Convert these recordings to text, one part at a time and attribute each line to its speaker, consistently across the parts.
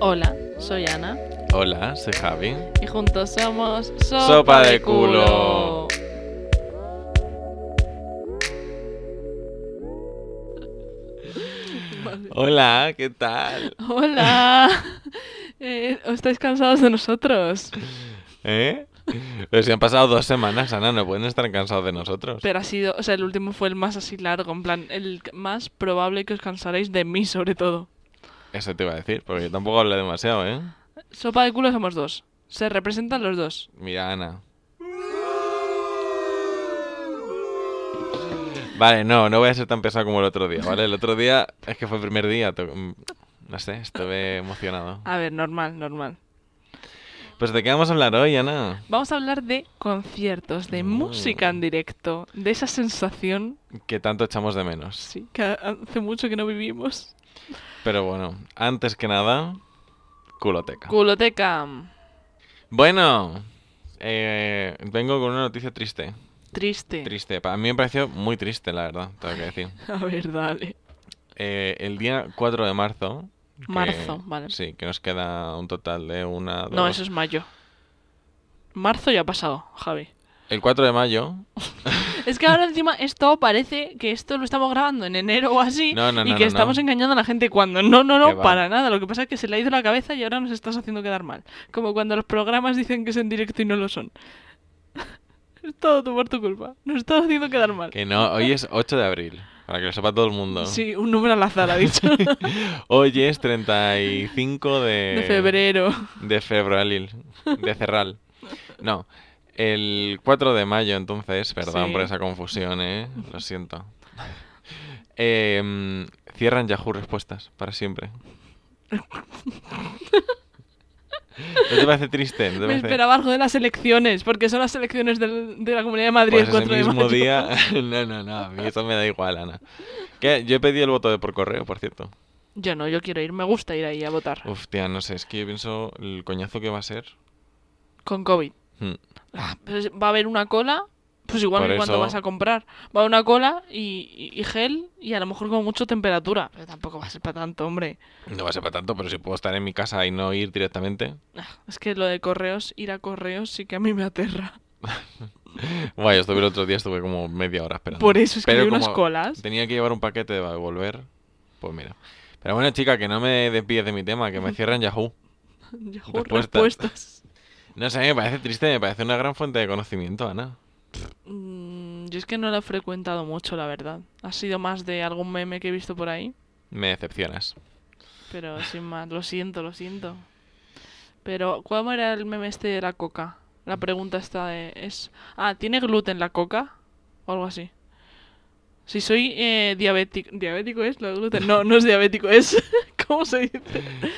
Speaker 1: Hola, soy Ana
Speaker 2: Hola, soy Javi.
Speaker 1: y juntos somos Sopa,
Speaker 2: Sopa de Culo.
Speaker 1: Vale.
Speaker 2: Hola, ¿qué tal?
Speaker 1: Hola. Eh, ¿os ¿Estáis cansados de nosotros?
Speaker 2: ¿Eh? Pero si han pasado dos semanas, Ana, no pueden estar cansados de nosotros.
Speaker 1: Pero ha sido, o sea, el último fue el más así largo, en plan, el más probable que os cansaréis de mí sobre todo.
Speaker 2: Eso te iba a decir, porque yo tampoco hablé demasiado, ¿eh?
Speaker 1: Sopa de culo somos dos. Se representan los dos.
Speaker 2: Mira, Ana. Vale, no, no voy a ser tan pesado como el otro día, ¿vale? El otro día es que fue el primer día. to- mm, No sé, estuve emocionado.
Speaker 1: A ver, normal, normal.
Speaker 2: Pues de qué vamos a hablar hoy, Ana.
Speaker 1: Vamos a hablar de conciertos, de
Speaker 2: Mm.
Speaker 1: música en directo, de esa sensación,
Speaker 2: Que tanto echamos de menos.
Speaker 1: sí, que hace mucho que no vivimos.
Speaker 2: Pero bueno, antes que nada, culoteca.
Speaker 1: Culoteca.
Speaker 2: Bueno, eh, vengo con una noticia triste.
Speaker 1: Triste.
Speaker 2: Triste. A mí me pareció muy triste, la verdad, tengo que decir.
Speaker 1: A ver, dale.
Speaker 2: Eh, el día 4 de marzo. que-
Speaker 1: Marzo, vale.
Speaker 2: Sí, que nos queda un total de una. Dos.
Speaker 1: No, eso es mayo. Marzo ya ha pasado, Javi.
Speaker 2: El 4 de mayo.
Speaker 1: Es que ahora encima esto parece que esto lo estamos grabando en enero o así
Speaker 2: No, no,
Speaker 1: y
Speaker 2: no,
Speaker 1: que
Speaker 2: no,
Speaker 1: estamos
Speaker 2: no.
Speaker 1: engañando a la gente cuando no, no,
Speaker 2: Que
Speaker 1: no,
Speaker 2: va.
Speaker 1: para nada. Lo que pasa es que se le ha ido la cabeza y ahora nos estás haciendo quedar mal. Como cuando los programas dicen que es en directo y no lo son. es todo tu por tu culpa. Nos estás haciendo quedar mal.
Speaker 2: Que no, hoy es 8 de abril. Para que lo sepa todo el mundo.
Speaker 1: Sí, un número al azar ha dicho.
Speaker 2: Hoy es 35 de.
Speaker 1: de febrero.
Speaker 2: De febralil. De cerral. No. El 4 de mayo, entonces, perdón
Speaker 1: Sí.
Speaker 2: por esa confusión, ¿eh? Lo siento. Em, cierran Yahoo Respuestas para siempre. ¿No te parece triste? ¿No te
Speaker 1: Me
Speaker 2: parece?
Speaker 1: esperaba algo de las elecciones, porque son las elecciones del- de la Comunidad de Madrid
Speaker 2: Pues
Speaker 1: el
Speaker 2: ese
Speaker 1: 4 de
Speaker 2: mismo
Speaker 1: mayo.
Speaker 2: día... no, no, no, a mí eso me da igual, Ana. Que Yo he pedido el voto de por correo, por cierto.
Speaker 1: Yo no, yo quiero ir, me gusta ir ahí a votar.
Speaker 2: Uf, tía, no sé, es que yo pienso el coñazo que va a ser.
Speaker 1: Con COVID.
Speaker 2: Hmm.
Speaker 1: Ah, pues va a haber una cola, pues igual
Speaker 2: Por
Speaker 1: que cuando
Speaker 2: eso-
Speaker 1: vas a comprar. Va a haber una cola y, y- y gel y a lo mejor con mucho temperatura. Pero tampoco va a ser para tanto, hombre.
Speaker 2: No va a ser para tanto, pero si puedo estar en mi casa y no ir directamente.
Speaker 1: Ah, Es que lo de correos, ir a correos sí que a mí me aterra.
Speaker 2: Bueno, yo estuve el otro día, estuve como media hora esperando.
Speaker 1: Por eso es que
Speaker 2: Pero
Speaker 1: hay unas
Speaker 2: como
Speaker 1: colas.
Speaker 2: Tenía que llevar un paquete de devolver. Pues mira. Pero bueno, chica, que no me desvíes de mi tema, que me cierran Yahoo.
Speaker 1: Yo juro,
Speaker 2: respuestas.
Speaker 1: respuestas.
Speaker 2: No sé, me parece triste, me parece una gran fuente de conocimiento, Ana.
Speaker 1: Mm, yo es que no lo he frecuentado mucho, la verdad. Ha sido más de algún meme que he visto por ahí.
Speaker 2: Me decepcionas.
Speaker 1: Pero sin más, lo siento, lo siento. Pero, ¿cómo era el meme este de la coca? La pregunta está de, es... Ah, ¿tiene gluten la coca? O algo así. Si soy eh, diabético... ¿Diabético es lo de gluten? No, no es diabético, es... ¿Cómo se dice?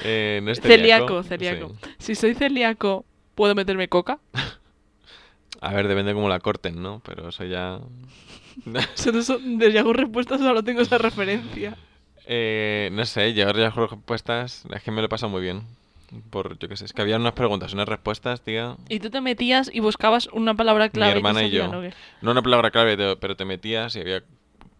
Speaker 2: Eh, ¿no es
Speaker 1: Celíaco,
Speaker 2: celíaco?
Speaker 1: celíaco. Si
Speaker 2: Sí.
Speaker 1: soy celíaco, ¿puedo meterme coca?
Speaker 2: A ver, depende cómo la corten, ¿no? Pero eso ya...
Speaker 1: Solo eso- Desde hago respuestas solo tengo esa referencia.
Speaker 2: Eh, no sé, yo ahora las respuestas es que me lo he pasado muy bien. Por, yo qué sé, es que había unas preguntas, unas respuestas, tía.
Speaker 1: Y tú te metías y buscabas una palabra clave. te
Speaker 2: hermana y yo.
Speaker 1: salían, ¿o qué?
Speaker 2: No una palabra clave, te- pero te metías y había...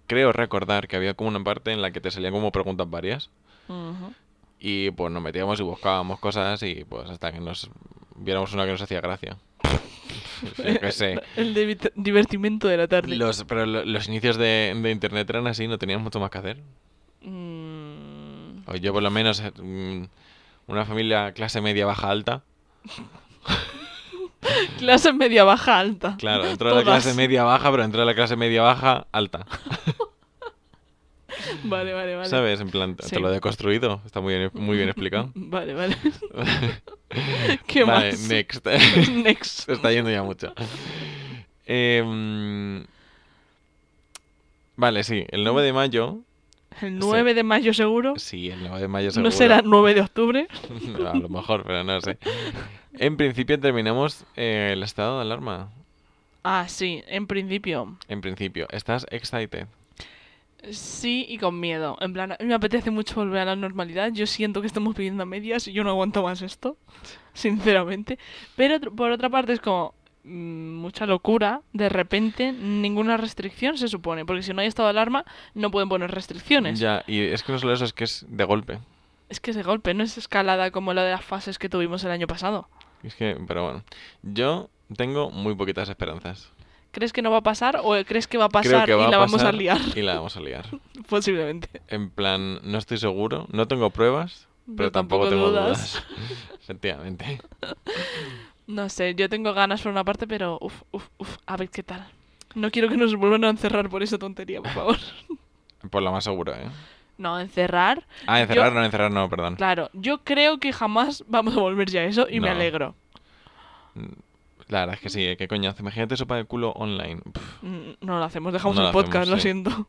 Speaker 2: Creo recordar que había como una parte en la que te salían como preguntas varias.
Speaker 1: Ujú.
Speaker 2: Y pues nos metíamos y buscábamos cosas y pues hasta que nos viéramos una que nos hacía gracia. Yo qué sé.
Speaker 1: El divi- divertimento de la tarde.
Speaker 2: Los, pero lo- los inicios de, de internet eran así, no teníamos mucho más que hacer.
Speaker 1: Mm,
Speaker 2: O yo por lo menos, eh, mm, una familia clase media, baja, alta.
Speaker 1: clase media baja alta.
Speaker 2: Claro, dentro de la
Speaker 1: Todas.
Speaker 2: clase media baja, pero dentro de la clase media baja, alta.
Speaker 1: Vale, vale, vale.
Speaker 2: ¿Sabes? En plan, te
Speaker 1: Sí.
Speaker 2: lo he construido. Está muy bien, muy bien explicado.
Speaker 1: Vale, vale. ¿Qué
Speaker 2: vale,
Speaker 1: más?
Speaker 2: next.
Speaker 1: Next.
Speaker 2: Se está yendo ya mucho. Em, vale, sí, el 9 de mayo.
Speaker 1: El 9 de mayo seguro.
Speaker 2: Sí, el 9 de mayo seguro.
Speaker 1: No será 9 de octubre.
Speaker 2: A lo mejor, pero no sé. En principio terminamos eh, el estado de alarma.
Speaker 1: Ah, sí, en principio.
Speaker 2: En principio, estás excited.
Speaker 1: Sí y con miedo. En plan, a mí me apetece mucho volver a la normalidad. Yo siento que estamos viviendo a medias y yo no aguanto más esto, sinceramente. Pero tr- por otra parte es como mm, mucha locura. De repente ninguna restricción se supone, porque si no hay estado de alarma no pueden poner restricciones.
Speaker 2: Ya, y es que no solo eso, es que es de golpe.
Speaker 1: Es que ese golpe no es escalada como la de las fases que tuvimos el año pasado.
Speaker 2: Es que, pero bueno, yo tengo muy poquitas esperanzas.
Speaker 1: ¿Crees que no va a pasar o crees que va a
Speaker 2: Creo
Speaker 1: pasar
Speaker 2: que va
Speaker 1: y la
Speaker 2: a
Speaker 1: vamos a
Speaker 2: pasar
Speaker 1: liar?
Speaker 2: Y la vamos a liar.
Speaker 1: Posiblemente.
Speaker 2: En plan, no estoy seguro, no tengo pruebas,
Speaker 1: Yo
Speaker 2: pero tampoco, tengo
Speaker 1: dudas.
Speaker 2: dudas. Efectivamente.
Speaker 1: No sé, yo tengo ganas por una parte, pero uff, uff, uff, a ver qué tal. No quiero que nos vuelvan a encerrar por esa tontería, por favor.
Speaker 2: Por lo más seguro, ¿eh?
Speaker 1: No, encerrar.
Speaker 2: Ah, encerrar,
Speaker 1: Yo-
Speaker 2: no, encerrar, no, perdón.
Speaker 1: Claro, yo creo que jamás vamos a volver ya a eso y me
Speaker 2: No.
Speaker 1: alegro.
Speaker 2: La verdad es que sí, ¿eh? qué coñazo. Imagínate sopa de culo online. Pff,
Speaker 1: Mm, No lo hacemos, dejamos
Speaker 2: No
Speaker 1: el
Speaker 2: lo
Speaker 1: podcast,
Speaker 2: hacemos,
Speaker 1: lo
Speaker 2: sí.
Speaker 1: siento.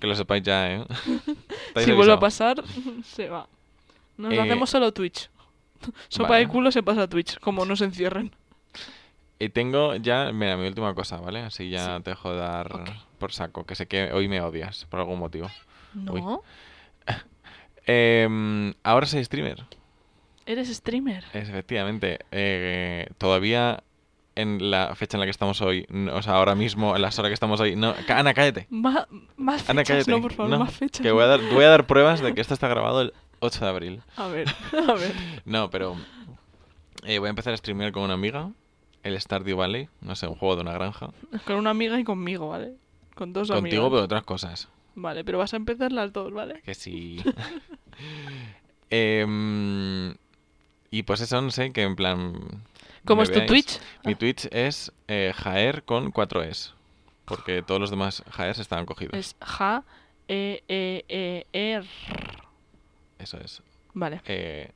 Speaker 2: que lo sepáis ya, ¿eh? Estáis
Speaker 1: Si vuelve a
Speaker 2: avisados.
Speaker 1: pasar, se va. Nos lo
Speaker 2: Eh,
Speaker 1: hacemos solo Twitch. Sopa de
Speaker 2: vale.
Speaker 1: culo se pasa a Twitch, como nos encierren.
Speaker 2: Y tengo ya, mira, mi última cosa, ¿vale? Así ya te dejo dar
Speaker 1: Ok.
Speaker 2: por saco, que sé que hoy me odias, por algún motivo.
Speaker 1: No,
Speaker 2: Uy. Em, ahora soy streamer.
Speaker 1: eres streamer.
Speaker 2: Es, Efectivamente, eh, todavía en la fecha en la que estamos hoy, no- o sea, ahora mismo, en las horas que estamos hoy, no, ca- Ana, cállate.
Speaker 1: Ma- más
Speaker 2: Ana,
Speaker 1: fechas,
Speaker 2: cállate.
Speaker 1: no, por favor,
Speaker 2: No,
Speaker 1: más fechas.
Speaker 2: Que voy a, dar, voy a dar pruebas de que esto está grabado el 8 de abril.
Speaker 1: A ver, a ver.
Speaker 2: No, pero eh, voy a empezar a streamear con una amiga, el Stardew Valley, no sé, un juego de una granja.
Speaker 1: Con una amiga y conmigo, ¿vale? Con dos
Speaker 2: Contigo,
Speaker 1: amigas.
Speaker 2: pero otras cosas.
Speaker 1: Vale, pero vas a empezar las dos, ¿vale?
Speaker 2: Que sí. Em, y pues eso, no sé, que en plan...
Speaker 1: ¿Cómo
Speaker 2: me
Speaker 1: es tu
Speaker 2: veáis.
Speaker 1: Twitch?
Speaker 2: Mi Twitch es eh, Jaer con 4S. Porque todos los demás Jaers estaban cogidos.
Speaker 1: Es ja, e, e, e, er.
Speaker 2: Eso es.
Speaker 1: Vale.
Speaker 2: Eh,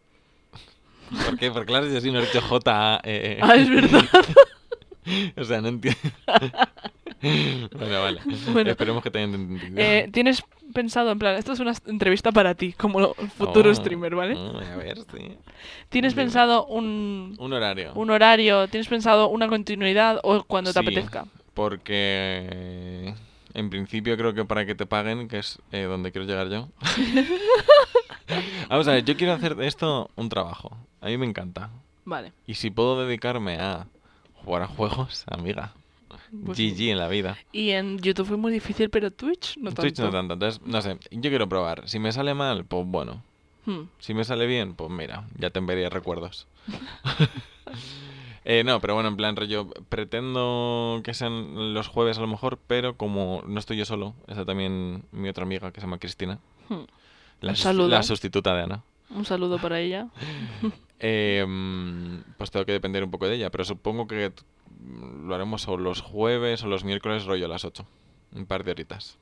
Speaker 2: ¿Por qué? Porque claro, yo sí no he dicho J. Eh,
Speaker 1: Ah, es verdad.
Speaker 2: o sea, no entiendo. bueno, vale.
Speaker 1: Bueno.
Speaker 2: Esperemos que te hayan entendido.
Speaker 1: Eh, Tienes pensado, en plan, esto es una entrevista para ti, como lo- futuro
Speaker 2: Oh,
Speaker 1: streamer, ¿vale?
Speaker 2: mm, a ver, sí.
Speaker 1: ¿Tienes
Speaker 2: dime.
Speaker 1: pensado un,
Speaker 2: Un horario.
Speaker 1: un horario? ¿Tienes pensado una continuidad o cuando te
Speaker 2: Sí.
Speaker 1: apetezca?
Speaker 2: Porque en principio creo que para que te paguen, que es eh, donde quiero llegar yo. Vamos a ver, yo quiero hacer de esto un trabajo. A mí me encanta.
Speaker 1: Vale.
Speaker 2: Y si puedo dedicarme a jugar a juegos, amiga.
Speaker 1: pues-
Speaker 2: GG en la vida.
Speaker 1: Y en YouTube fue muy difícil, pero Twitch no tanto.
Speaker 2: Twitch no tanto. Entonces, no sé, yo quiero probar. Si me sale mal, pues bueno.
Speaker 1: Hmm.
Speaker 2: Si me sale bien, pues mira, ya te enviaré recuerdos. Eh, no, pero bueno, en plan rollo, pretendo que sean los jueves a lo mejor, pero como no estoy yo solo, está también mi otra amiga que se llama Cristina,
Speaker 1: Hmm.
Speaker 2: la,
Speaker 1: Un
Speaker 2: sus-
Speaker 1: saludo.
Speaker 2: la sustituta de Ana.
Speaker 1: Un saludo para ella.
Speaker 2: Eh, mm, pues tengo que depender un poco de ella, pero supongo que t- lo haremos o los jueves o los miércoles rollo a las 8, un par de horitas.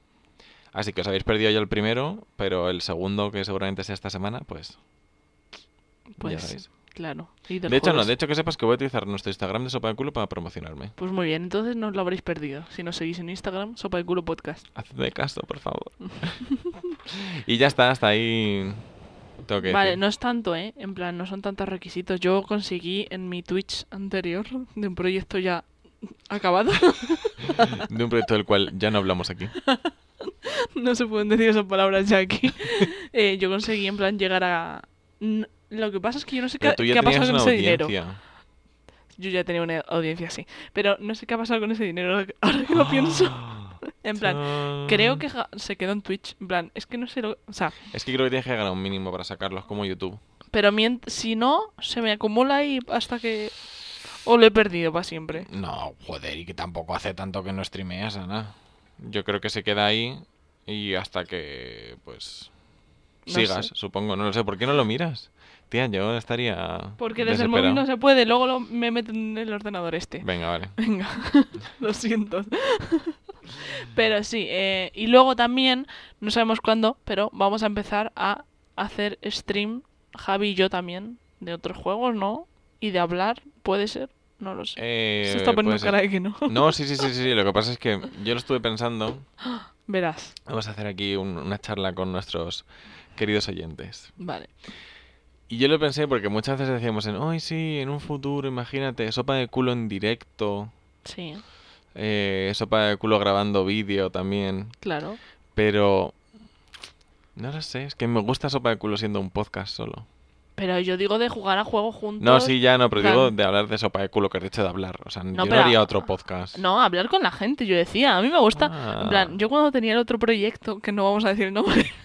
Speaker 2: Así que os habéis perdido ya el primero, pero el segundo, que seguramente sea esta semana, pues
Speaker 1: Pues,
Speaker 2: ya sabéis.
Speaker 1: claro. Y del
Speaker 2: De hecho, no,
Speaker 1: jueves.
Speaker 2: de hecho que sepas que voy a utilizar nuestro Instagram de Sopa de Culo para promocionarme.
Speaker 1: Pues muy bien, entonces no os lo habréis perdido. Si nos seguís en Instagram, Sopa de Culo Podcast.
Speaker 2: Hacedme caso, por favor. y ya está, hasta ahí. Tengo que
Speaker 1: Vale,
Speaker 2: decir.
Speaker 1: no es tanto, ¿eh? En plan, no son tantos requisitos. Yo conseguí en mi Twitch anterior, de un proyecto ya acabado,
Speaker 2: De un proyecto del cual ya no hablamos aquí.
Speaker 1: no se pueden decir esas palabras ya aquí, Eh, yo conseguí en plan llegar a... N- Lo que pasa es que yo no sé qué,
Speaker 2: Pero tú
Speaker 1: qué
Speaker 2: ya
Speaker 1: ha pasado con
Speaker 2: tenías una
Speaker 1: ese
Speaker 2: audiencia.
Speaker 1: dinero. Yo ya tenía una audiencia así, pero no sé qué ha pasado con ese dinero ahora que- ahora
Speaker 2: Ah,
Speaker 1: que lo pienso. En plan, creo que ja- se quedó en Twitch. En plan, es que no sé lo... O sea,
Speaker 2: Es que creo que tienes que ganar un mínimo para sacarlos como YouTube.
Speaker 1: Pero mient- si no, se me acumula y hasta que... O lo he perdido para siempre.
Speaker 2: No, joder, y que tampoco hace tanto que no streameas, Ana. Yo creo que se queda ahí y hasta que, pues,
Speaker 1: No
Speaker 2: sigas,
Speaker 1: sé.
Speaker 2: supongo. No lo sé, ¿por qué no lo miras? Tía, yo estaría
Speaker 1: Porque desde el móvil
Speaker 2: desesperado.
Speaker 1: no se puede, luego lo- me meten en el ordenador este.
Speaker 2: Venga, vale.
Speaker 1: Venga, lo siento. pero sí, eh, y luego también, no sabemos cuándo, pero vamos a empezar a hacer stream, Javi y yo también, de otros juegos, ¿no? Y de hablar, puede ser, no lo sé.
Speaker 2: Eh,
Speaker 1: se está
Speaker 2: puede
Speaker 1: poniendo
Speaker 2: ser.
Speaker 1: cara de que no.
Speaker 2: No, sí, sí, sí, sí. Lo que pasa es que yo lo estuve pensando.
Speaker 1: Verás,
Speaker 2: Vamos a hacer aquí un- una charla con nuestros queridos oyentes.
Speaker 1: vale.
Speaker 2: Y yo lo pensé porque muchas veces decíamos en, hoy sí, en un futuro, imagínate, sopa de culo en directo,
Speaker 1: Sí,
Speaker 2: eh, sopa de culo grabando vídeo también.
Speaker 1: claro.
Speaker 2: Pero no lo sé, es que me gusta sopa de culo siendo un podcast solo.
Speaker 1: Pero yo digo de jugar a juegos juntos.
Speaker 2: No, sí, ya no, pero digo
Speaker 1: claro.
Speaker 2: de hablar de sopa de culo, que has dicho de hablar. O sea, yo no
Speaker 1: pero-
Speaker 2: haría otro podcast.
Speaker 1: No, hablar con la gente, yo decía. A mí me gusta.
Speaker 2: Ah.
Speaker 1: En plan, yo cuando tenía el otro proyecto, que no vamos a decir el nombre,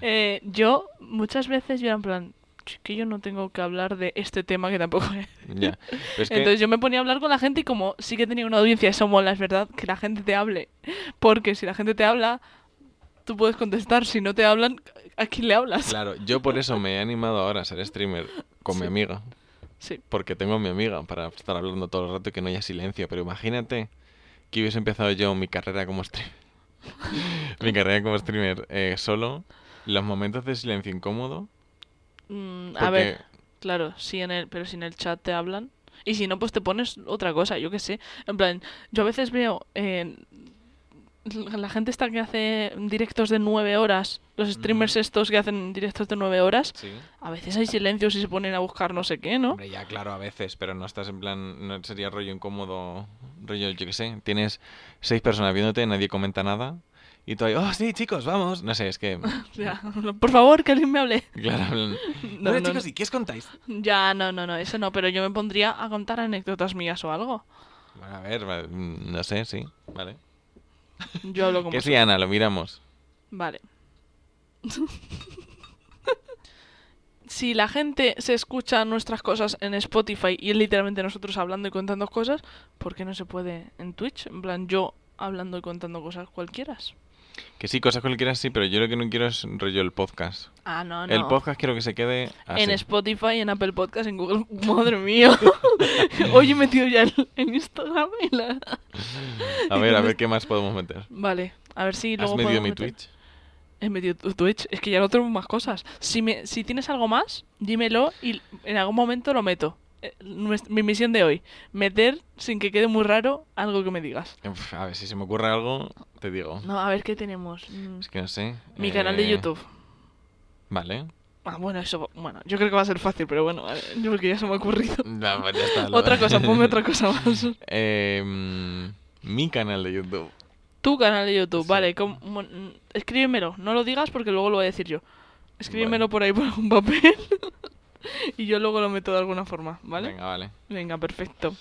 Speaker 1: Eh, yo muchas veces yo era en plan, "Ch, que yo no tengo que hablar de este tema que tampoco es.
Speaker 2: Ya. Pero es que-
Speaker 1: Entonces yo me ponía a hablar con la gente y como sí que tenía una audiencia, eso mola, es verdad, que la gente te hable. Porque si la gente te habla, tú puedes contestar. Si no te hablan, ¿a quién le hablas?
Speaker 2: claro, yo por eso me he animado ahora a ser streamer con mi
Speaker 1: Sí.
Speaker 2: amiga.
Speaker 1: Sí,
Speaker 2: Porque tengo a mi amiga para estar hablando todo el rato y que no haya silencio. Pero imagínate que hubiese empezado yo mi carrera como streamer. mi carrera como streamer eh, solo. Los momentos de silencio incómodo.
Speaker 1: Mm, a
Speaker 2: porque-
Speaker 1: ver, claro, sí en el, pero si en el chat te hablan. Y si no, pues te pones otra cosa, yo qué sé. En plan, yo a veces veo eh, la gente esta que hace directos de nueve horas, los streamers
Speaker 2: Ujú.
Speaker 1: estos que hacen directos de nueve horas,
Speaker 2: Sí.
Speaker 1: a veces hay silencios y se ponen a buscar no sé qué, ¿no?
Speaker 2: Hombre, ya claro, a veces, pero no estás en plan, no sería rollo incómodo, rollo, yo qué sé, tienes seis personas viéndote, nadie comenta nada, y tú ahí, oh, sí, chicos, vamos, no sé, es que,
Speaker 1: O sea, por favor, que alguien me hable.
Speaker 2: claro, en plan,
Speaker 1: No,
Speaker 2: bueno,
Speaker 1: no,
Speaker 2: chicos,
Speaker 1: no.
Speaker 2: ¿y qué os contáis?
Speaker 1: Ya, no, no, no, eso no, pero yo me pondría a contar anécdotas mías o algo.
Speaker 2: Bueno, a ver, va- mm, no sé, sí, vale.
Speaker 1: Yo hablo como...
Speaker 2: Que sí, Ana, lo miramos.
Speaker 1: Vale. si la gente se escucha nuestras cosas en Spotify y es literalmente nosotros hablando y contando cosas, ¿por qué no se puede en Twitch? En plan, yo hablando y contando cosas cualquiera.
Speaker 2: Que sí, cosas cualquiera sí, pero yo lo que no quiero es rollo el podcast.
Speaker 1: Ah, no, no.
Speaker 2: El podcast Ah, quiero que se quede así.
Speaker 1: En Spotify, en Apple Podcast, en Google. Madre mía. Hoy he metido ya el- en Instagram y la...
Speaker 2: A ver, a ver qué más podemos meter.
Speaker 1: Vale, a ver si
Speaker 2: ¿Has
Speaker 1: luego
Speaker 2: medido
Speaker 1: podemos
Speaker 2: mi
Speaker 1: meter-
Speaker 2: Twitch?
Speaker 1: He metido tu Twitch. Es que ya no tenemos más cosas. Si, me, si tienes algo más, dímelo y en algún momento lo meto. Eh, nues- Mi misión de hoy, meter sin que quede muy raro algo que me digas.
Speaker 2: Uf, A ver, si se me ocurre algo, te digo.
Speaker 1: No, a ver qué tenemos. Mm,
Speaker 2: Es que no sé.
Speaker 1: Mi canal de
Speaker 2: eh,
Speaker 1: YouTube.
Speaker 2: Vale.
Speaker 1: Ah, bueno, eso, bueno, yo creo que va a ser fácil, pero bueno, vale, yo porque ya se me ha ocurrido.
Speaker 2: No, pues ya está, lo-
Speaker 1: Otra cosa, ponme otra cosa más.
Speaker 2: Eh, mm, mi canal de YouTube.
Speaker 1: Tu canal de YouTube,
Speaker 2: Sí.
Speaker 1: vale, com- mon- escríbemelo, no lo digas porque luego lo voy a decir yo. Escríbemelo por ahí por algún papel y yo luego lo meto de alguna forma, ¿vale?
Speaker 2: Venga, vale.
Speaker 1: Venga, perfecto.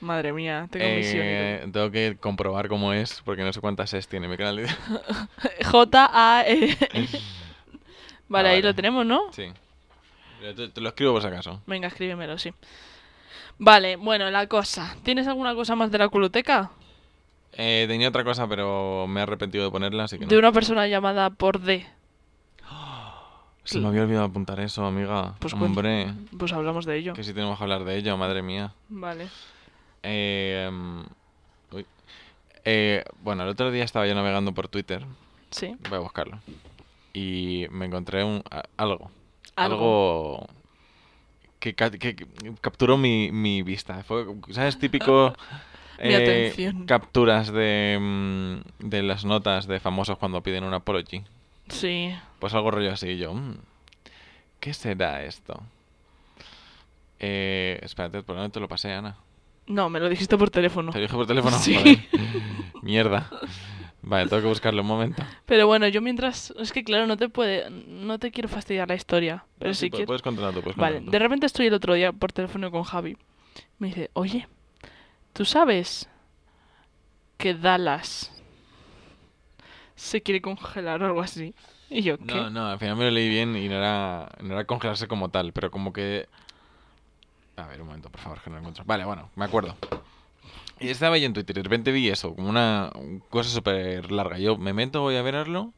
Speaker 1: Madre mía, tengo
Speaker 2: Eh,
Speaker 1: misión. y
Speaker 2: tengo que comprobar cómo es, porque no sé cuántas es tiene mi canal de YouTube.
Speaker 1: todo. J A E. Vale,
Speaker 2: Ah,
Speaker 1: ahí
Speaker 2: vale.
Speaker 1: lo tenemos, ¿no?
Speaker 2: Sí. Pero te, te lo escribo por si acaso.
Speaker 1: Venga, escríbemelo, sí. Vale, bueno, la cosa. ¿Tienes alguna cosa más de la culoteca?
Speaker 2: Eh, tenía otra cosa, pero me he arrepentido de ponerla, así que no.
Speaker 1: De una persona llamada por D.
Speaker 2: Se me había olvidado apuntar eso, amiga.
Speaker 1: Pues cuenta.
Speaker 2: Hombre,
Speaker 1: Pues hablamos de ello.
Speaker 2: que si tenemos que hablar de ello, madre mía.
Speaker 1: Vale.
Speaker 2: Eh, mm, uy. Eh, bueno, el otro día estaba yo navegando por Twitter.
Speaker 1: Sí.
Speaker 2: Voy a buscarlo. Y me encontré un, a- algo.
Speaker 1: Algo.
Speaker 2: algo que, ca- que- que capturó mi, mi vista. Fue, ¿Sabes? Típico. eh,
Speaker 1: Mi atención.
Speaker 2: Capturas de, mm, de las notas de famosos cuando piden un apology.
Speaker 1: Sí.
Speaker 2: Pues algo rollo así. y Yo, "Mm, ¿qué será esto? Eh, espérate, ¿por dónde te lo pasé, Ana?
Speaker 1: No, me lo dijiste por teléfono.
Speaker 2: ¿Te lo dije por teléfono?
Speaker 1: Sí.
Speaker 2: Joder. Mierda. Vale, tengo que buscarlo un momento.
Speaker 1: Pero bueno, yo mientras. Es que claro, no te puede. No te quiero fastidiar la historia. Pero
Speaker 2: No,
Speaker 1: si
Speaker 2: sí, pu-
Speaker 1: quieres.
Speaker 2: Puedes continuar tú, puedes
Speaker 1: Vale,
Speaker 2: continuar
Speaker 1: de repente estoy el otro día por teléfono con Javi. Me dice, oye, ¿tú sabes que Dallas se quiere congelar o algo así? Y yo,
Speaker 2: tú.
Speaker 1: ¿qué?
Speaker 2: No, no, al final me lo leí bien y no era, no era congelarse como tal, pero como que... A ver, un momento, por favor, que no lo encuentro. Vale, bueno, me acuerdo. Y estaba yo en Twitter y de repente vi eso, como una cosa súper larga. Yo me meto, voy a verlo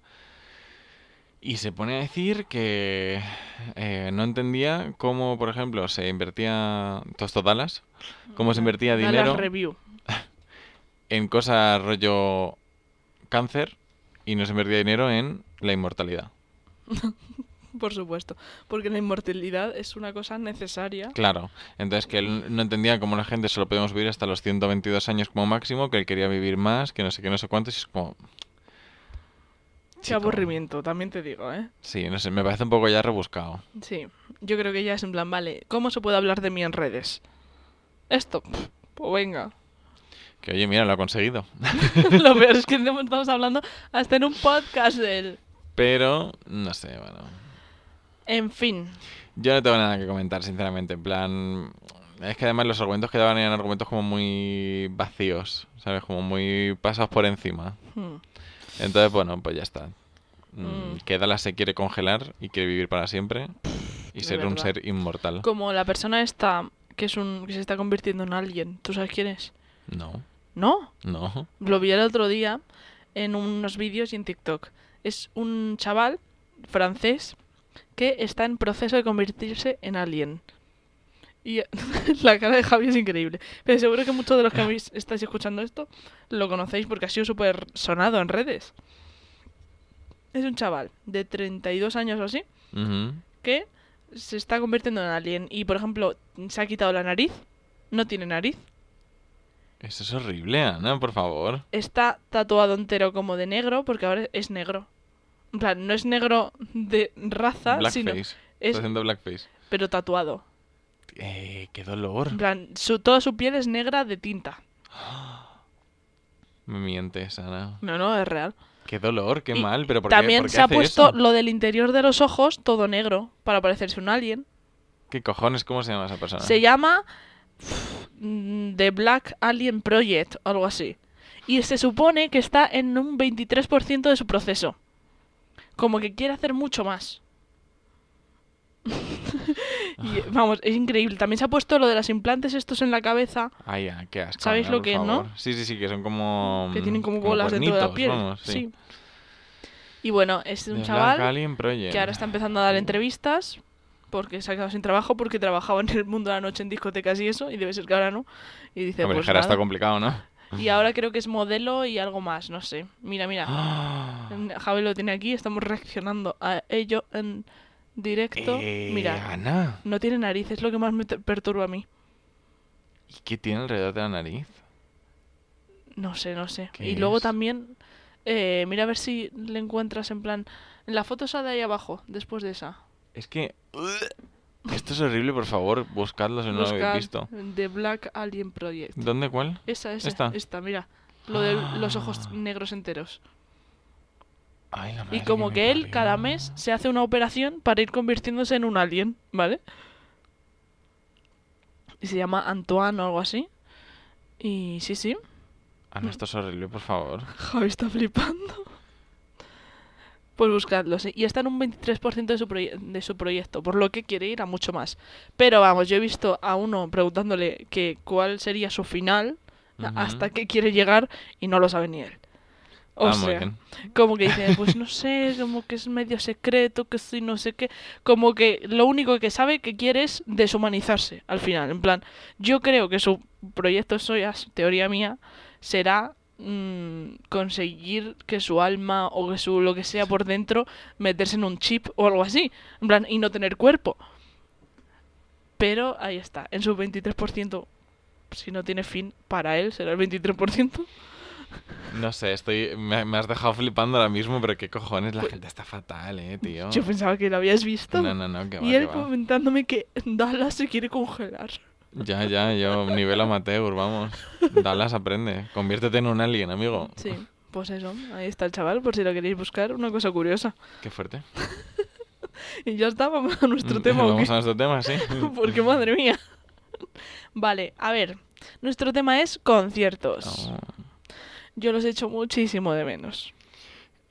Speaker 2: y se pone a decir que eh, no entendía cómo, por ejemplo, se invertía... Tosto Dallas, cómo se pues invertía
Speaker 1: Dallas
Speaker 2: dinero
Speaker 1: Review.
Speaker 2: en cosas rollo cáncer y no se invertía dinero en la inmortalidad.
Speaker 1: Por supuesto, porque la inmortalidad es una cosa necesaria.
Speaker 2: Claro, entonces que él no entendía cómo la gente solo podíamos vivir hasta los 122 años como máximo, que él quería vivir más, que no sé qué, no sé cuánto, y es como,
Speaker 1: Qué
Speaker 2: chico.
Speaker 1: aburrimiento, también te digo, ¿eh?
Speaker 2: sí, no sé, me parece un poco ya rebuscado.
Speaker 1: Sí, yo creo que ya es en plan, vale, ¿cómo se puede hablar de mí en redes? Esto, pf, pues venga.
Speaker 2: Que oye, mira, lo ha conseguido.
Speaker 1: Lo peor es que estamos hablando hasta en un podcast de él.
Speaker 2: Pero, no sé, bueno.
Speaker 1: En fin,
Speaker 2: Yo no tengo nada que comentar, sinceramente, en plan... Es que además los argumentos que daban eran argumentos como muy vacíos, ¿sabes? Como muy pasados por encima.
Speaker 1: Hmm.
Speaker 2: Entonces, bueno, pues ya está. mm, que Dallas se quiere congelar y quiere vivir para siempre y
Speaker 1: de
Speaker 2: ser un
Speaker 1: verdad.
Speaker 2: ser inmortal.
Speaker 1: Como la persona esta que, es un, que se está convirtiendo en alguien. ¿Tú sabes quién es?
Speaker 2: No,
Speaker 1: No.
Speaker 2: no.
Speaker 1: Lo vi el otro día en unos vídeos y en TikTok. Es un chaval francés que está en proceso de convertirse en alien. Y la cara de Javi es increíble. Pero seguro que muchos de los que habéis- estáis escuchando esto lo conocéis porque ha sido súper sonado en redes. Es un chaval de 32 años o así
Speaker 2: Ujú.
Speaker 1: que se está convirtiendo en alien. Y por ejemplo, se ha quitado la nariz. No tiene nariz.
Speaker 2: Eso es horrible, Ana, por favor.
Speaker 1: está tatuado entero como de negro, porque ahora es negro. En plan, no es negro de raza, sino
Speaker 2: Blackface. Está
Speaker 1: es
Speaker 2: haciendo blackface.
Speaker 1: pero tatuado.
Speaker 2: Eh, qué
Speaker 1: En
Speaker 2: dolor.
Speaker 1: plan, su, toda su piel es negra de tinta.
Speaker 2: Me mientes, Ana.
Speaker 1: No, no, es real.
Speaker 2: Qué dolor, qué
Speaker 1: Y
Speaker 2: mal, pero ¿por qué-
Speaker 1: También
Speaker 2: por qué
Speaker 1: se ha
Speaker 2: hace
Speaker 1: puesto
Speaker 2: eso?
Speaker 1: lo del interior de los ojos todo negro para parecerse un alien.
Speaker 2: ¿Qué cojones? ¿Cómo se llama esa persona?
Speaker 1: Se llama pf, mm, The Black Alien Project o algo así. Y se supone que está en un 23% de su proceso. Como que quiere hacer mucho más.
Speaker 2: Ah.
Speaker 1: Y, vamos, es increíble. También se ha puesto lo de los implantes estos en la cabeza.
Speaker 2: Ay, ah, qué asco.
Speaker 1: ¿Sabéis
Speaker 2: Ana,
Speaker 1: lo
Speaker 2: por
Speaker 1: que es, no?
Speaker 2: favor. Sí, sí, sí, que son Um, como.
Speaker 1: que tienen como bolas dentro de la
Speaker 2: cuernitos,
Speaker 1: piel.
Speaker 2: vamos, sí.
Speaker 1: sí. Y bueno, es
Speaker 2: The
Speaker 1: un
Speaker 2: Black
Speaker 1: chaval
Speaker 2: Alien Project.
Speaker 1: que ahora está empezando a dar entrevistas porque se ha quedado sin trabajo porque trabajaba en el mundo de la noche en discotecas y eso, y debe ser que ahora no. Y dice,
Speaker 2: Hombre,
Speaker 1: pues
Speaker 2: Jara, está
Speaker 1: nada.
Speaker 2: complicado, ¿no?
Speaker 1: Y ahora creo que es modelo y algo más, no sé. Mira, mira. Javi lo tiene aquí, estamos reaccionando a ello en directo.
Speaker 2: Eh,
Speaker 1: Mira,
Speaker 2: Ana,
Speaker 1: no tiene nariz, es lo que más me te- perturba a mí.
Speaker 2: ¿y qué tiene alrededor de la nariz?
Speaker 1: No sé, no sé.
Speaker 2: ¿Qué
Speaker 1: Y luego
Speaker 2: es?
Speaker 1: también, eh, mira a ver si le encuentras en plan. En la foto esa de ahí abajo, después de esa.
Speaker 2: Es que. Esto es horrible, por favor, buscadlo si no lo
Speaker 1: Buscad
Speaker 2: habéis visto.
Speaker 1: The Black Alien Project.
Speaker 2: ¿Dónde, cuál?
Speaker 1: Esa, esa,
Speaker 2: Esta.
Speaker 1: esta, mira. Lo de los
Speaker 2: Ah.
Speaker 1: ojos negros enteros.
Speaker 2: Ay, la madre
Speaker 1: Y como
Speaker 2: me
Speaker 1: que él
Speaker 2: parió.
Speaker 1: cada mes se hace una operación para ir convirtiéndose en un alien, ¿vale? Y se llama Antoine o algo así. Y sí, sí,
Speaker 2: Ana, Ah, esto es horrible, por favor.
Speaker 1: Javi está flipando. Pues buscadlo, sí. Y está en un 23% de su, proye- de su proyecto, por lo que quiere ir a mucho más. Pero vamos, yo he visto a uno preguntándole que cuál sería su final, a-
Speaker 2: Ujú.
Speaker 1: hasta qué quiere llegar, y no lo sabe ni él. O
Speaker 2: Ah, muy
Speaker 1: sea,
Speaker 2: bien.
Speaker 1: como que dice, pues no sé, como que es medio secreto, que sí, no sé qué. Como que lo único que sabe que quiere es deshumanizarse al final. En plan, yo creo que su proyecto, eso ya es teoría mía, será mm, conseguir que su alma o que su lo que sea por dentro meterse en un chip o algo así. En plan, y no tener cuerpo. Pero ahí está, en su 23%. Si no tiene fin para él, será el 23%.
Speaker 2: No sé, estoy. Me, me has dejado flipando ahora mismo, pero qué cojones, la gente está fatal, eh, tío.
Speaker 1: Pues Yo pensaba que lo habías visto.
Speaker 2: No, no, no, que va,
Speaker 1: Y
Speaker 2: que
Speaker 1: él
Speaker 2: va.
Speaker 1: comentándome que Dallas se quiere congelar.
Speaker 2: Ya, ya, yo, nivel amateur, vamos. Dallas aprende. Conviértete en un alien, amigo.
Speaker 1: Sí, pues eso, ahí está el chaval, por si lo queréis buscar, una cosa curiosa.
Speaker 2: Qué fuerte.
Speaker 1: Y ya está, vamos a nuestro
Speaker 2: Mm,
Speaker 1: Pues tema. ¿o
Speaker 2: Vamos
Speaker 1: qué?
Speaker 2: a nuestro tema, sí.
Speaker 1: Porque madre mía. Vale, a ver, nuestro tema es conciertos.
Speaker 2: Oh.
Speaker 1: Yo los echo muchísimo de menos.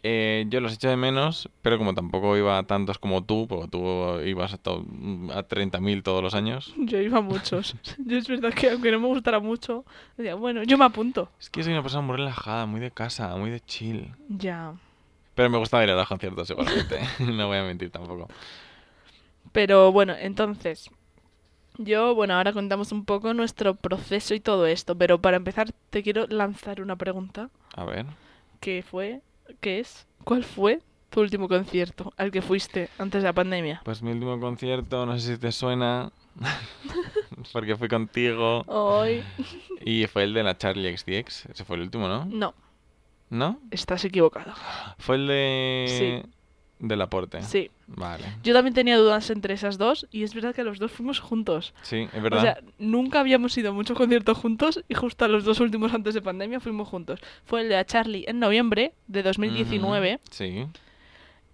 Speaker 2: Eh, yo los echo de menos, pero como tampoco iba a tantos como tú, porque tú ibas a, to- a 30.000 todos los años.
Speaker 1: Yo iba a muchos. Yo es verdad que aunque no me gustara mucho, decía, bueno, yo me apunto.
Speaker 2: Es que soy una persona muy relajada, muy de casa, muy de chill.
Speaker 1: Ya.
Speaker 2: Pero me gusta ir a los conciertos igualmente, no voy a mentir tampoco.
Speaker 1: Pero bueno, entonces, yo, bueno, ahora contamos un poco nuestro proceso y todo esto, pero para empezar te quiero lanzar una pregunta,
Speaker 2: A ver.
Speaker 1: que fue, que es, ¿cuál fue tu último concierto al que fuiste antes de la pandemia?
Speaker 2: Pues mi último concierto, no sé si te suena, porque fui contigo.
Speaker 1: Hoy.
Speaker 2: Y fue el de la Charlie XCX. Ese fue el último, ¿no?
Speaker 1: No,
Speaker 2: ¿No?
Speaker 1: estás equivocado.
Speaker 2: Fue el de. Del aporte.
Speaker 1: Sí.
Speaker 2: Vale.
Speaker 1: Yo también tenía dudas entre esas dos y es verdad que los dos fuimos juntos.
Speaker 2: Sí, es
Speaker 1: O sea,
Speaker 2: verdad.
Speaker 1: nunca habíamos ido a muchos conciertos juntos y justo a los dos últimos antes de pandemia fuimos juntos. Fue el de la Charlie en noviembre de 2019
Speaker 2: Ujú, Sí.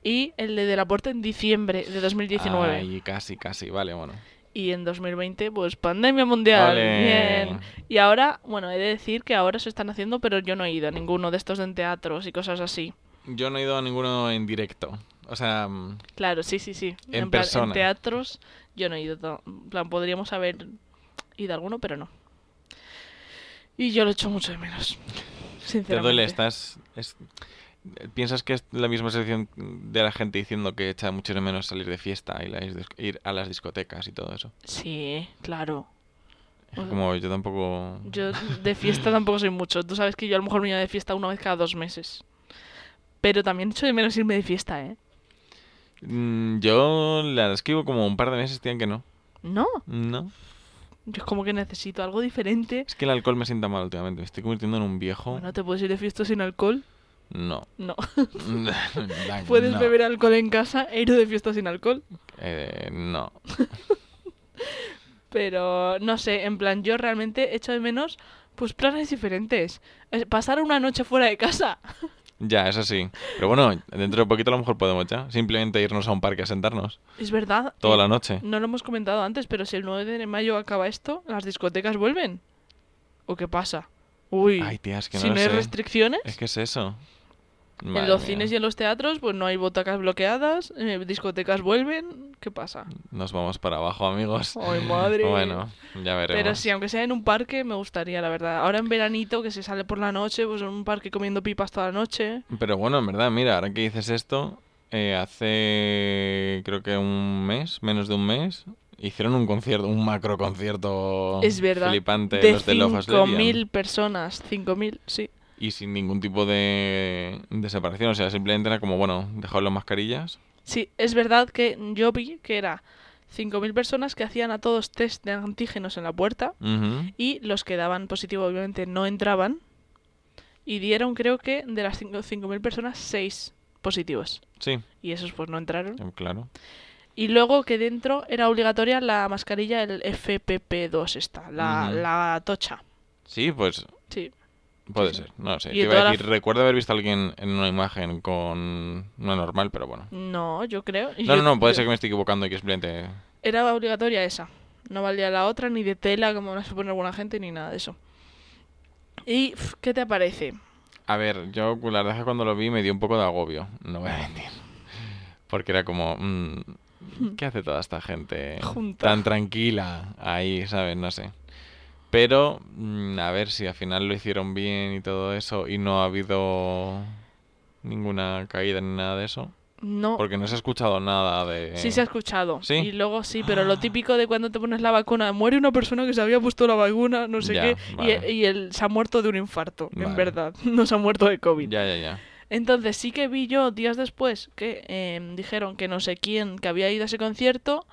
Speaker 1: y el de Del Aporte en diciembre de 2019.
Speaker 2: Ay, casi, casi. Vale, bueno.
Speaker 1: Y en 2020, pues pandemia mundial.
Speaker 2: Ole.
Speaker 1: Bien. Y ahora, bueno, he de decir que ahora se están haciendo, pero yo no he ido a ninguno de estos en teatros y cosas así.
Speaker 2: Yo no he ido a ninguno en directo. O sea, mm,
Speaker 1: Claro, sí, sí, sí.
Speaker 2: En
Speaker 1: plan,
Speaker 2: persona.
Speaker 1: en teatros yo no he ido. tan- En plan, podríamos haber ido a alguno, pero no. Y yo lo echo mucho de menos.
Speaker 2: te
Speaker 1: Sinceramente.
Speaker 2: duele, estás... es- ¿Piensas que es la misma sección de la gente diciendo que echa mucho de menos salir de fiesta y la- ir a las discotecas y todo eso?
Speaker 1: Sí, claro.
Speaker 2: Es
Speaker 1: O-
Speaker 2: como yo tampoco...
Speaker 1: Yo de fiesta tampoco soy mucho. Tú sabes que yo a lo mejor me iba de fiesta una vez cada dos meses. Pero también echo de menos irme de fiesta, ¿eh?
Speaker 2: Mm, Yo la escribo como un par de meses, tían, que no.
Speaker 1: No.
Speaker 2: No.
Speaker 1: Yo es como que necesito algo diferente.
Speaker 2: Es que el alcohol me sienta mal últimamente. Me estoy convirtiendo en un viejo.
Speaker 1: Bueno, ¿te puedes ir de fiesta sin alcohol?
Speaker 2: No.
Speaker 1: No.
Speaker 2: Dan,
Speaker 1: ¿Puedes
Speaker 2: no.
Speaker 1: beber alcohol en casa e ir de fiesta sin alcohol?
Speaker 2: Eh, no.
Speaker 1: Pero no sé, en plan, yo realmente echo de menos pues planes diferentes. Es Pasar una noche fuera de casa.
Speaker 2: Ya, eso sí. Pero bueno, dentro de poquito a lo mejor podemos ya. Simplemente irnos a un parque a sentarnos
Speaker 1: Es verdad.
Speaker 2: toda
Speaker 1: eh,
Speaker 2: la noche.
Speaker 1: No lo hemos comentado antes, pero si el 9 de mayo acaba esto, ¿las discotecas vuelven? ¿O qué pasa? Uy,
Speaker 2: Ay, tía, es que no
Speaker 1: si
Speaker 2: lo
Speaker 1: no hay
Speaker 2: sé.
Speaker 1: restricciones,
Speaker 2: Es que es eso.
Speaker 1: en los cines y en los teatros, pues no hay botacas bloqueadas, eh, discotecas vuelven, ¿qué pasa?
Speaker 2: Nos vamos para abajo, amigos.
Speaker 1: Ay, madre.
Speaker 2: Bueno, ya veremos.
Speaker 1: Pero sí, aunque sea en un parque, me gustaría, la verdad. Ahora en veranito, que se sale por la noche, pues en un parque comiendo pipas toda la noche.
Speaker 2: Pero bueno, en verdad, mira, ahora que dices esto, eh, hace creo que un mes, menos de un mes, hicieron un concierto, un macro concierto
Speaker 1: es verdad.
Speaker 2: flipante,
Speaker 1: de
Speaker 2: los de Love Us Lesbian,
Speaker 1: 5.000 personas, 5.000, sí.
Speaker 2: Y sin ningún tipo de, de separación, o sea, simplemente era como, bueno, dejad las mascarillas.
Speaker 1: Sí, es verdad que yo vi que era 5.000 personas que hacían a todos test de antígenos en la puerta
Speaker 2: Ujú.
Speaker 1: y los que daban positivo obviamente no entraban y dieron creo que de las cinco- 5.000 personas 6 positivos
Speaker 2: Sí,
Speaker 1: y esos pues no entraron.
Speaker 2: eh, claro.
Speaker 1: Y luego que dentro era obligatoria la mascarilla, el FPP2 esta, la,
Speaker 2: Ujú.
Speaker 1: la tocha.
Speaker 2: Sí, pues
Speaker 1: Sí,
Speaker 2: puede
Speaker 1: Sí, sí.
Speaker 2: ser, no sé.
Speaker 1: Y
Speaker 2: Te
Speaker 1: de
Speaker 2: iba a
Speaker 1: toda la
Speaker 2: decir, recuerdo haber visto a alguien en una imagen con una normal, pero bueno.
Speaker 1: no, yo creo. y
Speaker 2: No,
Speaker 1: yo-
Speaker 2: no, no, puede
Speaker 1: yo-
Speaker 2: ser que me esté equivocando y que simplemente...
Speaker 1: Era obligatoria esa. No valía la otra, ni de tela, como la supone alguna gente, ni nada de eso. ¿Y pf, qué te parece?
Speaker 2: A ver, yo la verdad es que cuando lo vi me dio un poco de agobio, no voy a
Speaker 1: Ah.
Speaker 2: mentir. Porque era como, mm, ¿qué hace toda esta gente
Speaker 1: Junta.
Speaker 2: tan tranquila ahí, sabes? No sé. Pero, mm, a ver si al final lo hicieron bien y todo eso y no ha habido ninguna caída ni nada de eso.
Speaker 1: No,
Speaker 2: Porque no se ha escuchado nada de...
Speaker 1: sí se ha escuchado.
Speaker 2: Eh, ¿Sí?
Speaker 1: Y luego sí, pero
Speaker 2: Ah.
Speaker 1: lo típico de cuando te pones la vacuna, muere una persona que se había puesto la vacuna, no sé
Speaker 2: Ya,
Speaker 1: qué, y- e,
Speaker 2: vale.
Speaker 1: y, él se ha muerto de un infarto,
Speaker 2: Vale.
Speaker 1: en verdad. No se ha muerto de COVID.
Speaker 2: Ya, ya, ya.
Speaker 1: Entonces sí que vi yo días después que eh, dijeron que no sé quién que había ido a ese concierto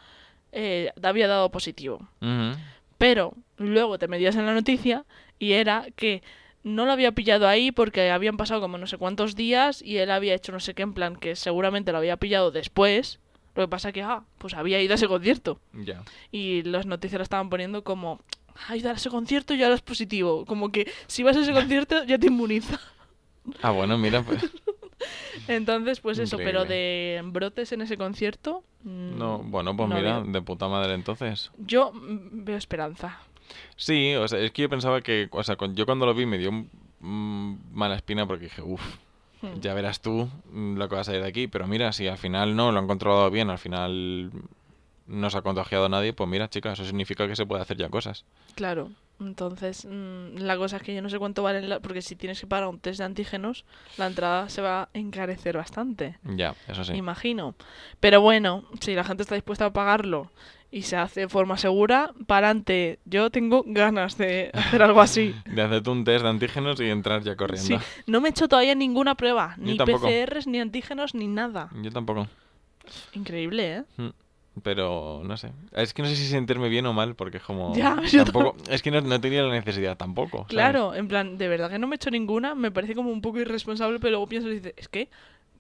Speaker 1: eh, había dado positivo.
Speaker 2: Ujú.
Speaker 1: Pero luego te medías en la noticia y era que no lo había pillado ahí porque habían pasado como no sé cuántos días y él había hecho no sé qué en plan que seguramente lo había pillado después. Lo que pasa que, ah, pues había ido a ese concierto.
Speaker 2: Ya.
Speaker 1: Y los noticias lo estaban poniendo como, ha ido a ese concierto y ahora es positivo. Como que si vas a ese concierto ya te inmuniza.
Speaker 2: Ah, bueno, mira, pues...
Speaker 1: Entonces, pues eso, pero
Speaker 2: Increíble.
Speaker 1: de brotes en ese concierto... mm,
Speaker 2: No, bueno, pues
Speaker 1: no
Speaker 2: mira,
Speaker 1: había.
Speaker 2: de puta madre entonces.
Speaker 1: Yo mm, veo esperanza.
Speaker 2: Sí, o sea, es que yo pensaba que, o sea, cuan- yo cuando lo vi me dio mm, mala espina porque dije, uff,
Speaker 1: Hmm.
Speaker 2: ya verás tú mm, lo que vas a ir de aquí, pero mira, si al final no, lo han controlado bien, al final no se ha contagiado nadie, pues mira, chica, eso significa que se puede hacer ya cosas.
Speaker 1: Claro, entonces mm, la cosa es que yo no sé cuánto valen, la- porque si tienes que pagar un test de antígenos, la entrada se va a encarecer bastante,
Speaker 2: Ya, eso sí.
Speaker 1: imagino. Pero bueno, si la gente está dispuesta a pagarlo y se hace de forma segura, para adelante. Yo tengo ganas de hacer algo así.
Speaker 2: De hacerte un test de antígenos y entrar ya corriendo.
Speaker 1: Sí, no me he hecho todavía ninguna prueba,
Speaker 2: Yo
Speaker 1: ni
Speaker 2: tampoco.
Speaker 1: PCRs, ni antígenos, ni nada.
Speaker 2: Yo tampoco, Mm.
Speaker 1: Increíble, ¿eh?
Speaker 2: pero no sé. Es que no sé si sentirme bien o mal, porque es como...
Speaker 1: Ya, yo
Speaker 2: tampoco, es que no, no tenía la necesidad tampoco. ¿sabes?
Speaker 1: Claro, en plan, de verdad que no me he hecho ninguna, me parece como un poco irresponsable, pero luego pienso y dices, es que,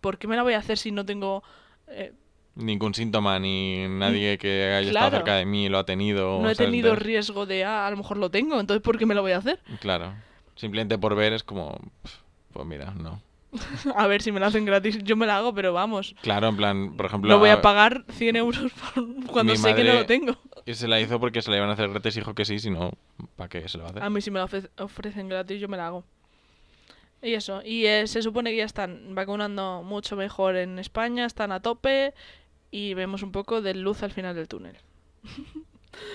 Speaker 1: ¿por qué me la voy a hacer si no tengo... eh,
Speaker 2: Ningún síntoma, ni nadie que haya estado
Speaker 1: claro.
Speaker 2: cerca de mí lo ha tenido.
Speaker 1: no he
Speaker 2: ¿sabes?
Speaker 1: tenido
Speaker 2: Entonces-
Speaker 1: riesgo de, ah, a lo mejor lo tengo, entonces ¿por qué me lo voy a hacer?
Speaker 2: Claro. Simplemente por ver es como, pf, pues mira, no.
Speaker 1: A ver si me la hacen gratis, yo me la hago, pero vamos,
Speaker 2: Claro, en plan, por ejemplo,
Speaker 1: no voy a
Speaker 2: a-
Speaker 1: pagar 100 euros por- cuando
Speaker 2: Mi
Speaker 1: sé que no
Speaker 2: madre-
Speaker 1: lo tengo.
Speaker 2: y se la hizo porque se la iban a hacer gratis, y dijo que sí, si no, ¿para qué se lo va a hacer?
Speaker 1: A mí si me la ofre- ofrecen gratis, yo me la hago. Y eso, y eh, se supone que ya están vacunando mucho mejor en España, están a tope y vemos un poco de luz al final del túnel.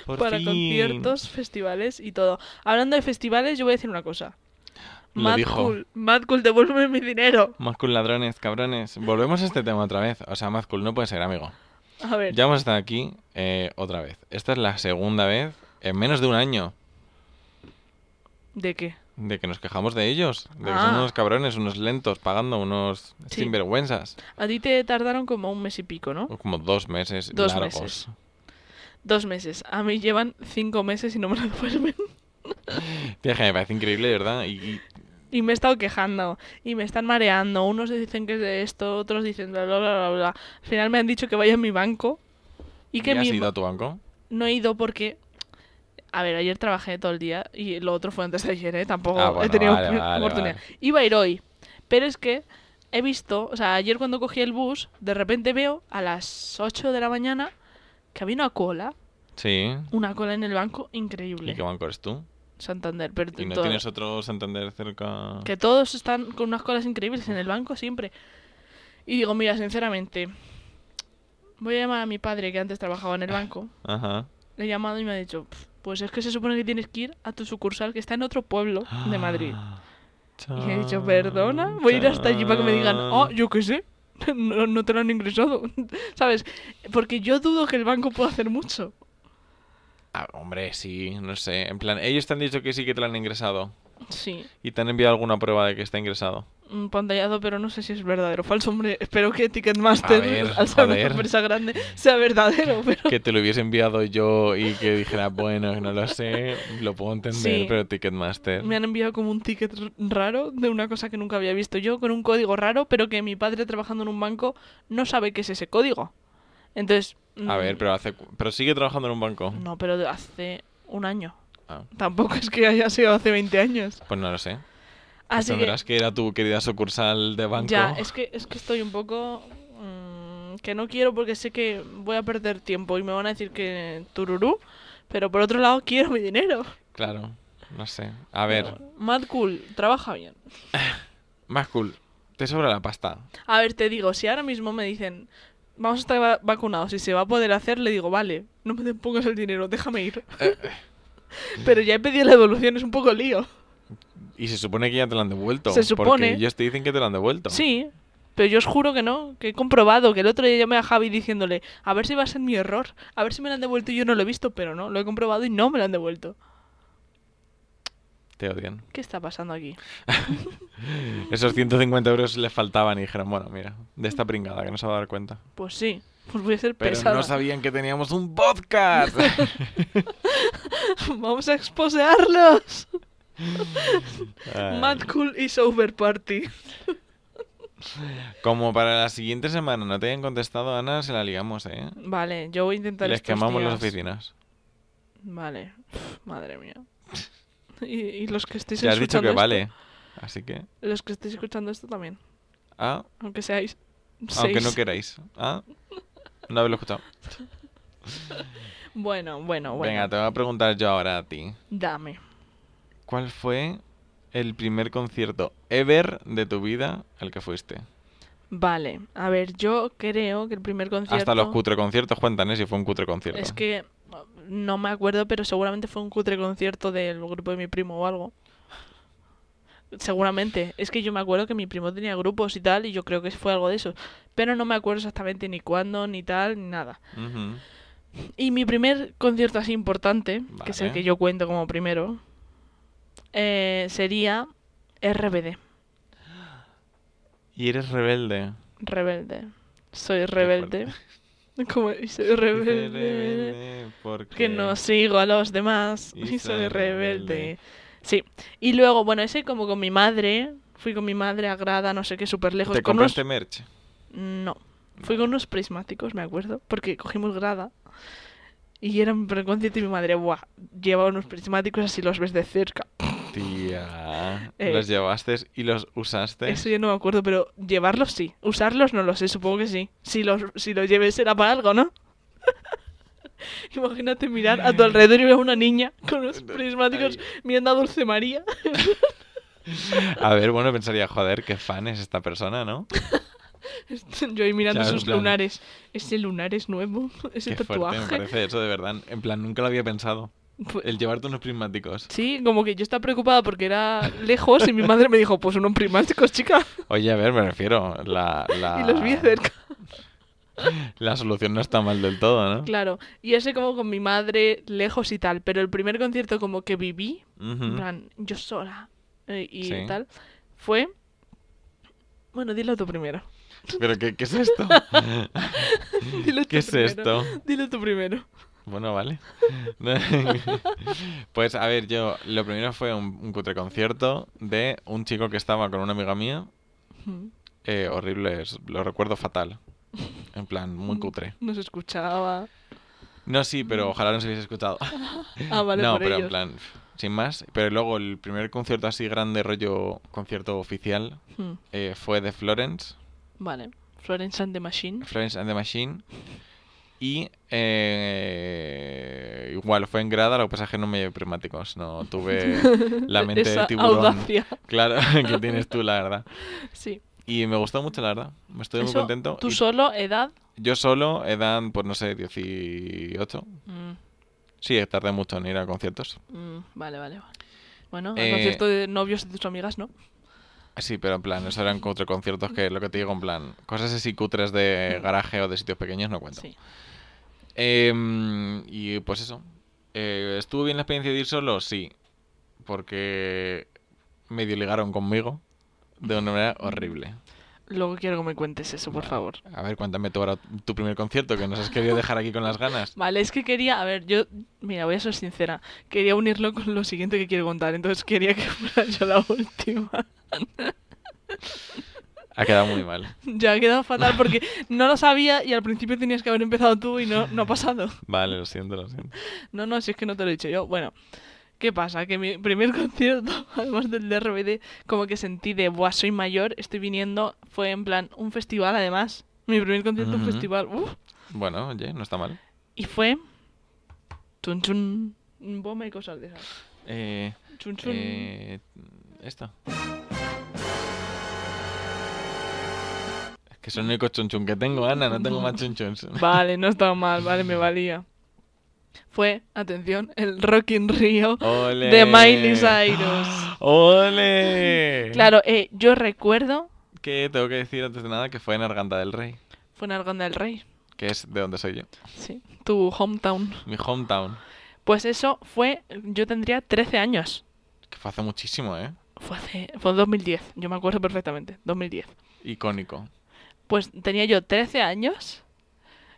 Speaker 2: Por
Speaker 1: para
Speaker 2: fin.
Speaker 1: conciertos, festivales y todo. Hablando de festivales, yo voy a decir una cosa.
Speaker 2: Lo
Speaker 1: Mad
Speaker 2: dijo.
Speaker 1: Cool, Mad Cool, devuelve mi dinero.
Speaker 2: Más cool ladrones, cabrones. Volvemos a este tema otra vez. O sea, más cool no puede ser, amigo.
Speaker 1: A ver,
Speaker 2: Ya hemos estado aquí eh, otra vez. Esta es la segunda vez en menos de un año
Speaker 1: ¿de qué?
Speaker 2: de que nos quejamos de ellos. De que son
Speaker 1: Ah.
Speaker 2: unos cabrones, unos lentos, pagando unos
Speaker 1: Sí.
Speaker 2: sinvergüenzas.
Speaker 1: A ti te tardaron como un mes y pico, ¿no?
Speaker 2: O Como dos meses
Speaker 1: Dos
Speaker 2: largos.
Speaker 1: meses. Dos meses. A mí llevan cinco meses y no me lo devuelven.
Speaker 2: Tía, que me parece increíble, ¿verdad? Y, y-
Speaker 1: Y me he estado quejando. Y me están mareando. Unos dicen que es de esto, otros dicen bla, bla, bla, bla, bla. Al final me han dicho que vaya a mi banco. Y que
Speaker 2: ¿y has
Speaker 1: mi
Speaker 2: ido a tu banco?
Speaker 1: No he ido porque. A ver, ayer trabajé todo el día y lo otro fue antes de ayer, ¿eh? Tampoco
Speaker 2: Ah, bueno,
Speaker 1: he tenido
Speaker 2: vale, vale,
Speaker 1: oportunidad. Iba a ir hoy, pero es que he visto, o sea, ayer cuando cogí el bus, de repente veo a las 8 de la mañana que había una cola,
Speaker 2: Sí.
Speaker 1: una cola en el banco
Speaker 2: ¿Y
Speaker 1: increíble.
Speaker 2: qué banco eres tú?
Speaker 1: Santander, pero
Speaker 2: ¿Y no
Speaker 1: todo-
Speaker 2: tienes otro Santander cerca?
Speaker 1: que todos están con unas colas increíbles en el banco siempre. Y digo, mira, sinceramente, voy a llamar a mi padre que antes trabajaba en el banco.
Speaker 2: Ajá.
Speaker 1: Le he llamado y me ha dicho, "Pf, pues es que se supone que tienes que ir a tu sucursal que está en otro pueblo de Madrid.
Speaker 2: Ah,
Speaker 1: Y he dicho, perdona, voy a ir hasta allí para que me digan, oh, yo qué sé, no, no te lo han ingresado, ¿sabes? Porque yo dudo que el banco pueda hacer mucho.
Speaker 2: Ah, hombre, sí, no sé. En plan, ellos te han dicho que sí que te lo han ingresado.
Speaker 1: Sí,
Speaker 2: Y te han enviado alguna prueba de que está ingresado.
Speaker 1: un pantallado, pero no sé si es verdadero o falso, hombre. Espero que Ticketmaster,
Speaker 2: A ver,
Speaker 1: al ser una
Speaker 2: joder.
Speaker 1: empresa grande, sea verdadero, pero...
Speaker 2: Que te lo hubiese enviado yo y que dijera, bueno, no lo sé, lo puedo entender,
Speaker 1: Sí.
Speaker 2: pero Ticketmaster.
Speaker 1: Me han enviado como un ticket r- raro de una cosa que nunca había visto yo, con un código raro, pero que mi padre trabajando en un banco no sabe qué es ese código. Entonces...
Speaker 2: A
Speaker 1: mm,
Speaker 2: ver, pero hace cu- pero sigue trabajando en un banco.
Speaker 1: No, pero de hace un año.
Speaker 2: Ah,
Speaker 1: Tampoco es que haya sido hace 20 años.
Speaker 2: pues no lo sé. Pues
Speaker 1: Así
Speaker 2: Tendrás que... ir a tu querida sucursal de
Speaker 1: que...
Speaker 2: banco.
Speaker 1: Ya, es que, es que estoy un poco... mm, que no quiero porque sé que voy a perder tiempo y me van a decir que tururú, pero por otro lado quiero mi dinero.
Speaker 2: Claro, no sé. A ver,
Speaker 1: Mad Cool, trabaja bien.
Speaker 2: más cool. Te sobra la pasta.
Speaker 1: A ver, te digo, si ahora mismo me dicen, vamos a estar va- vacunados y se va a poder hacer, le digo, vale, no me pongas el dinero, déjame ir.
Speaker 2: eh,
Speaker 1: Pero ya he pedido la devolución, es un poco lío.
Speaker 2: Y se supone que ya te lo han devuelto.
Speaker 1: Se
Speaker 2: Porque
Speaker 1: supone.
Speaker 2: ellos te dicen que te lo han devuelto.
Speaker 1: Sí, pero yo os juro que no, que he comprobado que el otro día llamé a Javi diciéndole, a ver si va a ser mi error, a ver si me lo han devuelto y yo no lo he visto, pero no, lo he comprobado y no me lo han devuelto.
Speaker 2: Te odian.
Speaker 1: ¿Qué está pasando aquí?
Speaker 2: Esos 150 euros les faltaban y dijeron, bueno, mira, de esta pringada que no se va a dar cuenta.
Speaker 1: Pues sí, pues voy a ser
Speaker 2: Pero
Speaker 1: pesada.
Speaker 2: no sabían que teníamos un podcast.
Speaker 1: vamos a exposearlos.
Speaker 2: Ay.
Speaker 1: Mad Cool y Sober Party.
Speaker 2: Como para la siguiente semana no te hayan contestado, Ana, se la ligamos, ¿eh?
Speaker 1: Vale, yo voy a intentar
Speaker 2: Les
Speaker 1: estos
Speaker 2: quemamos las
Speaker 1: días.
Speaker 2: oficinas.
Speaker 1: Vale, madre mía. Y, y los que estéis
Speaker 2: Ya has dicho
Speaker 1: escuchando
Speaker 2: que
Speaker 1: esto-
Speaker 2: vale. Así que,
Speaker 1: Los que estéis escuchando esto también,
Speaker 2: ah,
Speaker 1: aunque seáis seis.
Speaker 2: aunque no queráis. Ah, no haberlo escuchado.
Speaker 1: Bueno, bueno, bueno.
Speaker 2: Venga, te voy a preguntar yo ahora a ti.
Speaker 1: Dame.
Speaker 2: ¿Cuál fue el primer concierto ever de tu vida al que fuiste?
Speaker 1: Vale, a ver, yo creo que el primer concierto
Speaker 2: Hasta los cutre conciertos cuentan, ¿eh? Si fue un cutre concierto.
Speaker 1: Es que uh, no me acuerdo, pero seguramente fue un cutre concierto del grupo de mi primo o algo. Seguramente. Es que yo me acuerdo que mi primo tenía grupos y tal, y yo creo que fue algo de eso. Pero no me acuerdo exactamente ni cuándo, ni tal, ni nada.
Speaker 2: Ujú.
Speaker 1: Y mi primer concierto así importante, que es el
Speaker 2: Vale.
Speaker 1: que yo cuento como primero, eh, sería RBD.
Speaker 2: Y eres rebelde.
Speaker 1: Rebelde. Soy rebelde. Como soy
Speaker 2: Dice,
Speaker 1: rebelde.
Speaker 2: porque...
Speaker 1: Que no sigo a los demás.
Speaker 2: Y
Speaker 1: Y soy
Speaker 2: soy rebelde.
Speaker 1: rebelde. Sí. Y luego, bueno, ese como con mi madre. Fui con mi madre a Grada, no sé qué, súper lejos.
Speaker 2: ¿Te
Speaker 1: Con unos...
Speaker 2: compraste merch?
Speaker 1: No. Fui con unos prismáticos, me acuerdo, porque cogimos grada. Y era un preconcierto y mi madre, buah, llevaba unos prismáticos así los ves de cerca.
Speaker 2: Tía,
Speaker 1: Eh.
Speaker 2: los llevaste y los usaste.
Speaker 1: Eso yo no me acuerdo, pero llevarlos sí. Usarlos no lo sé, supongo que sí. Si los, si los lleves será para algo, ¿no? Imagínate mirar a tu alrededor y ver a una niña con unos prismáticos
Speaker 2: Ay.
Speaker 1: mirando a Dulce María.
Speaker 2: A ver, bueno, pensaría, joder, qué fan es esta persona, ¿no?
Speaker 1: Yo ahí mirando
Speaker 2: Claro, en
Speaker 1: sus
Speaker 2: plan-
Speaker 1: lunares. Ese lunar es nuevo, ese
Speaker 2: Qué fuerte me
Speaker 1: tatuaje.
Speaker 2: parece eso, de verdad. En plan, nunca lo había pensado.
Speaker 1: Pues-
Speaker 2: El llevarte unos prismáticos.
Speaker 1: Sí, como que yo estaba preocupada porque era lejos y mi madre me dijo, pues unos prismáticos, chica.
Speaker 2: Oye, a ver, me refiero, la, la-
Speaker 1: Y los vi de cerca.
Speaker 2: la solución no está mal del todo, ¿no?
Speaker 1: Claro. Y ese como con mi madre lejos y tal. Pero el primer concierto como que viví,
Speaker 2: Ujú.
Speaker 1: en plan, yo sola eh, y
Speaker 2: Sí.
Speaker 1: tal, fue... Bueno, dilo tú primero.
Speaker 2: ¿Pero qué, qué es esto?
Speaker 1: Dilo tú
Speaker 2: ¿Qué es
Speaker 1: primero.
Speaker 2: esto?
Speaker 1: Dilo tú primero.
Speaker 2: Bueno, vale. pues a ver, yo lo primero fue un, un cutre concierto de un chico que estaba con una amiga mía.
Speaker 1: Mm.
Speaker 2: Eh, horrible, es- lo recuerdo fatal. En plan, muy cutre.
Speaker 1: No se escuchaba.
Speaker 2: No, sí, pero ojalá no se hubiese escuchado.
Speaker 1: Ah, vale,
Speaker 2: no,
Speaker 1: por
Speaker 2: pero en
Speaker 1: ellos.
Speaker 2: plan, sin más. Pero luego el primer concierto así grande, rollo concierto oficial,
Speaker 1: Mm.
Speaker 2: eh, fue de Florence,
Speaker 1: Vale. Florence and the Machine.
Speaker 2: Florence and the Machine. Y eh, igual fue en grada, lo que pasa es que no me llevé prismáticos, no tuve la mente de
Speaker 1: E-, Esa
Speaker 2: tiburón.
Speaker 1: audacia.
Speaker 2: Claro, que tienes tú, la verdad.
Speaker 1: Sí.
Speaker 2: Y me gustó mucho, la verdad. Me estoy muy
Speaker 1: Eso,
Speaker 2: contento.
Speaker 1: Tú
Speaker 2: Y
Speaker 1: solo, edad.
Speaker 2: yo solo, edad, pues no sé, 18.
Speaker 1: Mm,
Speaker 2: Sí, tardé mucho en ir a conciertos.
Speaker 1: mm, vale, vale, vale. Bueno, al
Speaker 2: Eh,
Speaker 1: concierto de novios de tus amigas, ¿no?
Speaker 2: Sí, pero en plan, eso eran cuatro conciertos que lo que te digo, en plan, cosas así cutres de garaje o de sitios pequeños no cuento.
Speaker 1: Sí.
Speaker 2: Em, y pues eso. Eh, ¿Estuvo bien la experiencia de ir solo? Sí. Porque medio ligaron conmigo de una manera horrible.
Speaker 1: Luego quiero que me cuentes eso, por favor.
Speaker 2: A ver, cuéntame tú ahora tu primer concierto que nos has querido dejar aquí con las ganas.
Speaker 1: Vale, es que quería, a ver, yo, mira, voy a ser sincera, quería unirlo con lo siguiente que quiero contar, entonces quería que fuera yo la última.
Speaker 2: Ha quedado muy mal.
Speaker 1: Ya ha quedado fatal porque no lo sabía y al principio tenías que haber empezado tú y no, no ha pasado.
Speaker 2: Vale, lo siento, lo siento.
Speaker 1: No, no, si es que no te lo he dicho yo. Bueno, ¿qué pasa? Que mi primer concierto, además del de RBD, como que sentí de, buah, soy mayor, estoy viniendo, fue en plan un festival además. Mi primer concierto en
Speaker 2: Ujú.
Speaker 1: festival, uf,
Speaker 2: Bueno, oye, no está mal.
Speaker 1: y fue... Chun chun, bomba y cosas de esas.
Speaker 2: Eh,
Speaker 1: Chun chun.
Speaker 2: eh, esto. Es que es el único chunchun que tengo, Ana, no tengo más chunchuns.
Speaker 1: Vale, no estaba mal, vale, me valía. Fue, atención, el Rock in Rio
Speaker 2: ¡Ole!
Speaker 1: de Miley Cyrus.
Speaker 2: ¡Ole!
Speaker 1: Claro, eh, yo recuerdo,
Speaker 2: Que tengo que decir antes de nada que fue en Arganda del Rey,
Speaker 1: fue en Arganda del Rey,
Speaker 2: que es de donde soy yo,
Speaker 1: sí, tu hometown.
Speaker 2: mi hometown.
Speaker 1: Pues eso fue, yo tendría 13 años.
Speaker 2: Que fue hace muchísimo, ¿eh?
Speaker 1: Fue, hace, fue en 2010, yo me acuerdo perfectamente, 2010.
Speaker 2: Icónico.
Speaker 1: Pues tenía yo 13 años,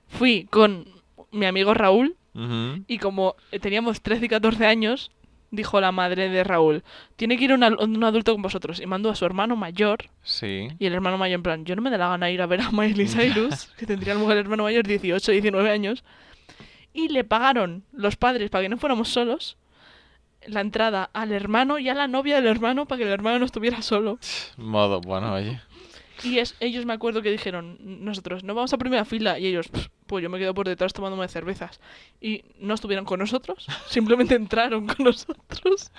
Speaker 1: fui con mi amigo Raúl
Speaker 2: Ujú.
Speaker 1: y como teníamos 13 y 14 años, dijo la madre de Raúl, tiene que ir un, al- un adulto con vosotros. Y mandó a su hermano mayor
Speaker 2: Sí.
Speaker 1: y el hermano mayor en plan, yo no me da la gana ir a ver a Miley Cyrus, que tendría a lo mejor el hermano mayor 18, 19 años. Y le pagaron los padres para que no fuéramos solos la entrada al hermano y a la novia del hermano para que el hermano no estuviera solo.
Speaker 2: Modo, bueno, oye.
Speaker 1: Y es, ellos me acuerdo que dijeron, nosotros no vamos a primera fila y ellos, "Pff, pues yo me quedo por detrás tomándome cervezas. Y no estuvieron con nosotros, simplemente entraron con nosotros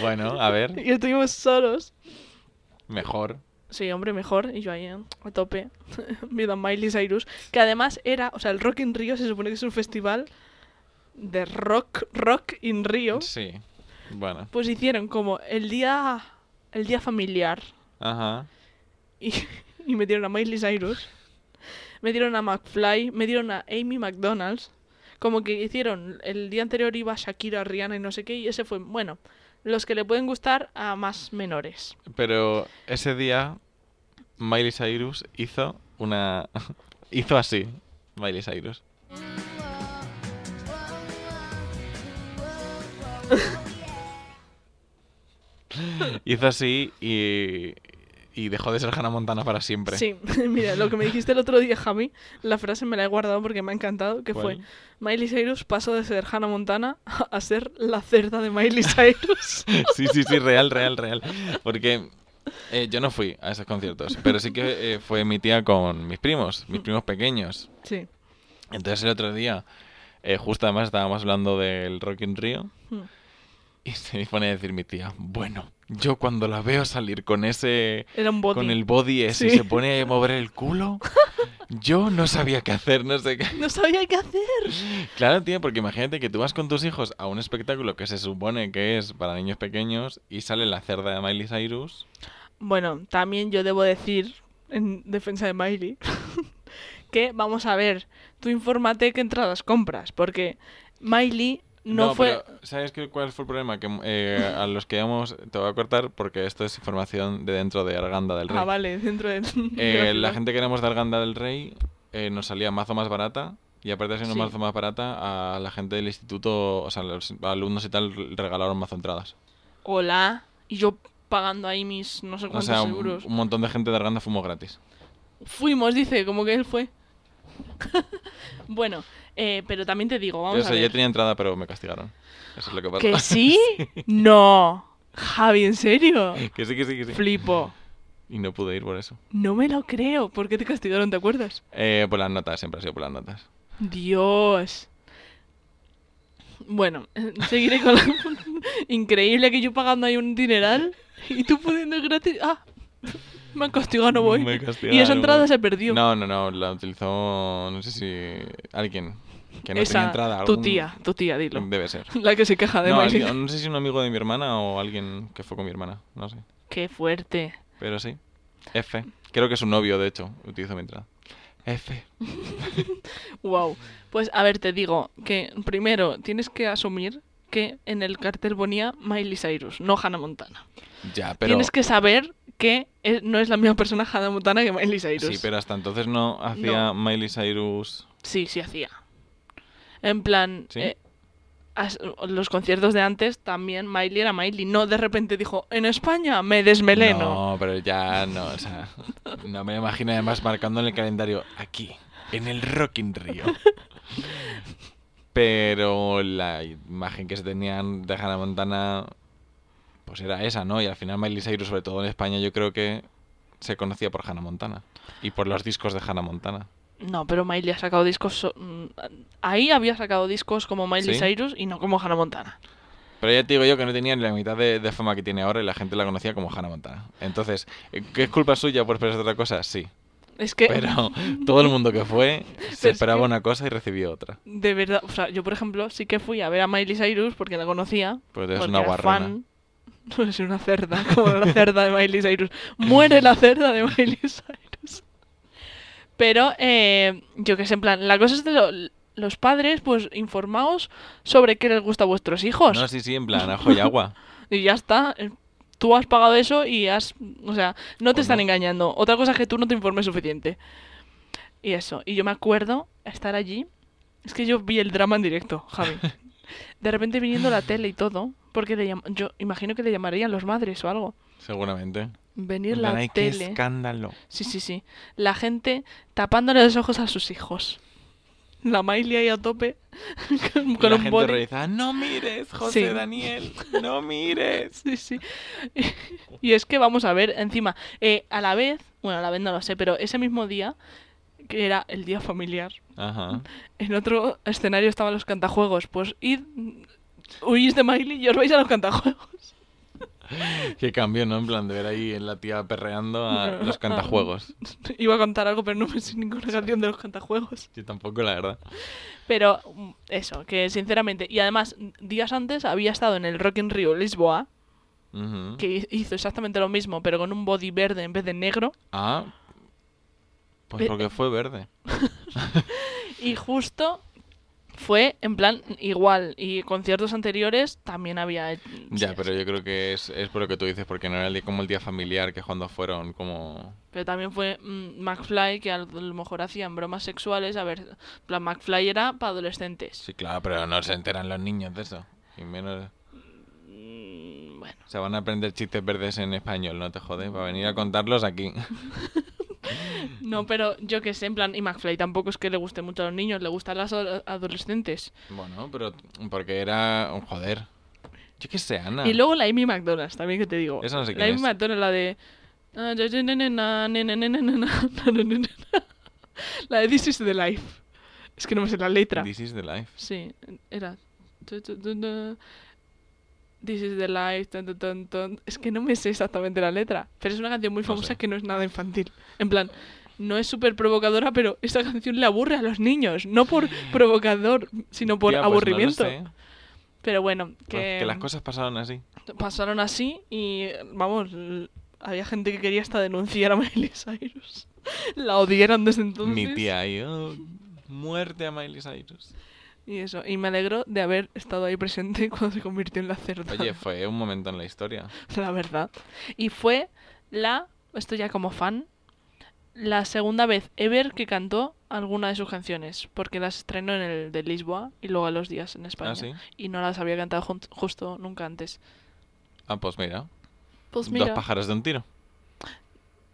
Speaker 2: Bueno, a ver,
Speaker 1: y estuvimos solos.
Speaker 2: mejor.
Speaker 1: Sí, hombre, mejor. Y yo ahí, eh, a tope. Viendo a Miley Cyrus. Que además era, o sea, el Rock in Rio se supone que es un festival de rock, rock in Rio.
Speaker 2: Sí. Bueno.
Speaker 1: Pues hicieron como el día, el día familiar.
Speaker 2: Ajá.
Speaker 1: Y, y metieron a Miley Cyrus. Metieron a McFly. Metieron a Amy McDonald's. Como que hicieron, el día anterior iba Shakira, Rihanna y no sé qué. Y ese fue, bueno, los que le pueden gustar a más menores.
Speaker 2: Pero ese día Miley Cyrus hizo una... hizo así, Miley Cyrus. Hizo así y... y dejó de ser Hannah Montana para siempre.
Speaker 1: Sí, mira, lo que me dijiste el otro día, Javi, la frase me la he guardado porque me ha encantado, que fue,
Speaker 2: ¿Cuál?
Speaker 1: Miley Cyrus pasó de ser Hannah Montana a ser la cerda de Miley Cyrus.
Speaker 2: Sí, sí, sí, real, real, real. Porque eh, yo no fui a esos conciertos, pero sí que eh, fue mi tía con mis primos, mis primos pequeños.
Speaker 1: sí.
Speaker 2: Entonces el otro día, eh, justo además estábamos hablando del Rock in Rio
Speaker 1: Mm.
Speaker 2: Y se me pone a decir mi tía, bueno, yo cuando la veo salir con ese...
Speaker 1: Era un body.
Speaker 2: Con el body ese
Speaker 1: Sí.
Speaker 2: y se pone a mover el culo, yo no sabía qué hacer, no sé qué.
Speaker 1: No sabía qué hacer.
Speaker 2: Claro, tío, porque imagínate que tú vas con tus hijos a un espectáculo que se supone que es para niños pequeños y sale la cerda de Miley Cyrus.
Speaker 1: Bueno, también yo debo decir, en defensa de Miley, que vamos a ver, tú infórmate que entradas compras, porque Miley no, fue...
Speaker 2: pero, ¿sabes qué- cuál fue el problema? Que eh, a los que íbamos, te voy a cortar porque esto es información de dentro de Arganda del Rey.
Speaker 1: Ah, vale, dentro de...
Speaker 2: Eh,
Speaker 1: de
Speaker 2: la
Speaker 1: ciudad.
Speaker 2: gente que éramos de Arganda del Rey eh, nos salía mazo más barata y aparte de ser
Speaker 1: Sí.
Speaker 2: mazo más barata, a la gente del instituto, o sea, los alumnos y tal regalaron mazo entradas.
Speaker 1: Hola, y yo pagando ahí mis no sé
Speaker 2: O
Speaker 1: cuántos
Speaker 2: sea, un,
Speaker 1: euros.
Speaker 2: un montón de gente de Arganda fumó gratis.
Speaker 1: Fuimos, dice, como que él fue. bueno, eh, pero también te digo, vamos
Speaker 2: Yo, o sea,
Speaker 1: a ver.
Speaker 2: yo tenía entrada, pero me castigaron. Eso es lo que pasa.
Speaker 1: ¿Que sí? No. Javi, ¿en serio?
Speaker 2: que sí, que sí, que sí.
Speaker 1: Flipo.
Speaker 2: Y no pude ir por eso.
Speaker 1: No me lo creo. ¿Por qué te castigaron, te acuerdas?
Speaker 2: Eh, por las notas, siempre ha sido por las notas.
Speaker 1: Dios. Bueno, seguiré con la... Increíble que yo pagando ahí un dineral y tú pudiendo ir gratis... Ah, me han castigado, no voy.
Speaker 2: Me
Speaker 1: y esa
Speaker 2: castigaron,
Speaker 1: entrada
Speaker 2: voy.
Speaker 1: se perdió.
Speaker 2: No, no, no, la utilizó, no sé si alguien que no
Speaker 1: esa,
Speaker 2: tenía entrada.
Speaker 1: tu
Speaker 2: algún-
Speaker 1: tía, tu tía, dilo.
Speaker 2: Debe ser.
Speaker 1: La que se queja de
Speaker 2: No,
Speaker 1: Miley.
Speaker 2: alguien- no sé si un amigo de mi hermana o alguien que fue con mi hermana, no sé.
Speaker 1: Qué fuerte.
Speaker 2: Pero sí. F. Creo que es un novio, de hecho. Utilizo mi entrada. F.
Speaker 1: Wow. Pues a ver, te digo que primero tienes que asumir que en el cartel ponía Miley Cyrus, no Hannah Montana.
Speaker 2: Ya, pero.
Speaker 1: Tienes que saber que eh, no es la misma persona Hannah Montana que Miley Cyrus.
Speaker 2: Sí, pero hasta entonces no hacía Miley Cyrus.
Speaker 1: sí, sí hacía. En plan,
Speaker 2: ¿Sí?
Speaker 1: eh, as- los conciertos de antes también Miley era Miley. No de repente dijo, en España me desmeleno.
Speaker 2: No, pero ya no, o sea. No me imagino además marcando en el calendario aquí, en el Rockin' Rio. Pero la imagen que se tenían de Hannah Montana, pues era esa, ¿no? Y al final Miley Cyrus, sobre todo en España, yo creo que se conocía por Hannah Montana. Y por los discos de Hannah Montana.
Speaker 1: No, pero Miley ha sacado discos... so- mm, ahí había sacado discos como Miley
Speaker 2: ¿Sí?
Speaker 1: Cyrus y no como Hannah Montana.
Speaker 2: Pero ya te digo yo que no tenía ni la mitad de, de fama que tiene ahora y la gente la conocía como Hannah Montana. Entonces, eh, ¿qué es culpa suya por pensar otra cosa? Sí.
Speaker 1: Es que...
Speaker 2: Pero todo el mundo que fue se
Speaker 1: Pero es
Speaker 2: esperaba
Speaker 1: que-
Speaker 2: una cosa y recibió otra.
Speaker 1: De verdad, o sea, yo por ejemplo sí que fui a ver a Miley Cyrus porque la conocía.
Speaker 2: Porque Pues es
Speaker 1: porque
Speaker 2: una
Speaker 1: era
Speaker 2: guarrona.
Speaker 1: fan. No soy una cerda, como la cerda de Miley Cyrus. Muere la cerda de Miley Cyrus. Pero, eh, yo que sé, en plan, la cosa es de lo- los padres, pues informaos sobre qué les gusta a vuestros hijos.
Speaker 2: No, sí, sí, en plan, ajo y agua.
Speaker 1: Y ya está. eh, Tú has pagado eso y has. O sea, no te
Speaker 2: O
Speaker 1: están
Speaker 2: Pues no.
Speaker 1: engañando. Otra cosa es que tú no te informes suficiente. Y eso. Y yo me acuerdo estar allí. Es que yo vi el drama en directo, Javi. De repente viniendo la tele y todo. Porque le llam- yo imagino que le llamarían los madres o algo.
Speaker 2: Seguramente.
Speaker 1: Venir
Speaker 2: En
Speaker 1: la
Speaker 2: plan, ¡ay, qué
Speaker 1: tele.
Speaker 2: escándalo!
Speaker 1: Sí, sí, sí. La gente tapándole los ojos a sus hijos. La Miley ahí a tope. con
Speaker 2: Y la
Speaker 1: un
Speaker 2: gente
Speaker 1: body.
Speaker 2: horrorizada, ¡no mires, José
Speaker 1: Sí.
Speaker 2: Daniel! ¡No mires!
Speaker 1: Sí, sí. Y es que vamos a ver, encima, eh, a la vez, bueno, a la vez no lo sé, pero ese mismo día, que era el día familiar,
Speaker 2: Ajá.
Speaker 1: en otro escenario estaban los cantajuegos. Pues id, huís de Miley y os vais a los cantajuegos.
Speaker 2: Qué cambio, ¿no? En plan, de ver ahí en la tía perreando a
Speaker 1: No.
Speaker 2: los cantajuegos.
Speaker 1: Iba a contar algo, pero no me sé ninguna canción de los cantajuegos.
Speaker 2: Yo tampoco, la verdad.
Speaker 1: Pero mm, eso, que sinceramente, y además, días antes había estado en el Rock in Rio Lisboa,
Speaker 2: Ujú.
Speaker 1: que hi- hizo exactamente lo mismo, pero con un body verde en vez de negro.
Speaker 2: Ah. Pues
Speaker 1: Ve-
Speaker 2: porque fue verde.
Speaker 1: Y justo fue en plan igual. Y conciertos anteriores también había. he-
Speaker 2: Ya,
Speaker 1: sí,
Speaker 2: pero yo creo que es, es por lo que tú dices, porque no era el día- como el día familiar, que cuando fueron como...
Speaker 1: pero también fue mm, McFly, que a lo mejor hacían bromas sexuales. A ver, en plan McFly era para adolescentes.
Speaker 2: Sí, claro, pero no se enteran los niños de eso. Y menos...
Speaker 1: Mm, Bueno,
Speaker 2: Se van a aprender chistes verdes en español, no te jodes, para venir a contarlos aquí.
Speaker 1: no, pero yo que sé, en plan. Y McFly tampoco es que le guste mucho a los niños, le gustan las ado- adolescentes.
Speaker 2: bueno, pero porque era... un Joder. Yo qué sé, Ana.
Speaker 1: Y luego la Amy McDonald's, también que te digo.
Speaker 2: Esa no sé
Speaker 1: la
Speaker 2: quién
Speaker 1: Amy
Speaker 2: es.
Speaker 1: McDonald's, la de. La de This is the Life. Es que no me sé la letra.
Speaker 2: This is the life.
Speaker 1: Sí, era. tu, tu, tu, tu. This is the life, ton, ton, ton, ton. Es que no me sé exactamente la letra, pero es una canción muy
Speaker 2: No
Speaker 1: famosa
Speaker 2: sé.
Speaker 1: que no es nada infantil. En plan, no es súper provocadora, pero esta canción le aburre a los niños. No por provocador, sino por
Speaker 2: Tía, pues no lo
Speaker 1: aburrimiento.
Speaker 2: sé.
Speaker 1: Pero bueno,
Speaker 2: Pues
Speaker 1: que,
Speaker 2: que las cosas pasaron así.
Speaker 1: pasaron así y, vamos, l- había gente que quería hasta denunciar a Miley Cyrus. La odiaron desde entonces.
Speaker 2: Mi tía ahí, "Oh, muerte a Miley Cyrus.
Speaker 1: Y eso, y me alegro de haber estado ahí presente cuando se convirtió en la cerda.
Speaker 2: Oye, fue un momento en la historia.
Speaker 1: la verdad. Y fue la, esto ya como fan, la segunda vez ever que cantó alguna de sus canciones, porque las estrenó en el de Lisboa y luego a los días en España.
Speaker 2: ¿Ah, sí?
Speaker 1: Y no las había cantado jun- justo nunca antes.
Speaker 2: Ah, pues mira.
Speaker 1: Pues
Speaker 2: Dos
Speaker 1: mira,
Speaker 2: pájaros de un tiro.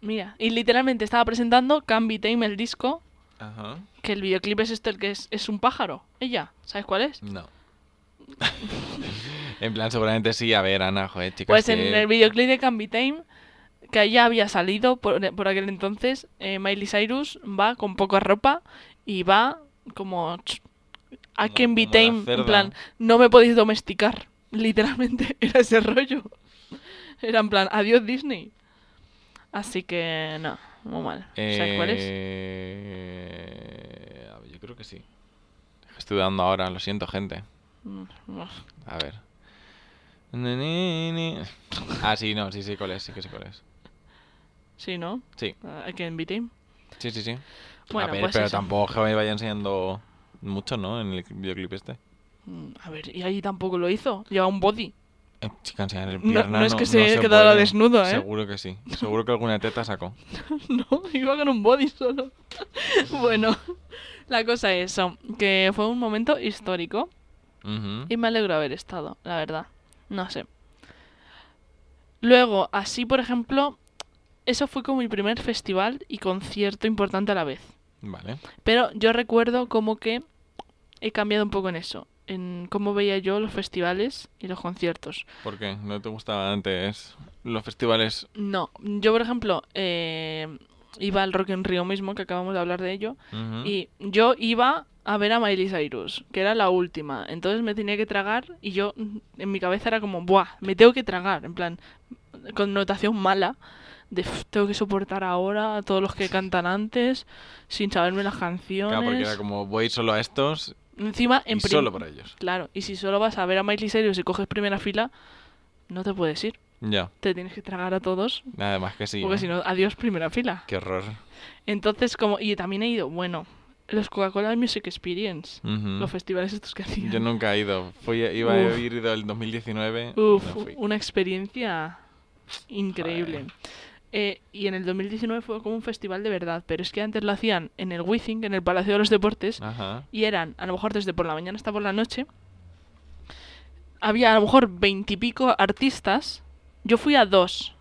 Speaker 1: mira. Y literalmente estaba presentando Cambi Tame el disco,
Speaker 2: Ajá.
Speaker 1: que el videoclip es este, el que es, es un pájaro. Ella, ¿sabes cuál es?
Speaker 2: No. en plan, seguramente sí. A ver, Ana, joder, chicas.
Speaker 1: Pues en
Speaker 2: que-
Speaker 1: el videoclip de Can Be Tame, que ya había salido por, por aquel entonces, eh, Miley Cyrus va con poca ropa y va como... ch- A
Speaker 2: Como-
Speaker 1: Can Be
Speaker 2: como la
Speaker 1: Tame, en
Speaker 2: cerda.
Speaker 1: plan, no me podéis domesticar. Literalmente era ese rollo. Era en plan, adiós Disney. Así que no, muy mal. ¿Sabes cuál es?
Speaker 2: Eh, a ver, yo creo que sí. Estoy dando ahora, lo siento, gente.
Speaker 1: Mm, no.
Speaker 2: A ver. Ni, ni, ni. Ah, sí, no, sí, sí, cuál es, sí que sé cuál es.
Speaker 1: Sí, ¿no?
Speaker 2: Sí,
Speaker 1: A Can Be Tame.
Speaker 2: sí, sí, sí.
Speaker 1: Bueno,
Speaker 2: a ver,
Speaker 1: pues
Speaker 2: pero
Speaker 1: eso.
Speaker 2: tampoco que me vaya enseñando mucho, ¿no? En el videoclip este.
Speaker 1: Mm, A ver, y ahí tampoco lo hizo. Lleva un body.
Speaker 2: Eh, Chica, enseñar el
Speaker 1: No-
Speaker 2: pierna.
Speaker 1: no es que se quedara
Speaker 2: puede.
Speaker 1: desnudo, ¿eh?
Speaker 2: Seguro que sí. Seguro que alguna teta sacó.
Speaker 1: No, iba con un body solo. bueno, la cosa es eso, que fue un momento histórico
Speaker 2: Ujú.
Speaker 1: y me alegro de haber estado, la verdad. No sé. Luego, así por ejemplo, eso fue como mi primer festival y concierto importante a la vez.
Speaker 2: Vale.
Speaker 1: Pero yo recuerdo como que he cambiado un poco en eso, en cómo veía yo los festivales y los conciertos.
Speaker 2: ¿Por qué? ¿No te gustaba antes los festivales?
Speaker 1: No, yo por ejemplo eh, iba al Rock en Río mismo, que acabamos de hablar de ello,
Speaker 2: Ujú.
Speaker 1: Y yo iba a ver a Miley Cyrus, que era la última. Entonces me tenía que tragar y yo mm, en mi cabeza era como, buah, me tengo que tragar. En plan, connotación mala de "Uf, tengo que soportar ahora a todos los que cantan antes sin saberme las canciones.
Speaker 2: Claro, porque era como voy solo a estos
Speaker 1: Encima, en
Speaker 2: y
Speaker 1: prim-
Speaker 2: solo pues. para ellos.
Speaker 1: Claro, y si solo vas a ver a Miley Cyrus y coges primera fila, no te puedes ir.
Speaker 2: Ya,
Speaker 1: Te tienes que tragar a todos,
Speaker 2: nada más que sí.
Speaker 1: porque
Speaker 2: ¿eh?
Speaker 1: si no, adiós primera fila.
Speaker 2: Qué horror.
Speaker 1: Entonces, como, y también he ido, bueno, los Coca-Cola Music Experience.
Speaker 2: Ujú.
Speaker 1: los festivales estos que hacían.
Speaker 2: Mm. Yo nunca he ido. Fui, iba a
Speaker 1: Uf.
Speaker 2: haber ido el 2019.
Speaker 1: Uf,
Speaker 2: no fui.
Speaker 1: una experiencia increíble. Eh, y en el 2019 fue como un festival de verdad, pero es que antes lo hacían en el Wizzing, en el Palacio de los Deportes,
Speaker 2: Ajá.
Speaker 1: y eran a lo mejor desde por la mañana hasta por la noche. Había a lo mejor veintipico artistas. Yo fui a dos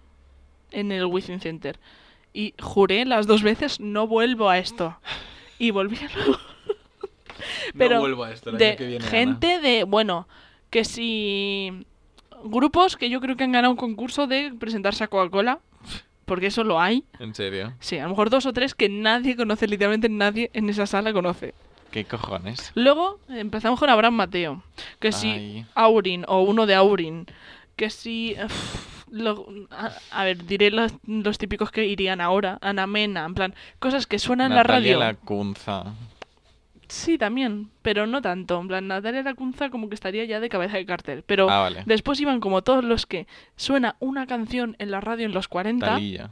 Speaker 1: en el Wizzing Center y juré las dos veces no vuelvo a esto. Y volví a lo- Pero
Speaker 2: no vuelvo a esto el
Speaker 1: de
Speaker 2: año que viene. Ana.
Speaker 1: gente de, bueno, que si grupos que yo creo que han ganado un concurso de presentarse a Coca-Cola, porque eso lo hay.
Speaker 2: En serio.
Speaker 1: Sí, a lo mejor dos o tres que nadie conoce, literalmente nadie en esa sala conoce.
Speaker 2: ¿Qué cojones?
Speaker 1: Luego empezamos con Abraham Mateo, que si
Speaker 2: Ay.
Speaker 1: Aurin o uno de Aurin, que si... uf, lo- a, a ver, diré los, los típicos que irían ahora, Ana Mena, en plan, cosas que suenan en la
Speaker 2: Natalia
Speaker 1: radio.
Speaker 2: Lacunza.
Speaker 1: Sí, también, pero no tanto. En plan, Natalia Lacunza como que estaría ya de cabeza de cartel. Pero
Speaker 2: Ah, vale.
Speaker 1: después iban como todos los que suena una canción en la radio en los 40,
Speaker 2: Talía.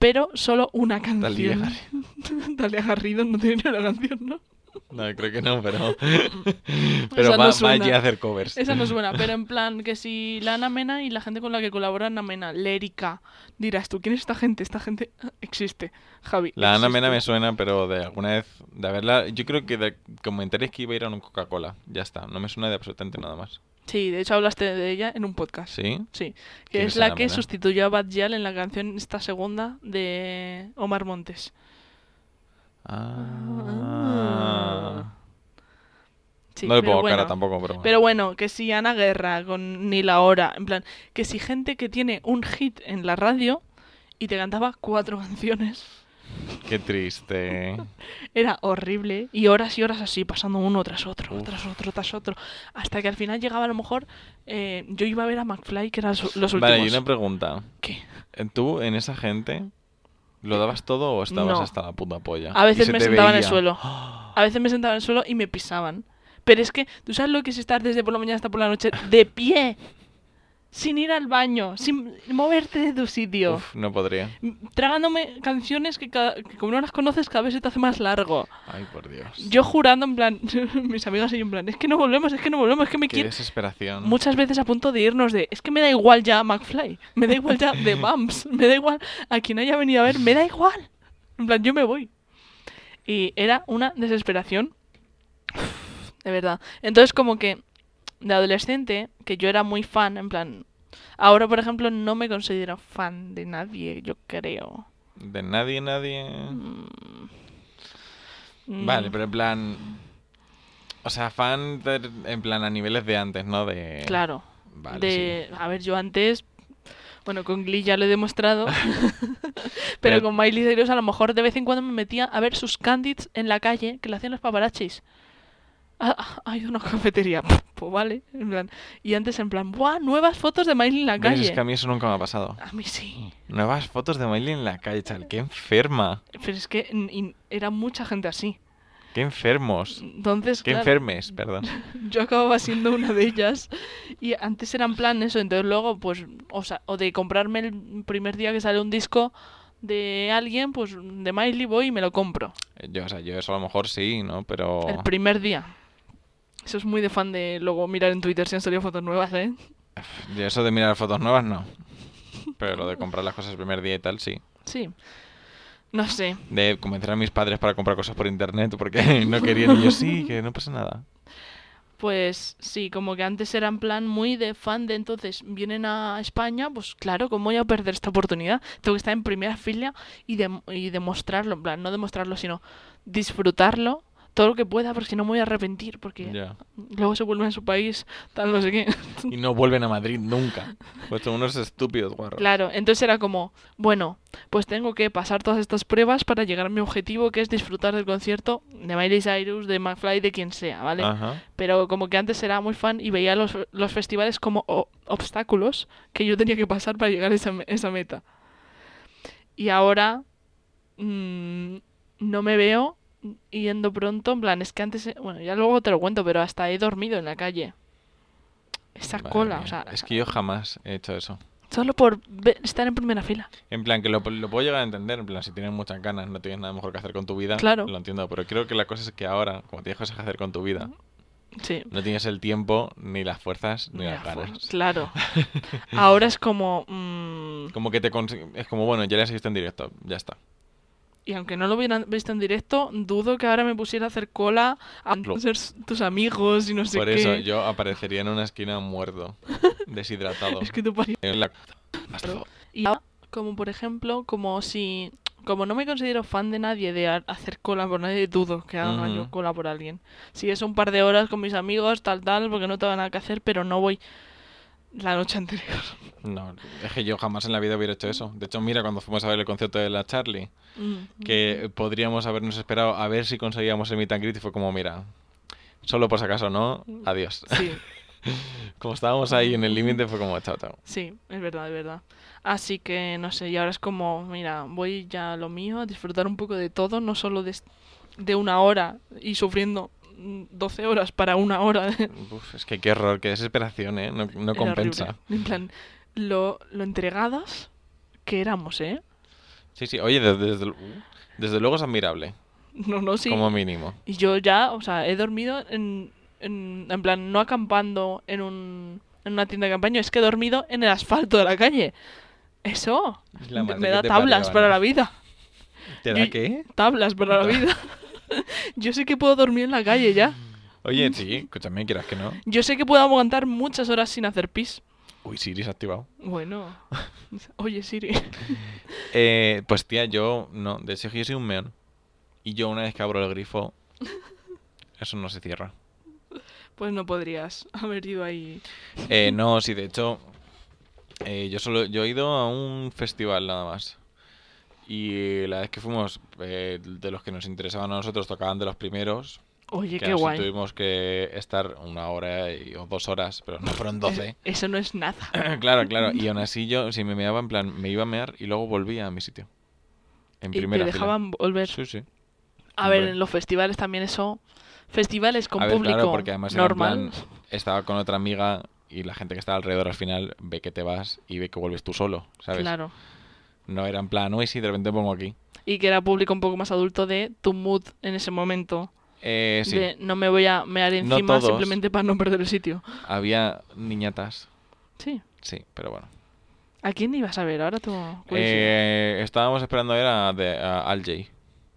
Speaker 1: pero solo una
Speaker 2: Talía
Speaker 1: canción.
Speaker 2: Garrido.
Speaker 1: Talia Garrido no tiene ni una canción, ¿no?
Speaker 2: No, creo que no, pero. pero
Speaker 1: Esa
Speaker 2: va,
Speaker 1: no suena.
Speaker 2: vaya a hacer covers.
Speaker 1: Esa no suena, pero en plan, que si la Ana Mena y la gente con la que colabora Ana Mena, Lérica, dirás tú, ¿quién es esta gente? Esta gente ah, existe, Javi.
Speaker 2: La Ana
Speaker 1: existe.
Speaker 2: Mena me suena, pero de alguna vez, de haberla, yo creo que de, como me enteré que iba a ir a un Coca-Cola, ya está, no me suena de absolutamente nada más.
Speaker 1: Sí, de hecho hablaste de ella en un podcast.
Speaker 2: ¿Sí?
Speaker 1: Sí, que
Speaker 2: ¿Quién
Speaker 1: es
Speaker 2: es
Speaker 1: la
Speaker 2: Ana
Speaker 1: que
Speaker 2: Mena?
Speaker 1: sustituyó a Bad Gyal en la canción esta segunda de Omar Montes.
Speaker 2: Ah.
Speaker 1: Sí,
Speaker 2: no le
Speaker 1: pero
Speaker 2: pongo
Speaker 1: bueno,
Speaker 2: cara tampoco, pero, bueno.
Speaker 1: Pero bueno, que si Ana Guerra con Ni la hora, en plan, que si gente que tiene un hit en la radio y te cantaba cuatro canciones
Speaker 2: Qué triste.
Speaker 1: Era horrible. Y horas y horas así, pasando uno tras otro,
Speaker 2: Uf.
Speaker 1: tras otro, tras otro. Hasta que al final llegaba a lo mejor. eh, yo iba a ver a McFly, que eran los, los últimos.
Speaker 2: Vale, y una pregunta.
Speaker 1: ¿Qué?
Speaker 2: ¿Tú en esa gente lo dabas todo o estabas
Speaker 1: No.
Speaker 2: hasta la puta polla?
Speaker 1: A veces
Speaker 2: Y se
Speaker 1: me
Speaker 2: te
Speaker 1: sentaba en el
Speaker 2: veía.
Speaker 1: suelo. A veces me sentaba en el suelo y me pisaban. Pero es que, ¿tú sabes lo que es estar desde por la mañana hasta por la noche de pie? Sin ir al baño, sin moverte de tu sitio.
Speaker 2: Uf, no podría.
Speaker 1: m- Tragándome canciones que, cada- que como no las conoces cada vez se te hace más largo.
Speaker 2: Ay, por Dios.
Speaker 1: Yo jurando en plan, mis amigas y yo en plan, es que no volvemos, es que no volvemos, es que me
Speaker 2: Qué
Speaker 1: quiero...
Speaker 2: desesperación.
Speaker 1: Muchas veces a punto de irnos de, es que me da igual ya McFly, me da igual ya The Bumps, me da igual a quien haya venido a ver, me da igual. En plan, yo me voy. Y era una desesperación. De verdad. Entonces como que de adolescente, que yo era muy fan, en plan... Ahora, por ejemplo, no me considero fan de nadie, yo creo.
Speaker 2: De nadie, nadie.
Speaker 1: Mm,
Speaker 2: Mm. Vale, pero en plan. O sea, fan de- en plan a niveles de antes, ¿no? De.
Speaker 1: Claro.
Speaker 2: Vale,
Speaker 1: de, a ver, yo antes, bueno, con Glee ya lo he demostrado, pero,
Speaker 2: Pero-
Speaker 1: con Miley Cyrus a lo mejor de vez en cuando me metía a ver sus candids en la calle que le hacían los paparachis. Ah, ah, Hay una cafetería, pues vale, en plan. Y antes en plan, ¡buah! Nuevas fotos de Miley en la
Speaker 2: sí. ¿Ves? Es
Speaker 1: calle.
Speaker 2: que a mí eso nunca me ha pasado.
Speaker 1: A mí sí,
Speaker 2: Nuevas fotos de Miley en la calle, chal. ¡Qué enferma!
Speaker 1: pero es que n- y era mucha gente así.
Speaker 2: ¡Qué enfermos!
Speaker 1: Entonces,
Speaker 2: ¡Qué
Speaker 1: claro,
Speaker 2: enfermes! Perdón.
Speaker 1: yo acababa siendo una de ellas y antes eran plan eso, entonces luego pues o, sea, o de comprarme el primer día que sale un disco de alguien, pues de Miley voy y me lo compro
Speaker 2: Yo, o sea, yo eso a lo mejor sí, ¿no? Pero.
Speaker 1: el primer día. Eso es muy de fan de luego mirar en Twitter si han salido fotos nuevas, ¿eh?
Speaker 2: Yo eso de mirar fotos nuevas, no. Pero lo de comprar las cosas el primer día y tal, sí.
Speaker 1: Sí. No sé.
Speaker 2: De convencer a mis padres para comprar cosas por internet porque no querían. Y yo sí, que no pasa nada.
Speaker 1: Pues sí, como que antes era en plan muy de fan de entonces vienen a España, pues claro, ¿cómo voy a perder esta oportunidad? Tengo que estar en primera fila y, dem- y demostrarlo, en plan, no demostrarlo, sino disfrutarlo todo lo que pueda, porque si no me voy a arrepentir, porque
Speaker 2: Ya.
Speaker 1: luego se vuelven a su país, tal, no sé qué.
Speaker 2: Y no vuelven a Madrid nunca. Pues son unos estúpidos, guarros.
Speaker 1: Claro, entonces era como, bueno, pues tengo que pasar todas estas pruebas para llegar a mi objetivo, que es disfrutar del concierto de Miley Cyrus, de McFly, de quien sea, ¿vale?
Speaker 2: Ajá.
Speaker 1: pero como que antes era muy fan y veía los, los festivales como o- obstáculos que yo tenía que pasar para llegar a esa, me- esa meta. Y ahora mm, no me veo yendo pronto, en plan, es que antes, eh, bueno, ya luego te lo cuento, pero hasta he dormido en la calle. Esa
Speaker 2: Madre
Speaker 1: cola,
Speaker 2: mía.
Speaker 1: o sea,
Speaker 2: Es que yo jamás he hecho eso.
Speaker 1: solo por ve- estar en primera fila.
Speaker 2: En plan, que lo, lo puedo llegar a entender. En plan, si tienes muchas ganas, no tienes nada mejor que hacer con tu vida.
Speaker 1: Claro.
Speaker 2: Lo entiendo. Pero creo que la cosa es que ahora, como tienes cosas que hacer con tu vida,
Speaker 1: Sí.
Speaker 2: no tienes el tiempo, ni las fuerzas, ni las
Speaker 1: Mira, fue-
Speaker 2: ganas.
Speaker 1: Claro. Ahora es como... mm,
Speaker 2: Como que te consi- es como, bueno, ya le has visto en directo, ya está.
Speaker 1: Y aunque no lo hubieran visto en directo, dudo que ahora me pusiera a hacer cola a
Speaker 2: Lo-
Speaker 1: ser s- tus amigos y no sé
Speaker 2: Por
Speaker 1: qué.
Speaker 2: eso yo aparecería en una esquina muerto, deshidratado.
Speaker 1: Es que tu pari-
Speaker 2: en la- Hasta-
Speaker 1: Y ahora, como por ejemplo, como si... Como no me considero fan de nadie de ha- hacer cola por nadie, dudo que haga
Speaker 2: Ujú.
Speaker 1: yo cola por alguien. Si es un par de horas con mis amigos, tal, tal, porque no tengo nada que hacer, pero no voy la noche anterior.
Speaker 2: No, es que yo jamás en la vida hubiera hecho eso. De hecho, mira, cuando fuimos a ver el concierto de la Charlie,
Speaker 1: Mm.
Speaker 2: que podríamos habernos esperado a ver si conseguíamos el meet and greet, y fue como, mira, solo por si acaso no, adiós.
Speaker 1: Sí.
Speaker 2: Como estábamos ahí
Speaker 1: Mm.
Speaker 2: en el límite, fue como, chao, chao.
Speaker 1: Sí, es verdad, es verdad. Así que no sé, y ahora es como, mira, voy ya a lo mío, a disfrutar un poco de todo, no solo de, est- de una hora y sufriendo mm, 12 horas para una hora.
Speaker 2: Uf, es que qué error, qué desesperación, ¿eh? No, no
Speaker 1: Era horrible.
Speaker 2: compensa.
Speaker 1: En plan, lo, lo entregadas que éramos, ¿eh?
Speaker 2: Sí, sí, oye, desde, desde, desde luego es admirable,
Speaker 1: No, no, sí.
Speaker 2: como mínimo.
Speaker 1: Y yo ya, o sea, he dormido en, en, en plan, no acampando en, un, en una tienda de campaña, es que he dormido en el asfalto de la calle. Eso.
Speaker 2: La
Speaker 1: me-
Speaker 2: madre
Speaker 1: me
Speaker 2: que
Speaker 1: da
Speaker 2: te
Speaker 1: tablas
Speaker 2: parió,
Speaker 1: para
Speaker 2: Ana.
Speaker 1: la vida.
Speaker 2: ¿Te da
Speaker 1: Yo-
Speaker 2: qué?
Speaker 1: tablas para la vida. Yo sé que puedo dormir en la calle ya.
Speaker 2: Oye, sí, escúchame, quieras que no.
Speaker 1: Yo sé que puedo aguantar muchas horas sin hacer pis.
Speaker 2: Uy, Siri se ha activado.
Speaker 1: Bueno. Oye, Siri.
Speaker 2: Eh, pues tía, yo no. De hecho, yo soy un meón. Y yo una vez que abro el grifo, eso no se cierra.
Speaker 1: Pues no podrías haber ido ahí.
Speaker 2: Eh, no, sí, de hecho, eh, yo solo yo he ido a un festival nada más. Y la vez que fuimos, eh, de los que nos interesaban a nosotros, tocaban de los primeros.
Speaker 1: Oye,
Speaker 2: que
Speaker 1: qué
Speaker 2: así
Speaker 1: guay.
Speaker 2: Tuvimos que estar una hora y- o dos horas, pero no fueron doce.
Speaker 1: Eso no es nada.
Speaker 2: claro, claro. Y aún así yo, si me meaba, en plan, me iba a mear y luego volvía a mi sitio. En
Speaker 1: Y
Speaker 2: primera
Speaker 1: te
Speaker 2: fila.
Speaker 1: dejaban volver.
Speaker 2: Sí, sí.
Speaker 1: A ver,
Speaker 2: Hombre.
Speaker 1: en los festivales también eso. Festivales con
Speaker 2: A ver,
Speaker 1: público
Speaker 2: claro, porque además era en
Speaker 1: normal.
Speaker 2: plan, estaba con otra amiga y la gente que estaba alrededor al final ve que te vas y ve que vuelves tú solo, ¿sabes?
Speaker 1: Claro.
Speaker 2: No era en plan, uy, sí, de repente pongo aquí.
Speaker 1: Y que era público un poco más adulto de tu mood en ese momento.
Speaker 2: Eh, sí,
Speaker 1: De no me voy a mear
Speaker 2: No
Speaker 1: encima
Speaker 2: todos.
Speaker 1: simplemente para no perder el sitio.
Speaker 2: había niñatas,
Speaker 1: Sí.
Speaker 2: sí, pero bueno.
Speaker 1: ¿A quién ibas a ver? Ahora tengo curiosidad.
Speaker 2: Eh, estábamos esperando ver a, The- a Al Jay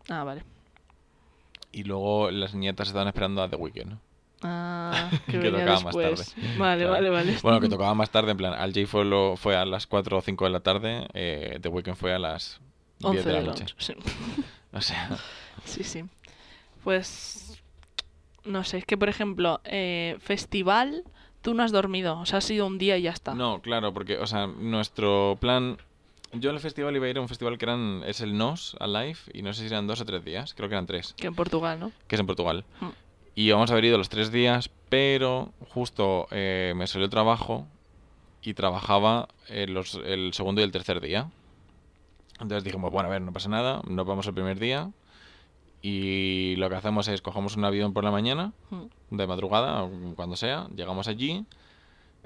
Speaker 1: Ah, vale.
Speaker 2: y luego las niñatas estaban esperando a The Weeknd.
Speaker 1: Ah, que
Speaker 2: Que
Speaker 1: venía
Speaker 2: tocaba más
Speaker 1: después. Vale,
Speaker 2: Claro.
Speaker 1: vale, vale.
Speaker 2: Bueno, que tocaba más tarde, en plan, Al Jay fue, lo- fue a las 4 o 5 de la tarde, eh, The Weeknd fue a las 10
Speaker 1: 11
Speaker 2: de la
Speaker 1: de la
Speaker 2: noche.
Speaker 1: noche. Sí.
Speaker 2: O sea,
Speaker 1: Sí, sí. Pues. No sé, es que por ejemplo, eh, festival, tú no has dormido. O sea, ha sido un día y ya está.
Speaker 2: No, claro, porque, o sea, nuestro plan. Yo al festival iba a ir a un festival que eran. Es el NOS Alive, y no sé si eran dos o tres días, creo que eran tres,
Speaker 1: Que en Portugal, ¿no?
Speaker 2: que es en Portugal.
Speaker 1: Mm.
Speaker 2: Y vamos a haber ido los tres días, pero justo eh, me salió trabajo y trabajaba eh, los- el segundo y el tercer día. Entonces dijimos, bueno, a ver, no pasa nada, nos vamos el primer día. Y lo que hacemos es cogemos un avión por la mañana
Speaker 1: Mm.
Speaker 2: de madrugada, o cuando sea, llegamos allí,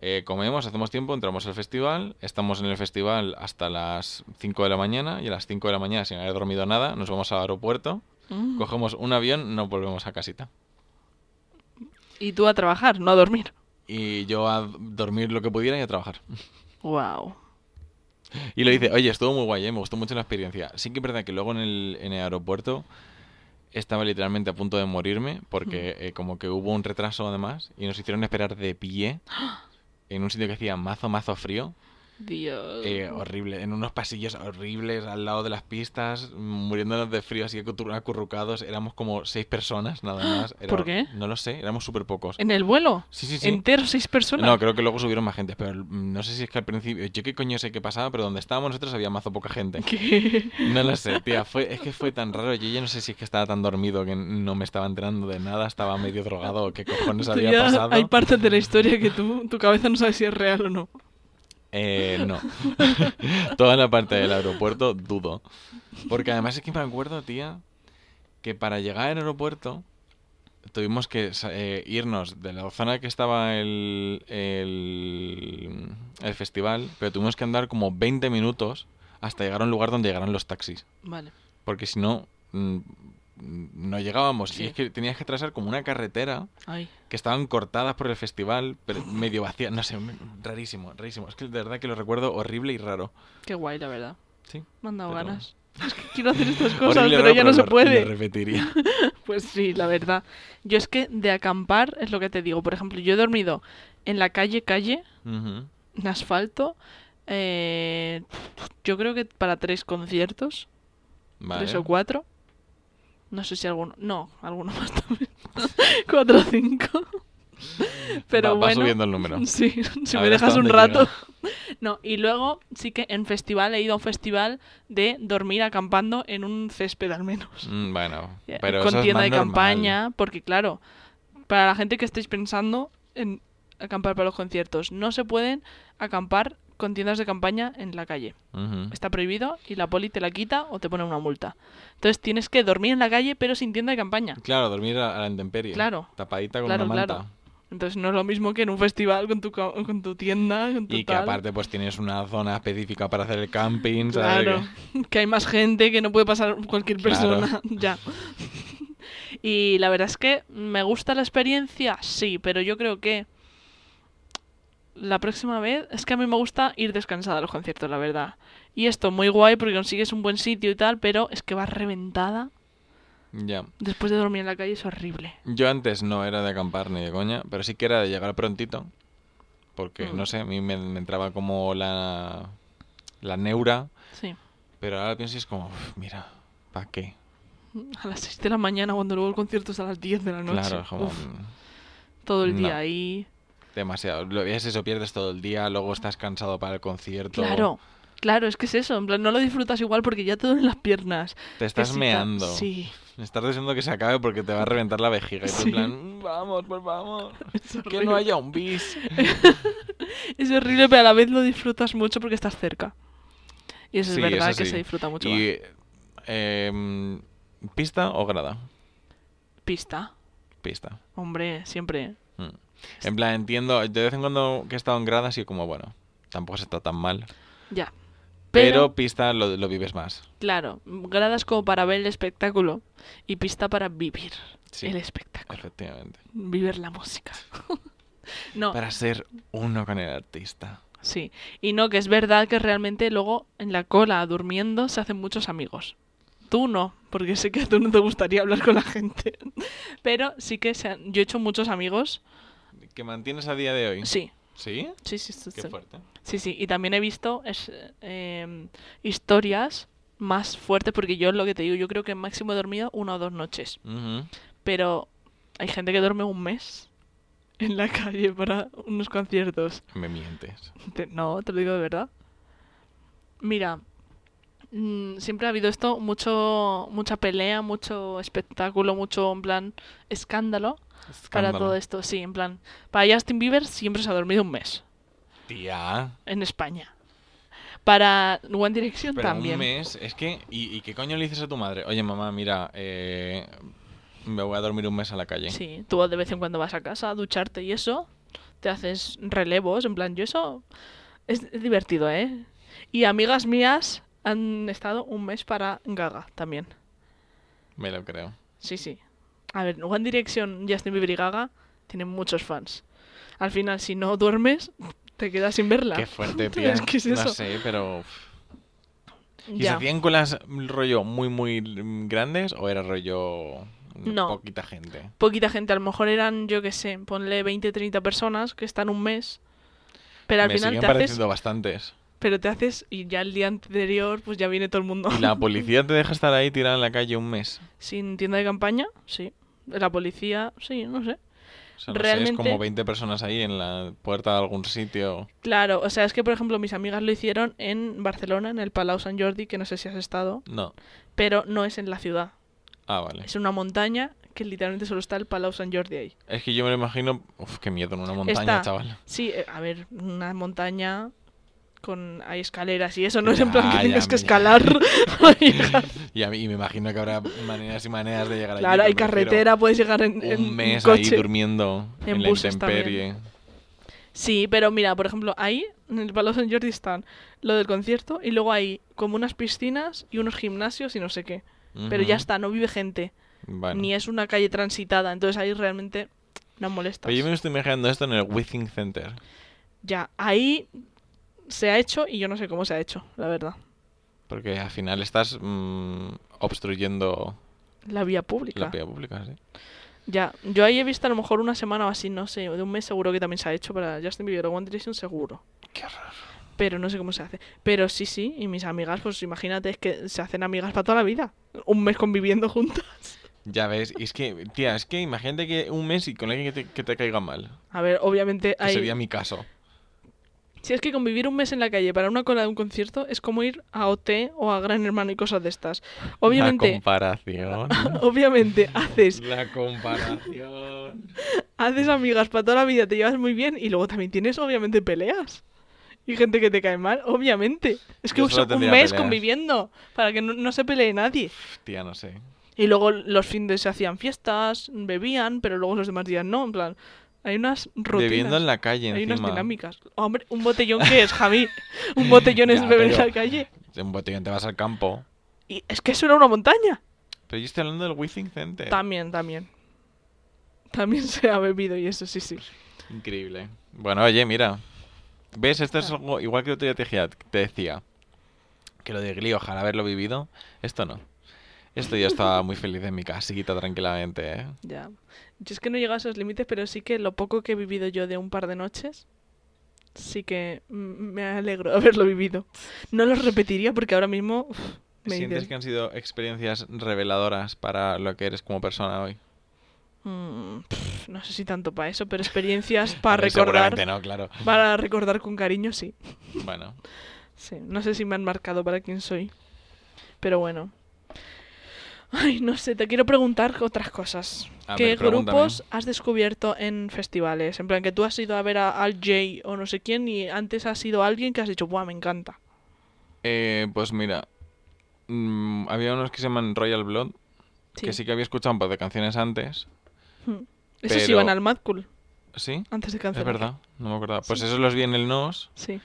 Speaker 2: eh, comemos, hacemos tiempo, entramos al festival, estamos en el festival hasta las 5 de la mañana y a las 5 de la mañana, sin haber dormido nada, nos vamos al aeropuerto,
Speaker 1: Mm.
Speaker 2: cogemos un avión, nos volvemos a casita.
Speaker 1: Y tú a trabajar, no a dormir.
Speaker 2: Y yo a dormir lo que pudiera y a trabajar.
Speaker 1: Wow.
Speaker 2: Y lo dice, oye, estuvo muy guay, ¿eh? me gustó mucho la experiencia. Sí que es verdad que luego en el, en el aeropuerto estaba literalmente a punto de morirme
Speaker 1: Hmm.
Speaker 2: porque eh, como que hubo un retraso además y nos hicieron esperar de pie en un sitio que hacía mazo, mazo frío.
Speaker 1: Dios.
Speaker 2: Eh, horrible, en unos pasillos horribles al lado de las pistas, muriéndonos de frío, así acutur- acurrucados. Éramos como seis personas nada más. Era-
Speaker 1: ¿Por qué?
Speaker 2: No lo sé, éramos súper pocos.
Speaker 1: ¿En el vuelo?
Speaker 2: Sí, sí, sí.
Speaker 1: ¿Enteros seis personas?
Speaker 2: No, creo que luego subieron más gente, pero mm, no sé si es que al principio. Yo qué coño sé qué pasaba, pero donde estábamos nosotros había mazo poca gente.
Speaker 1: ¿Qué?
Speaker 2: No lo sé, tía. Fue, es que fue tan raro. Yo ya no sé si es que estaba tan dormido que no me estaba enterando de nada, estaba medio drogado o qué cojones
Speaker 1: Tú
Speaker 2: había
Speaker 1: ya-
Speaker 2: pasado.
Speaker 1: Hay partes de la historia que tú, tu cabeza no sabe si es real o no.
Speaker 2: Eh, no. Toda la parte del aeropuerto dudo. Porque además es que me acuerdo, tía, que para llegar al aeropuerto tuvimos que sa- eh, irnos de la zona que estaba el, el, el festival, pero tuvimos que andar como 20 minutos hasta llegar a un lugar donde llegaron los taxis.
Speaker 1: Vale.
Speaker 2: Porque si no, mm, mm, no llegábamos.
Speaker 1: Sí.
Speaker 2: Y es que tenías que atravesar como una carretera
Speaker 1: Ay.
Speaker 2: que estaban cortadas por el festival, pero medio vacías, no sé, me- rarísimo, rarísimo. Es que de verdad que lo recuerdo horrible y raro.
Speaker 1: Qué guay, la verdad.
Speaker 2: Sí.
Speaker 1: Me han dado
Speaker 2: Pero-
Speaker 1: ganas. Es que quiero hacer estas cosas,
Speaker 2: Horrible,
Speaker 1: pero
Speaker 2: raro,
Speaker 1: ya no se
Speaker 2: lo-
Speaker 1: puede.
Speaker 2: lo repetiría.
Speaker 1: Pues sí, la verdad. Yo es que de acampar es lo que te digo. Por ejemplo, yo he dormido en la calle, calle,
Speaker 2: Ujú.
Speaker 1: en asfalto. eh, yo creo que para tres conciertos,
Speaker 2: Vale.
Speaker 1: tres o cuatro. No sé si alguno. No, alguno más también. cuatro o cinco. Pero
Speaker 2: Va- va
Speaker 1: bueno.
Speaker 2: subiendo el número.
Speaker 1: Sí, si
Speaker 2: A
Speaker 1: me
Speaker 2: ver hasta
Speaker 1: dejas un
Speaker 2: dónde llega.
Speaker 1: rato. No, y luego sí que en festival he ido a un festival de dormir acampando en un césped al menos.
Speaker 2: Mm, Bueno,
Speaker 1: Ya,
Speaker 2: pero
Speaker 1: con
Speaker 2: eso es
Speaker 1: tienda
Speaker 2: más
Speaker 1: de
Speaker 2: normal.
Speaker 1: campaña, porque claro, para la gente que estéis pensando en acampar para los conciertos, no se pueden acampar con tiendas de campaña en la calle.
Speaker 2: Ujú.
Speaker 1: Está prohibido y la poli te la quita o te pone una multa. Entonces tienes que dormir en la calle pero sin tienda de campaña.
Speaker 2: Claro, dormir a a la intemperie.
Speaker 1: Claro.
Speaker 2: Tapadita con
Speaker 1: Claro,
Speaker 2: una manta.
Speaker 1: claro. Entonces no es lo mismo que en un festival con tu, ca- con tu tienda, con tu
Speaker 2: Y que
Speaker 1: tal.
Speaker 2: aparte pues tienes una zona específica para hacer el camping, ¿sabes?
Speaker 1: Claro,
Speaker 2: Que-
Speaker 1: que hay más gente, que no puede pasar cualquier
Speaker 2: Claro.
Speaker 1: persona, ya. Y la verdad es que me gusta la experiencia, sí, pero yo creo que la próxima vez es que a mí me gusta ir descansada a los conciertos, la verdad. Y esto muy guay porque consigues un buen sitio y tal, pero es que vas reventada.
Speaker 2: Ya.
Speaker 1: Después de dormir en la calle es horrible.
Speaker 2: Yo antes no era de acampar ni de coña, pero sí que era de llegar prontito. Porque,
Speaker 1: Mm.
Speaker 2: no sé, a mí me, me entraba como la, la neura.
Speaker 1: Sí.
Speaker 2: Pero ahora pienso y es como, "Uf, mira, ¿para qué?
Speaker 1: A las 6 de la mañana cuando luego el concierto es a las 10 de la noche.
Speaker 2: Claro, es como
Speaker 1: Uf,
Speaker 2: mm,
Speaker 1: todo el día
Speaker 2: no.
Speaker 1: ahí.
Speaker 2: demasiado. Lo es eso, pierdes todo el día, luego estás cansado para el concierto.
Speaker 1: Claro. Claro, es que es eso. En plan, no lo disfrutas igual porque ya te duelen las piernas.
Speaker 2: Te
Speaker 1: Que
Speaker 2: estás
Speaker 1: si ta-
Speaker 2: meando.
Speaker 1: Sí.
Speaker 2: Me estás diciendo que se acabe porque te va a reventar la vejiga. Y tú
Speaker 1: Sí.
Speaker 2: en plan, "Mm, vamos, pues vamos.
Speaker 1: Es
Speaker 2: Que
Speaker 1: horrible.
Speaker 2: no haya un bis.
Speaker 1: Es horrible, pero a la vez lo disfrutas mucho porque estás cerca. Y eso
Speaker 2: Sí,
Speaker 1: es verdad
Speaker 2: eso
Speaker 1: que
Speaker 2: sí.
Speaker 1: se disfruta mucho más.
Speaker 2: Y, em, ¿Pista o grada?
Speaker 1: Pista.
Speaker 2: Pista.
Speaker 1: Hombre, siempre.
Speaker 2: Mm. En plan, entiendo, de vez en cuando que he estado en grada, así como, bueno, tampoco se está tan mal.
Speaker 1: Ya.
Speaker 2: Pero,
Speaker 1: Pero,
Speaker 2: pista lo, lo vives más.
Speaker 1: claro, gradas como para ver el espectáculo y pista para vivir
Speaker 2: Sí,
Speaker 1: el espectáculo.
Speaker 2: efectivamente.
Speaker 1: Vivir la música. no,
Speaker 2: Para ser uno con el artista.
Speaker 1: sí. Y no, que es verdad que realmente luego en la cola, durmiendo, se hacen muchos amigos. Tú no, porque sé que a tú no te gustaría hablar con la gente. Pero sí que se han- yo he hecho muchos amigos.
Speaker 2: ¿Que mantienes a día de hoy?
Speaker 1: Sí,
Speaker 2: ¿Sí?
Speaker 1: sí, sí. sí,
Speaker 2: Qué
Speaker 1: sí.
Speaker 2: fuerte.
Speaker 1: Sí, sí, y también he visto es- em, historias más fuertes, porque yo es lo que te digo, yo creo que máximo he dormido una o dos noches,
Speaker 2: Ujú.
Speaker 1: pero hay gente que duerme un mes en la calle para unos conciertos.
Speaker 2: Me mientes.
Speaker 1: Te- no, te lo digo de verdad. Mira, mm, siempre ha habido esto, mucho, mucha pelea, mucho espectáculo, mucho en plan escándalo para
Speaker 2: Escándalo.
Speaker 1: todo esto, sí, en plan, para Justin Bieber siempre se ha dormido un mes.
Speaker 2: Tía.
Speaker 1: en España. Para One Direction
Speaker 2: Pero
Speaker 1: también.
Speaker 2: un mes, es que... ¿y, y qué coño le dices a tu madre? Oye, mamá, mira, eh, me voy a dormir un mes a la calle.
Speaker 1: Sí, tú de vez en cuando vas a casa a ducharte y eso, te haces relevos, en plan, yo eso es es divertido, ¿eh? Y amigas mías han estado un mes para Gaga también.
Speaker 2: Me lo creo.
Speaker 1: Sí, sí. A ver, One Direction, Justin Bieber y Gaga tienen muchos fans. Al final, si no duermes, te quedas sin verla.
Speaker 2: Qué fuerte, tía.
Speaker 1: Es que es
Speaker 2: no
Speaker 1: eso.
Speaker 2: sé, pero... uf. ¿Y se
Speaker 1: Ya.
Speaker 2: hacían colas mm, rollo muy, muy mm, grandes o era rollo mm,
Speaker 1: No.
Speaker 2: poquita gente?
Speaker 1: poquita gente, a lo mejor eran, yo qué sé, ponle 20, 30 personas que están un mes. Pero al
Speaker 2: Me
Speaker 1: final
Speaker 2: siguen
Speaker 1: te haces,
Speaker 2: pareciendo bastantes.
Speaker 1: pero te haces y ya el día anterior pues ya viene todo el mundo.
Speaker 2: ¿Y la policía te deja estar ahí tirada en la calle un mes?
Speaker 1: Sin tienda de campaña, sí. La policía, sí, no sé.
Speaker 2: O sea, no sé, es
Speaker 1: Realmente-
Speaker 2: como 20 personas ahí en la puerta de algún sitio.
Speaker 1: Claro, o sea, es que por ejemplo mis amigas lo hicieron en Barcelona, en el Palau Sant Jordi, que no sé si has estado,
Speaker 2: No.
Speaker 1: pero no es en la ciudad.
Speaker 2: Ah, vale.
Speaker 1: Es una montaña que literalmente solo está el Palau Sant Jordi ahí.
Speaker 2: Es que yo me lo imagino... Uf, qué miedo en una montaña,
Speaker 1: Está.
Speaker 2: chaval.
Speaker 1: Sí, eh, a ver, una montaña con hay escaleras y eso no
Speaker 2: Ya,
Speaker 1: es en plan que
Speaker 2: ya,
Speaker 1: tengas que
Speaker 2: ya.
Speaker 1: escalar.
Speaker 2: Y, a mí, y me imagino que habrá maneras y maneras de llegar allí.
Speaker 1: Claro,
Speaker 2: pero
Speaker 1: hay
Speaker 2: me refiero,
Speaker 1: carretera, puedes llegar en,
Speaker 2: Un
Speaker 1: en
Speaker 2: mes ahí
Speaker 1: coche.
Speaker 2: durmiendo en,
Speaker 1: En
Speaker 2: la
Speaker 1: buses también.
Speaker 2: intemperie.
Speaker 1: sí, pero mira, por ejemplo, ahí en el Palau Sant Jordi están lo del concierto y luego hay como unas piscinas y unos gimnasios y no sé qué. Pero ya
Speaker 2: Ujú.
Speaker 1: está, no vive gente,
Speaker 2: Bueno.
Speaker 1: ni es una calle transitada, entonces ahí realmente no molestas.
Speaker 2: Pero yo me estoy imaginando esto en el Withing Center.
Speaker 1: Ya, ahí se ha hecho y yo no sé cómo se ha hecho, la verdad.
Speaker 2: Porque al final estás mm, obstruyendo
Speaker 1: La vía pública.
Speaker 2: la vía pública, ¿sí?
Speaker 1: Ya, yo ahí he visto a lo mejor una semana o así, no sé, de un mes seguro que también se ha hecho para Justin Bieber o One Direction seguro.
Speaker 2: Qué horror.
Speaker 1: Pero no sé cómo se hace. Pero sí, sí, y mis amigas, pues imagínate, es que se hacen amigas para toda la vida. Un mes conviviendo juntas.
Speaker 2: Ya ves, y es que, tía, es que imagínate que un mes y con alguien que te, que te caiga mal.
Speaker 1: A ver, obviamente
Speaker 2: Que
Speaker 1: hay...
Speaker 2: sería mi caso.
Speaker 1: Si es que convivir un mes en la calle para una cola de un concierto es como ir a OT o a Gran Hermano y cosas de estas.
Speaker 2: La
Speaker 1: Obviamente,
Speaker 2: comparación.
Speaker 1: obviamente haces,
Speaker 2: la comparación.
Speaker 1: haces amigas para toda la vida, te llevas muy bien y luego también tienes obviamente peleas. Y gente que te cae mal, obviamente. Es que
Speaker 2: Yo solo
Speaker 1: uso un mes
Speaker 2: tendría peleas.
Speaker 1: conviviendo para que no, no se pelee nadie.
Speaker 2: Tía, no sé.
Speaker 1: Y luego los fines se hacían fiestas, bebían, pero luego los demás días no, en plan. Hay unas rutinas.
Speaker 2: Bebiendo en la calle
Speaker 1: hay unas
Speaker 2: encima.
Speaker 1: dinámicas. Hombre, un botellón que es, Javi. Un botellón es
Speaker 2: Ya,
Speaker 1: beber en
Speaker 2: pero-
Speaker 1: la calle.
Speaker 2: En botellón te vas al campo.
Speaker 1: Y es que eso era una montaña.
Speaker 2: Pero yo estoy hablando del Withing Center.
Speaker 1: También, también. También se ha bebido y eso, sí, sí.
Speaker 2: Increíble. Bueno, oye, mira. ¿Ves? Esto es algo igual que el otro día te decía, te decía que lo de Glee, ojalá haberlo vivido. Esto no. Esto yo estaba muy feliz en mi casita, tranquilamente, ¿eh?
Speaker 1: Ya. Yo es que no he llegado a esos límites, pero sí que lo poco que he vivido yo de un par de noches, sí que mm, me alegro de haberlo vivido. No los repetiría porque ahora mismo uf, me
Speaker 2: ¿Sientes
Speaker 1: dicen,
Speaker 2: que han sido experiencias reveladoras para lo que eres como persona hoy?
Speaker 1: "Mm, pff, no sé si tanto para eso, pero experiencias para
Speaker 2: Hombre,
Speaker 1: recordar,
Speaker 2: Seguramente no, claro.
Speaker 1: para recordar con cariño, sí.
Speaker 2: Bueno.
Speaker 1: Sí, no sé si me han marcado para quién soy. Pero bueno. Ay, no sé, te quiero preguntar otras cosas.
Speaker 2: A
Speaker 1: ¿Qué
Speaker 2: ver, pregúntame.
Speaker 1: grupos has descubierto en festivales? En plan, que tú has ido a ver a Al Jay o no sé quién y antes has sido alguien que has dicho, ¡buah, me encanta!
Speaker 2: Eh, pues mira, mm, había unos que se llaman Royal Blood, que sí que había escuchado un par de canciones antes.
Speaker 1: Hmm. Esos
Speaker 2: pero-
Speaker 1: iban al Mad Cool
Speaker 2: ¿Sí?
Speaker 1: antes de cancelar.
Speaker 2: Es verdad, no me acordaba. Pues
Speaker 1: Sí.
Speaker 2: esos los vi en el NOS
Speaker 1: Sí.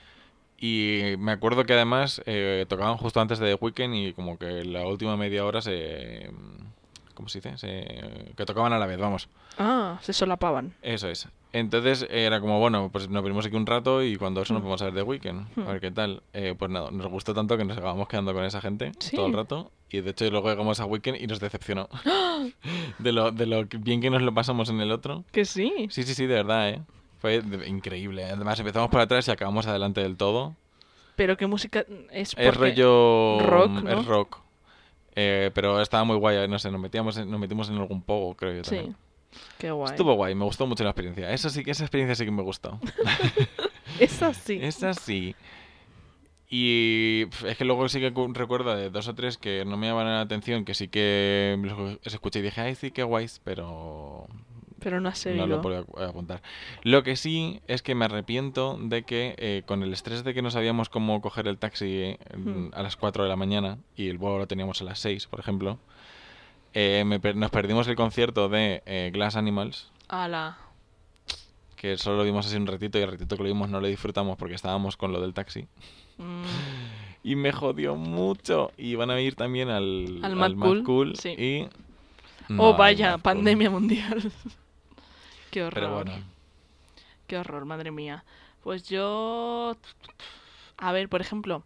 Speaker 2: y me acuerdo que además eh, tocaban justo antes de The Weeknd y como que la última media hora se... mm, ¿Cómo se dice? Se- que tocaban a la vez, vamos.
Speaker 1: Ah, se solapaban.
Speaker 2: Eso es. Entonces era como, bueno, pues nos vimos aquí un rato y cuando eso nos
Speaker 1: Mm.
Speaker 2: vamos a ver The Weeknd,
Speaker 1: Mm.
Speaker 2: a ver qué tal. Eh, pues nada, nos gustó tanto que nos acabamos quedando con esa gente
Speaker 1: Sí.
Speaker 2: todo el rato. Y de hecho luego llegamos a Weekend y nos decepcionó. de, lo, de lo que- bien que nos lo pasamos en el otro.
Speaker 1: Que sí.
Speaker 2: Sí, sí, sí, de verdad, ¿eh? Fue de- increíble. Además empezamos por atrás y acabamos adelante del todo.
Speaker 1: Pero qué música es
Speaker 2: Es
Speaker 1: porque-
Speaker 2: rollo...
Speaker 1: rock,
Speaker 2: mm,
Speaker 1: ¿no?
Speaker 2: Es rock. Eh, pero estaba muy guay, no sé, nos, metíamos en- nos metimos en algún pogo, creo yo también.
Speaker 1: Sí. Qué guay.
Speaker 2: Estuvo guay, me gustó mucho la experiencia. Eso sí que esa experiencia sí que me gustó.
Speaker 1: Es así.
Speaker 2: Es así. Y pf, es que luego sí que cu- recuerdo de dos o tres que no me llamaron la atención, que sí que los escuché y dije, ay, sí, qué guays, pero
Speaker 1: Pero no has
Speaker 2: no
Speaker 1: seguido.
Speaker 2: lo puedo ac- apuntar. Lo que sí es que me arrepiento de que eh, con el estrés de que no sabíamos cómo coger el taxi eh,
Speaker 1: Hmm.
Speaker 2: a las 4 de la mañana y el vuelo lo teníamos a las 6, por ejemplo, eh, me per- nos perdimos el concierto de eh, Glass Animals
Speaker 1: Ala.
Speaker 2: que solo lo vimos así un ratito y el ratito que lo vimos no lo disfrutamos porque estábamos con lo del taxi.
Speaker 1: Mm,
Speaker 2: Y me jodió mucho. Y van a ir también al,
Speaker 1: Al Mad Cool, sí.
Speaker 2: Y... no
Speaker 1: oh,
Speaker 2: al
Speaker 1: vaya,
Speaker 2: Mad Cool.
Speaker 1: pandemia mundial. qué horror.
Speaker 2: Pero bueno,
Speaker 1: Qué horror, madre mía. Pues yo. A ver, por ejemplo.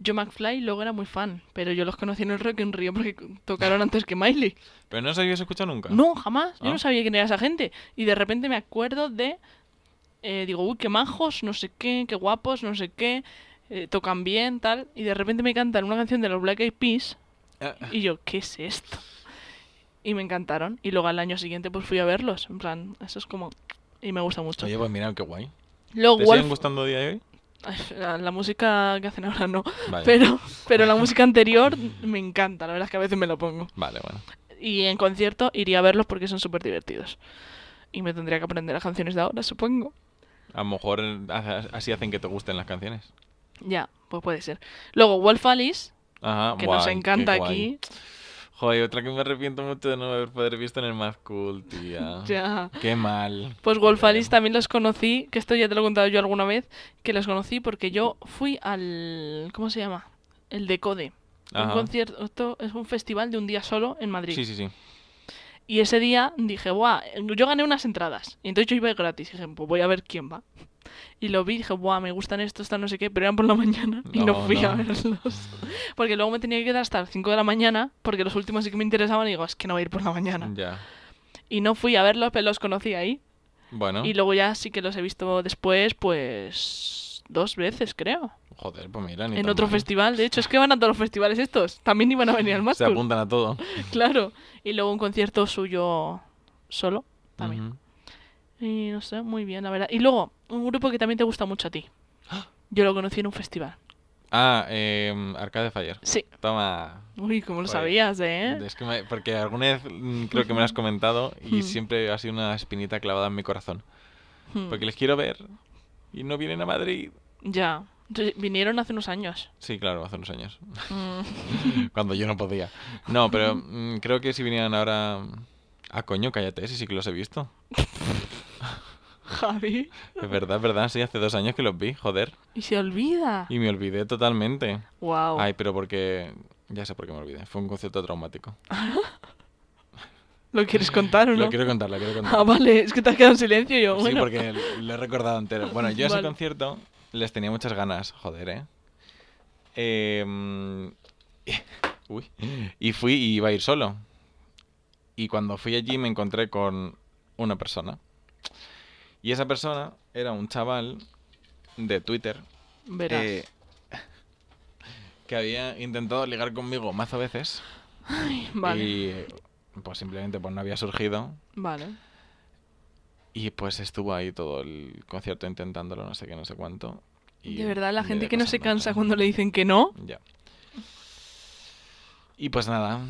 Speaker 1: Yo McFly luego era muy fan, pero yo los conocí en el Rock en Río porque tocaron antes que Miley.
Speaker 2: pero no os habéis escuchado nunca.
Speaker 1: No, jamás. Yo
Speaker 2: Ah.
Speaker 1: no sabía quién era esa gente. Y de repente me acuerdo de. eh, digo, uy, qué majos, no sé qué, qué guapos, no sé qué. eh, tocan bien, tal. Y de repente me cantan una canción de los Black Eyed Peas.
Speaker 2: Ah,
Speaker 1: Y yo, ¿qué es esto? Y me encantaron. Y luego al año siguiente, pues fui a verlos. En plan, eso es como. Y me gusta mucho.
Speaker 2: Oye, pues mira, qué guay.
Speaker 1: Luego
Speaker 2: ¿Te siguen
Speaker 1: Wolf.
Speaker 2: gustando a día de hoy?
Speaker 1: Ay, La la música que hacen ahora no.
Speaker 2: Vale.
Speaker 1: Pero, pero la música anterior me encanta. La verdad es que a veces me la pongo.
Speaker 2: Vale, bueno.
Speaker 1: Y en concierto iría a verlos porque son súper divertidos. Y me tendría que aprender las canciones de ahora, supongo.
Speaker 2: A lo mejor eh, hace- así hacen que te gusten las canciones.
Speaker 1: Ya, pues puede ser. Luego, Wolf Alice,
Speaker 2: Ajá,
Speaker 1: que
Speaker 2: guay,
Speaker 1: nos
Speaker 2: qué
Speaker 1: encanta
Speaker 2: guay.
Speaker 1: aquí.
Speaker 2: Joder, otra que me arrepiento mucho de no haber poder visto en el Mad Cool, tía.
Speaker 1: Ya.
Speaker 2: Qué mal.
Speaker 1: Pues Wolf
Speaker 2: Joder.
Speaker 1: Alice también los conocí, que esto ya te lo he contado yo alguna vez, que los conocí porque yo fui al... ¿Cómo se llama? El Decode. Un
Speaker 2: Ajá.
Speaker 1: concierto, esto es un festival de un día solo en Madrid.
Speaker 2: Sí, sí, sí.
Speaker 1: Y ese día dije, guau, yo gané unas entradas. Y entonces yo iba gratis. Y dije, pues voy a ver quién va. Y lo vi y dije, guau, me gustan estos, tal, no sé qué. Pero eran por la mañana y no,
Speaker 2: No,
Speaker 1: fui a
Speaker 2: no.
Speaker 1: verlos. Porque luego me tenía que quedar hasta las 5 de la mañana. Porque los últimos sí que me interesaban. Y digo, es que no voy a ir por la mañana.
Speaker 2: Ya.
Speaker 1: Y no fui a verlos, pero los conocí ahí.
Speaker 2: Bueno.
Speaker 1: Y luego ya sí que los he visto después, pues. dos veces, creo.
Speaker 2: Joder, pues mira, ni
Speaker 1: en
Speaker 2: tan
Speaker 1: otro
Speaker 2: mal.
Speaker 1: festival. De hecho, es que van a todos los festivales estos. También iban a venir al
Speaker 2: Se
Speaker 1: Máscara.
Speaker 2: apuntan a todo.
Speaker 1: Claro. Y luego un concierto suyo solo. También.
Speaker 2: Ujú.
Speaker 1: Y no sé, muy bien, la verdad. Y luego, un grupo que también te gusta mucho a ti. Yo lo conocí en un festival.
Speaker 2: Ah, eh, Arcade Fire.
Speaker 1: Sí.
Speaker 2: Toma.
Speaker 1: Uy, ¿cómo lo
Speaker 2: Joder.
Speaker 1: sabías, eh?
Speaker 2: Es que me- porque alguna vez mm, creo que me lo has comentado y
Speaker 1: Hmm.
Speaker 2: siempre ha sido una espinita clavada en mi corazón.
Speaker 1: Hmm,
Speaker 2: Porque les quiero ver y no vienen a Madrid.
Speaker 1: Ya. Entonces, Vinieron hace unos años.
Speaker 2: Sí, claro, hace unos años.
Speaker 1: Mm,
Speaker 2: Cuando yo no podía. No, pero mm, creo que si vinieran ahora. Ah, coño, cállate, sí, sí que los he visto.
Speaker 1: Javi.
Speaker 2: Es verdad, es verdad, sí, hace dos años que los vi, joder.
Speaker 1: Y se olvida.
Speaker 2: Y me olvidé totalmente.
Speaker 1: Wow.
Speaker 2: Ay, pero porque. Ya sé por qué me olvidé. Fue un concierto traumático.
Speaker 1: ¿Lo quieres contar o no?
Speaker 2: Lo quiero contar, lo quiero contar.
Speaker 1: Ah, vale, es que te has quedado en silencio y yo.
Speaker 2: Sí,
Speaker 1: Bueno.
Speaker 2: porque lo he recordado entero. Bueno, yo a ese
Speaker 1: Vale.
Speaker 2: concierto les tenía muchas ganas, joder, ¿eh? Em, uy. Y fui y iba a ir solo. Y cuando fui allí me encontré con una persona. Y esa persona era un chaval de Twitter
Speaker 1: Verás.
Speaker 2: eh, que había intentado ligar conmigo mazo veces.
Speaker 1: Ay, vale.
Speaker 2: Y pues simplemente pues, no había surgido.
Speaker 1: Vale.
Speaker 2: Y pues estuvo ahí todo el concierto intentándolo, no sé qué, no sé cuánto. y
Speaker 1: de verdad, la
Speaker 2: me
Speaker 1: gente
Speaker 2: da
Speaker 1: que no
Speaker 2: cosa
Speaker 1: se
Speaker 2: andar.
Speaker 1: cansa cuando le dicen que no.
Speaker 2: Ya. Y pues nada,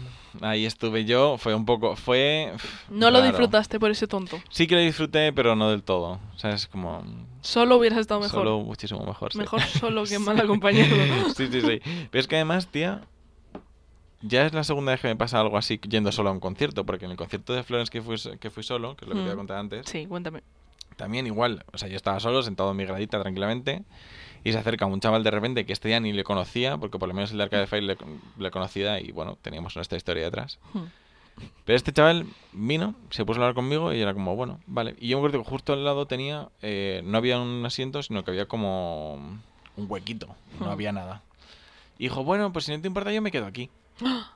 Speaker 2: ahí estuve yo. Fue un poco. Fue. pf,
Speaker 1: No lo
Speaker 2: raro.
Speaker 1: disfrutaste por ese tonto.
Speaker 2: Sí que lo disfruté, pero no del todo. O sea, es como.
Speaker 1: Solo hubieras estado mejor.
Speaker 2: Solo muchísimo mejor. sí.
Speaker 1: Mejor solo que mal acompañado.
Speaker 2: Sí, sí, sí. Pero es que además, tía. Ya es la segunda vez que me pasa algo así yendo solo a un concierto, porque en el concierto de Florence que fui, que fui solo, que es lo que te
Speaker 1: Mm.
Speaker 2: había contado antes,
Speaker 1: Sí, cuéntame.
Speaker 2: También igual, o sea, yo estaba solo, sentado en mi gradita tranquilamente, y se acerca un chaval de repente que este día ni le conocía, porque por lo menos el de Arcade Fire le, le conocía y bueno, teníamos nuestra historia detrás.
Speaker 1: Hmm.
Speaker 2: Pero este chaval vino, se puso a hablar conmigo y era como, bueno, vale. Y yo me acuerdo que justo al lado tenía, eh, no había un asiento, sino que había como un huequito, no
Speaker 1: Hmm.
Speaker 2: había nada. Y dijo, bueno, pues si no te importa yo me quedo aquí.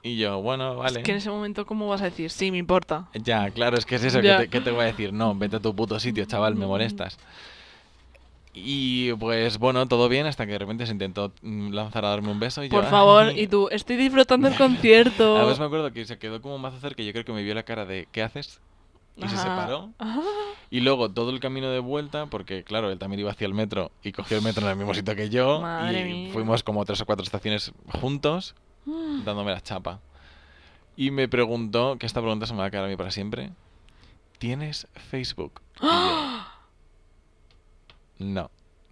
Speaker 2: Y yo, bueno, vale.
Speaker 1: ¡Ah! Es que en ese momento, ¿cómo vas a decir? Sí, me importa.
Speaker 2: Ya, claro, es que es eso. que
Speaker 1: Ya.
Speaker 2: te, ¿Qué te voy a decir? No, vete a tu puto sitio, chaval, me molestas. Y pues bueno, todo bien hasta que de repente se intentó mm, lanzar a darme un beso y yo... ah.
Speaker 1: Por favor,
Speaker 2: "Ay".
Speaker 1: y tú, estoy disfrutando el concierto.
Speaker 2: Además me acuerdo que se quedó como más cerca y yo creo que me vio la cara de ¿qué haces? Y
Speaker 1: Ajá.
Speaker 2: se
Speaker 1: Ah.
Speaker 2: separó.
Speaker 1: Ajá.
Speaker 2: Y luego todo el camino de vuelta, porque claro, él también iba hacia el metro y cogió el metro en el mismo sitio que yo.
Speaker 1: Madre
Speaker 2: y
Speaker 1: mía.
Speaker 2: fuimos como tres o cuatro estaciones juntos, dándome la chapa. Y me preguntó, que esta pregunta se me va a quedar a mí para siempre. ¿Tienes Facebook? Y yo, no,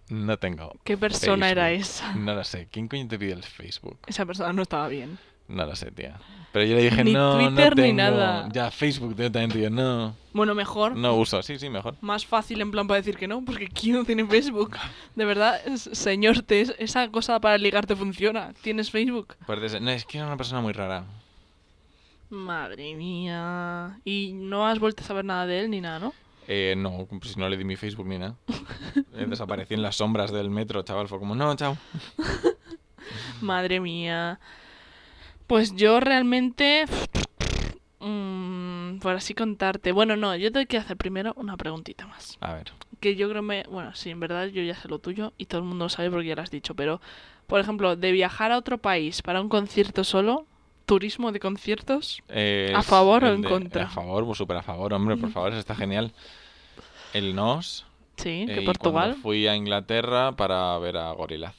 Speaker 2: no tengo.
Speaker 1: ¿Qué persona era
Speaker 2: Facebook.
Speaker 1: esa?
Speaker 2: No lo sé. ¿Quién coño te pide el Facebook?
Speaker 1: Esa persona no estaba bien.
Speaker 2: No lo sé, tía. Pero yo le dije,
Speaker 1: Ni
Speaker 2: no,
Speaker 1: Twitter
Speaker 2: no
Speaker 1: ni
Speaker 2: tengo.
Speaker 1: nada.
Speaker 2: Ya, Facebook directamente. Yo, no,
Speaker 1: Bueno, mejor.
Speaker 2: no uso. Sí, sí, mejor.
Speaker 1: Más fácil en plan para decir que no, porque ¿quién no tiene Facebook? De verdad, es- señor, te- es- esa cosa para ligar te funciona. ¿Tienes Facebook?
Speaker 2: Pues, no, es que era una persona muy rara.
Speaker 1: Madre mía. Y no has vuelto a saber nada de él ni nada, ¿no?
Speaker 2: Eh, no, pues no le di mi Facebook ni nada. Eh, desaparecí en las sombras del metro, chaval. Fue como, no, chao.
Speaker 1: Madre mía. Pues yo realmente... mm, por así contarte. Bueno, no, yo tengo que hacer primero una preguntita más.
Speaker 2: A ver.
Speaker 1: que yo creo me... Bueno, sí, en verdad yo ya sé lo tuyo y todo el mundo lo sabe porque ya lo has dicho, pero, por ejemplo, de viajar a otro país para un concierto solo, turismo de conciertos,
Speaker 2: Eh,
Speaker 1: ¿A
Speaker 2: es
Speaker 1: favor o
Speaker 2: el
Speaker 1: en contra?
Speaker 2: A favor, pues súper a favor, hombre, por favor, eso está genial. El NOS.
Speaker 1: sí,
Speaker 2: eh,
Speaker 1: que
Speaker 2: y
Speaker 1: Portugal,
Speaker 2: cuando Fui a Inglaterra para ver a Gorillaz.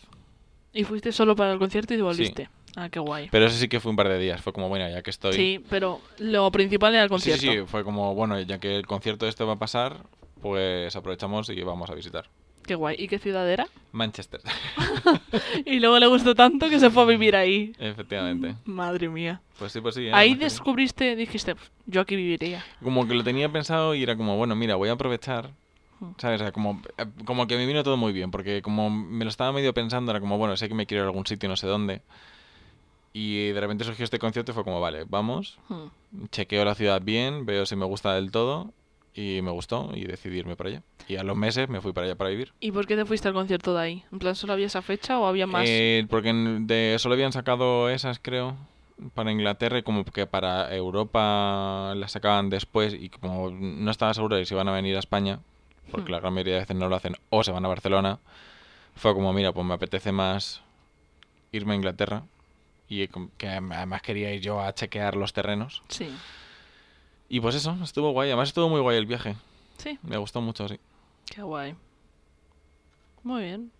Speaker 1: y fuiste solo para el concierto y te volviste. Ah, qué guay.
Speaker 2: Pero eso sí que fue un par de días. Fue como, bueno, ya que estoy.
Speaker 1: Sí, pero lo principal era el
Speaker 2: sí,
Speaker 1: concierto.
Speaker 2: sí, sí, fue como, bueno, ya que el concierto este va a pasar, pues aprovechamos y vamos a visitar.
Speaker 1: Qué guay. ¿Y qué ciudad era?
Speaker 2: Manchester,
Speaker 1: Y luego le gustó tanto que se fue a vivir ahí. Mm.
Speaker 2: efectivamente.
Speaker 1: Madre mía.
Speaker 2: Pues sí, pues sí. ¿eh?
Speaker 1: Ahí
Speaker 2: Más que sí.
Speaker 1: descubriste, dijiste, "Pf, yo aquí viviría.
Speaker 2: Como que lo tenía pensado y era como, bueno, mira, voy a aprovechar.
Speaker 1: Hmm.
Speaker 2: ¿Sabes? O sea, como, eh, como que me vino todo muy bien, porque como me lo estaba medio pensando, era como, bueno, sé que me quiero ir a algún sitio, no sé dónde. Y de repente surgió este concierto y fue como, vale, vamos,
Speaker 1: Hmm.
Speaker 2: chequeo la ciudad bien, veo si me gusta del todo, y me gustó, y decidí irme para allá. Y a los meses me fui para allá para vivir.
Speaker 1: ¿Y por qué te fuiste al concierto de ahí? ¿En plan solo había esa fecha o había más?
Speaker 2: Eh, porque en- de, solo habían sacado esas, creo, para Inglaterra y como que para Europa las sacaban después y como no estaba seguro de si van a venir a España,
Speaker 1: Hmm.
Speaker 2: porque la gran mayoría de veces no lo hacen, o se van a Barcelona, fue como, mira, pues me apetece más irme a Inglaterra y com- que además quería ir yo a chequear los terrenos.
Speaker 1: Sí.
Speaker 2: Y pues eso, estuvo guay, además estuvo muy guay el viaje,
Speaker 1: Sí.
Speaker 2: me gustó mucho, sí.
Speaker 1: Qué guay. Muy bien.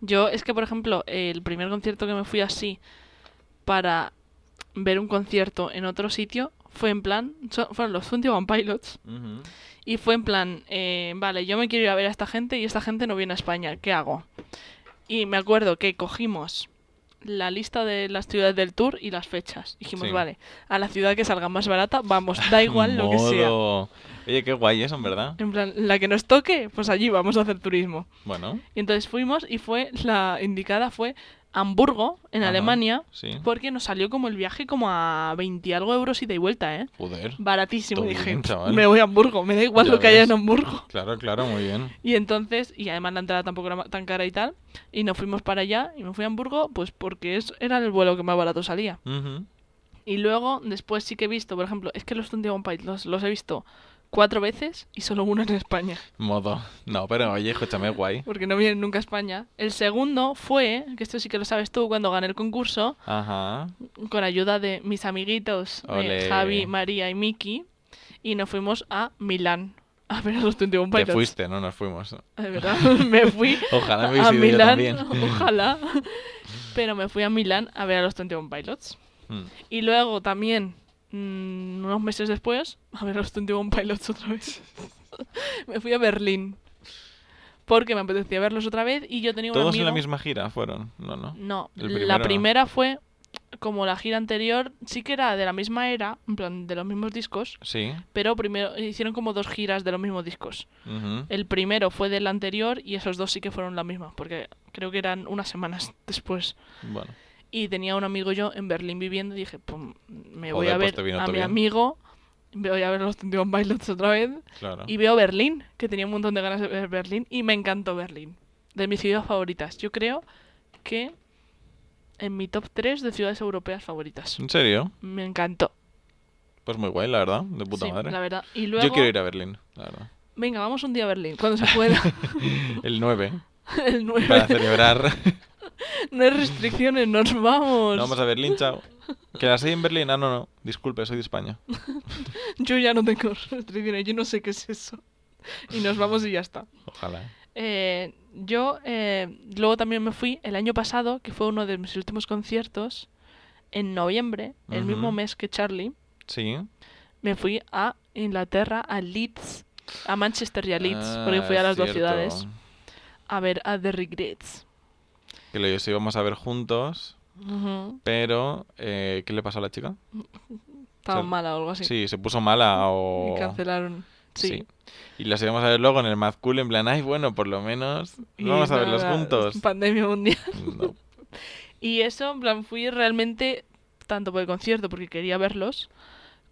Speaker 1: Yo, es que, por ejemplo, el primer concierto que me fui así para ver un concierto en otro sitio fue en plan. so- fueron los 21 Pilots. Y fue en plan, eh, vale, yo me quiero ir a ver a esta gente y esta gente no viene a España, ¿qué hago? Y me acuerdo que cogimos la lista de las ciudades del tour y las fechas. Dijimos,
Speaker 2: Sí.
Speaker 1: vale, a la ciudad que salga más barata, vamos, da igual lo que sea.
Speaker 2: Modo. Oye, qué guay eso, en verdad.
Speaker 1: En plan, la que nos toque, pues allí vamos a hacer turismo.
Speaker 2: Bueno,
Speaker 1: Y entonces fuimos y fue la indicada fue Hamburgo, en
Speaker 2: Ajá.
Speaker 1: Alemania,
Speaker 2: Ah,
Speaker 1: pues-
Speaker 2: sí.
Speaker 1: porque nos salió como el viaje como a 20 y algo euros ida y vuelta, ¿eh?
Speaker 2: Joder.
Speaker 1: Baratísimo,
Speaker 2: Todo
Speaker 1: dije.
Speaker 2: bien, chaval.
Speaker 1: me voy a Hamburgo, me da igual
Speaker 2: Ya
Speaker 1: lo que haya
Speaker 2: ves.
Speaker 1: en Hamburgo.
Speaker 2: Claro, claro, muy bien.
Speaker 1: Y entonces, y además la entrada tampoco era ma- tan cara y tal, y nos fuimos para allá y me fui a Hamburgo, pues porque es, era el vuelo que más barato salía.
Speaker 2: Ujú.
Speaker 1: Y luego, después sí que he visto, por ejemplo, es que los Tundiagon Pilots los, los he visto cuatro veces y solo uno en España.
Speaker 2: Modo. No, pero oye, escúchame, guay.
Speaker 1: porque no vienen nunca a España. El segundo fue, que esto sí que lo sabes tú, cuando gané el concurso,
Speaker 2: Ajá.
Speaker 1: con ayuda de mis amiguitos, eh,
Speaker 2: Ole.
Speaker 1: Javi, María y Miki, y nos fuimos a Milán, A ver, a los 21
Speaker 2: Te
Speaker 1: Pilots.
Speaker 2: fuiste, no nos fuimos.
Speaker 1: De verdad, me fui a
Speaker 2: Ojalá me hubiese ido yo
Speaker 1: Milán.
Speaker 2: también.
Speaker 1: Ojalá. Pero me fui a Milán a ver a los 21 Pilots.
Speaker 2: Mm.
Speaker 1: Y luego también, mm, unos meses después, a ver a los 21 Pilots otra vez. me fui a Berlín. Porque me apetecía verlos otra vez y yo tenía un
Speaker 2: Todos en
Speaker 1: amigo... Mm.
Speaker 2: la misma gira fueron, no, no.
Speaker 1: No,
Speaker 2: El primero
Speaker 1: la
Speaker 2: no.
Speaker 1: primera fue como la gira anterior, sí que era de la misma era, en plan de los mismos discos,
Speaker 2: Sí.
Speaker 1: pero primero hicieron como dos giras de los mismos discos.
Speaker 2: ujú.
Speaker 1: El primero fue del anterior y esos dos sí que fueron la misma, porque creo que eran unas semanas después.
Speaker 2: Bueno.
Speaker 1: Y tenía un amigo yo en Berlín viviendo y dije, pum, me voy
Speaker 2: Joder,
Speaker 1: a
Speaker 2: pues
Speaker 1: ver
Speaker 2: te vino
Speaker 1: a
Speaker 2: todo
Speaker 1: mi
Speaker 2: bien.
Speaker 1: amigo, voy a ver los Twenty One Pilots otra vez
Speaker 2: Claro.
Speaker 1: y veo Berlín, que tenía un montón de ganas de ver Berlín y me encantó Berlín. De mis ciudades favoritas. Yo creo que en mi top 3 de ciudades europeas favoritas.
Speaker 2: ¿En serio?
Speaker 1: Me encantó.
Speaker 2: Pues muy guay, la verdad. De puta
Speaker 1: Sí,
Speaker 2: madre.
Speaker 1: La verdad. Y luego,
Speaker 2: Yo quiero ir a Berlín, la verdad.
Speaker 1: venga, vamos un día a Berlín, cuando se pueda.
Speaker 2: El 9,
Speaker 1: El 9.
Speaker 2: para celebrar.
Speaker 1: Pues- No hay restricciones, nos vamos.
Speaker 2: No, vamos a Berlín, chao. Que las hay en Berlín. Ah, no, no. Disculpe, soy de España.
Speaker 1: Yo ya no tengo restricciones, yo no sé qué es eso. Y nos vamos y ya está.
Speaker 2: Ojalá. ¿eh?
Speaker 1: Eh, yo eh, luego también me fui el año pasado, que fue uno de mis últimos conciertos, en noviembre, el
Speaker 2: Ujú.
Speaker 1: mismo mes que Charlie,
Speaker 2: Sí.
Speaker 1: me fui a Inglaterra, a Leeds, a Manchester y a Leeds,
Speaker 2: Ah,
Speaker 1: porque fui a
Speaker 2: es
Speaker 1: las dos
Speaker 2: cierto.
Speaker 1: ciudades, a ver a The Regrets.
Speaker 2: Que lo ellos íbamos a ver juntos,
Speaker 1: Ujú.
Speaker 2: pero... eh, ¿Qué le pasó a la chica?
Speaker 1: Estaba
Speaker 2: Ser-
Speaker 1: mala o algo así.
Speaker 2: Sí, se puso mala o...
Speaker 1: Me cancelaron. Sí.
Speaker 2: Y las íbamos a ver luego en el Mad Cool, en plan, ay, bueno, por lo menos
Speaker 1: Y
Speaker 2: vamos a
Speaker 1: nada,
Speaker 2: verlos juntos.
Speaker 1: Pandemia mundial.
Speaker 2: No.
Speaker 1: Y eso, en plan, fui realmente tanto por el concierto, porque quería verlos,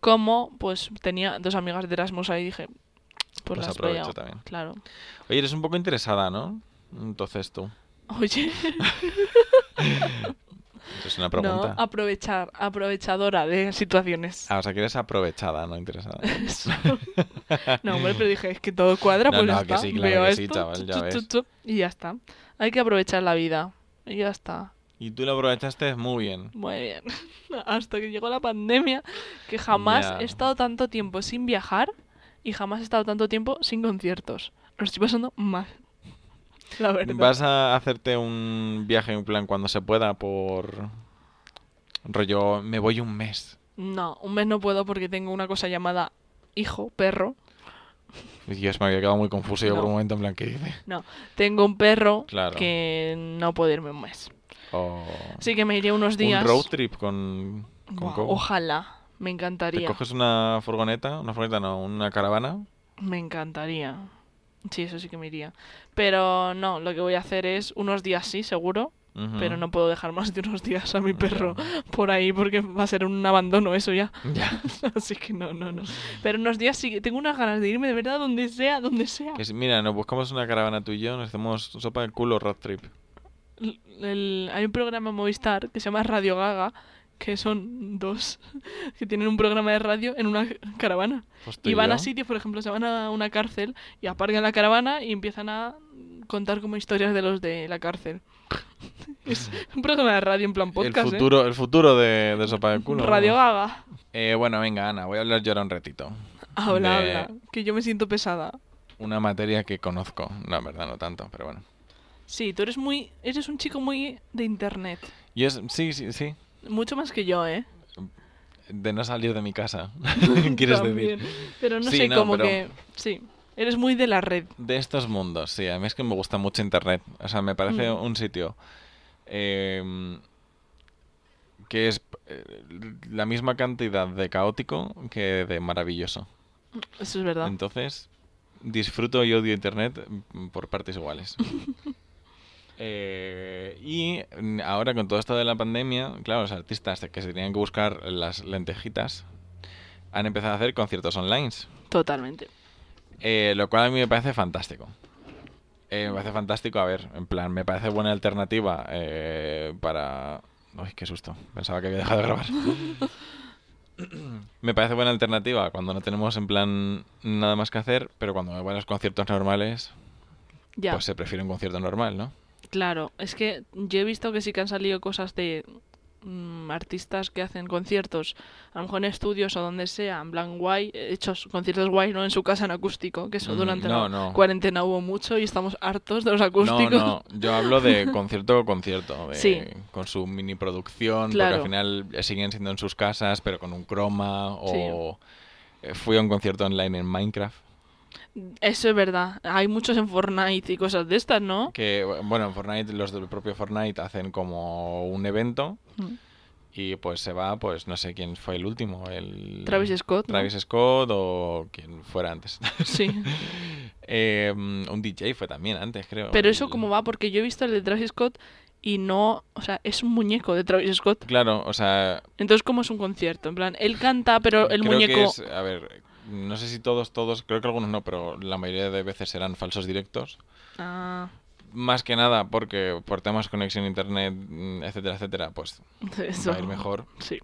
Speaker 1: como pues tenía dos amigas de Erasmus ahí y dije, pues,
Speaker 2: Pues
Speaker 1: las voy a-
Speaker 2: aprovecho también.
Speaker 1: Claro.
Speaker 2: Oye, eres un poco interesada, ¿no? Entonces tú.
Speaker 1: Oye,
Speaker 2: Eso es una
Speaker 1: no,
Speaker 2: pregunta.
Speaker 1: aprovechar, aprovechadora de situaciones.
Speaker 2: Ah, o sea, que eres aprovechada, no interesada.
Speaker 1: Eso. no, hombre, pero dije, es que todo cuadra,
Speaker 2: No,
Speaker 1: pues
Speaker 2: no,
Speaker 1: ya
Speaker 2: que
Speaker 1: está.
Speaker 2: sí, claro
Speaker 1: Veo
Speaker 2: que sí,
Speaker 1: esto,
Speaker 2: chaval, ya
Speaker 1: chu, chu,
Speaker 2: ves.
Speaker 1: chu, chu, y ya está. Hay que aprovechar la vida. Y ya está.
Speaker 2: Y tú lo aprovechaste muy bien.
Speaker 1: Muy bien. Hasta que llegó la pandemia, que jamás
Speaker 2: Ya.
Speaker 1: he estado tanto tiempo sin viajar y jamás he estado tanto tiempo sin conciertos. Lo estoy pasando mal. La verdad.
Speaker 2: ¿Vas a hacerte un viaje en plan cuando se pueda por... Rollo, me voy un mes.
Speaker 1: No, un mes no puedo porque tengo una cosa llamada hijo, perro.
Speaker 2: Dios, me había quedado muy confuso yo por
Speaker 1: No.
Speaker 2: un momento en plan, ¿qué dice?
Speaker 1: Tengo un perro
Speaker 2: Claro.
Speaker 1: que no puedo irme un mes.
Speaker 2: O...
Speaker 1: Así que me iré unos días.
Speaker 2: Un road trip con... con
Speaker 1: Buah,
Speaker 2: Cobo.
Speaker 1: ojalá. Me
Speaker 2: Te
Speaker 1: encantaría.
Speaker 2: coges una furgoneta, una furgoneta no, una caravana.
Speaker 1: Me encantaría. Sí, eso sí que me iría. Pero no, lo que voy a hacer es unos días sí, seguro.
Speaker 2: ujú,
Speaker 1: pero no puedo dejar más de unos días a mi
Speaker 2: Mm. ya.
Speaker 1: perro por ahí porque va a ser un abandono eso ya.
Speaker 2: Ya.
Speaker 1: Así que no, no, no. Pero unos días sí, que tengo unas ganas de irme de verdad donde sea, donde sea.
Speaker 2: Que si- mira, nos buscamos una caravana tú y yo, nos hacemos sopa de culo road trip.
Speaker 1: L- el- hay un programa en Movistar que se llama Radio Gaga, que son dos que tienen un programa de radio en una caravana.
Speaker 2: Pues tú
Speaker 1: Y van
Speaker 2: yo.
Speaker 1: a sitios, por ejemplo, se van a una cárcel y aparcan la caravana y empiezan a contar como historias de los de la cárcel. es un programa de radio en plan podcast,
Speaker 2: el
Speaker 1: ¿eh?
Speaker 2: futuro, el futuro de, de sopa de culo.
Speaker 1: Radio
Speaker 2: vamos.
Speaker 1: Gaga.
Speaker 2: Eh, bueno, venga, Ana, voy a hablar yo ahora un ratito.
Speaker 1: Habla,
Speaker 2: de-
Speaker 1: habla, que yo me siento pesada.
Speaker 2: Una materia que conozco. No, en verdad, no tanto, pero bueno.
Speaker 1: Sí, tú eres muy, eres un chico muy de internet,
Speaker 2: Yo es- sí, sí, sí.
Speaker 1: mucho más que yo, ¿eh?
Speaker 2: De no salir de mi casa, quieres
Speaker 1: También.
Speaker 2: decir.
Speaker 1: Pero no
Speaker 2: Sí,
Speaker 1: sé
Speaker 2: no,
Speaker 1: cómo
Speaker 2: pero-
Speaker 1: que, sí, eres muy de la red.
Speaker 2: De estos mundos, sí. A mí es que me gusta mucho Internet. O sea, me parece
Speaker 1: Mm.
Speaker 2: un sitio eh, que es eh, la misma cantidad de caótico que de maravilloso.
Speaker 1: Eso es verdad.
Speaker 2: Entonces, disfruto y odio Internet mm, por partes iguales. Eh, y mm, ahora con todo esto de la pandemia, claro, los artistas que se tenían que buscar las lentejitas han empezado a hacer conciertos online.
Speaker 1: Totalmente.
Speaker 2: Eh, lo cual a mí me parece fantástico. Eh, me parece fantástico, a ver, en plan, me parece buena alternativa eh, para... Uy, qué susto, pensaba que había dejado de grabar. me parece buena alternativa cuando no tenemos en plan nada más que hacer, pero cuando hay buenos conciertos normales,
Speaker 1: Ya,
Speaker 2: eh. pues se prefiere un concierto normal, ¿no?
Speaker 1: claro. Es que yo he visto que sí que han salido cosas de mm, artistas que hacen conciertos, a lo mejor en estudios o donde sea, en plan guay, eh, hechos conciertos guay, no en su casa en acústico, que eso
Speaker 2: Mm,
Speaker 1: durante
Speaker 2: no,
Speaker 1: la
Speaker 2: no.
Speaker 1: cuarentena hubo mucho y estamos hartos de los acústicos.
Speaker 2: No, no, yo hablo de concierto concierto, de-
Speaker 1: Sí.
Speaker 2: con su mini producción,
Speaker 1: Claro.
Speaker 2: porque al final eh, siguen siendo en sus casas, pero con un croma, o eh, fui a un concierto online en Minecraft,
Speaker 1: Eso es verdad. Hay muchos en Fortnite y cosas de estas, ¿no?
Speaker 2: que bueno, en Fortnite, los del propio Fortnite hacen como un evento
Speaker 1: Mm.
Speaker 2: y pues se va, pues no sé quién fue el último, el...
Speaker 1: Travis Scott. ¿no?
Speaker 2: Travis Scott o quien fuera antes.
Speaker 1: Sí.
Speaker 2: Eh, un DJ fue también antes, creo.
Speaker 1: Pero
Speaker 2: el-
Speaker 1: eso como va, porque yo he visto el de Travis Scott y no, o sea, es un muñeco de Travis Scott.
Speaker 2: Claro, o sea,
Speaker 1: Entonces, ¿cómo es un concierto? En plan, él canta, pero el
Speaker 2: Creo
Speaker 1: muñeco...
Speaker 2: que es- a ver, no sé si todos, todos, creo que algunos no, pero la mayoría de veces serán falsos directos.
Speaker 1: Ah,
Speaker 2: Más que nada porque por temas conexión a internet, mm, etcétera, etcétera, pues
Speaker 1: eso.
Speaker 2: va a ir mejor.
Speaker 1: Sí.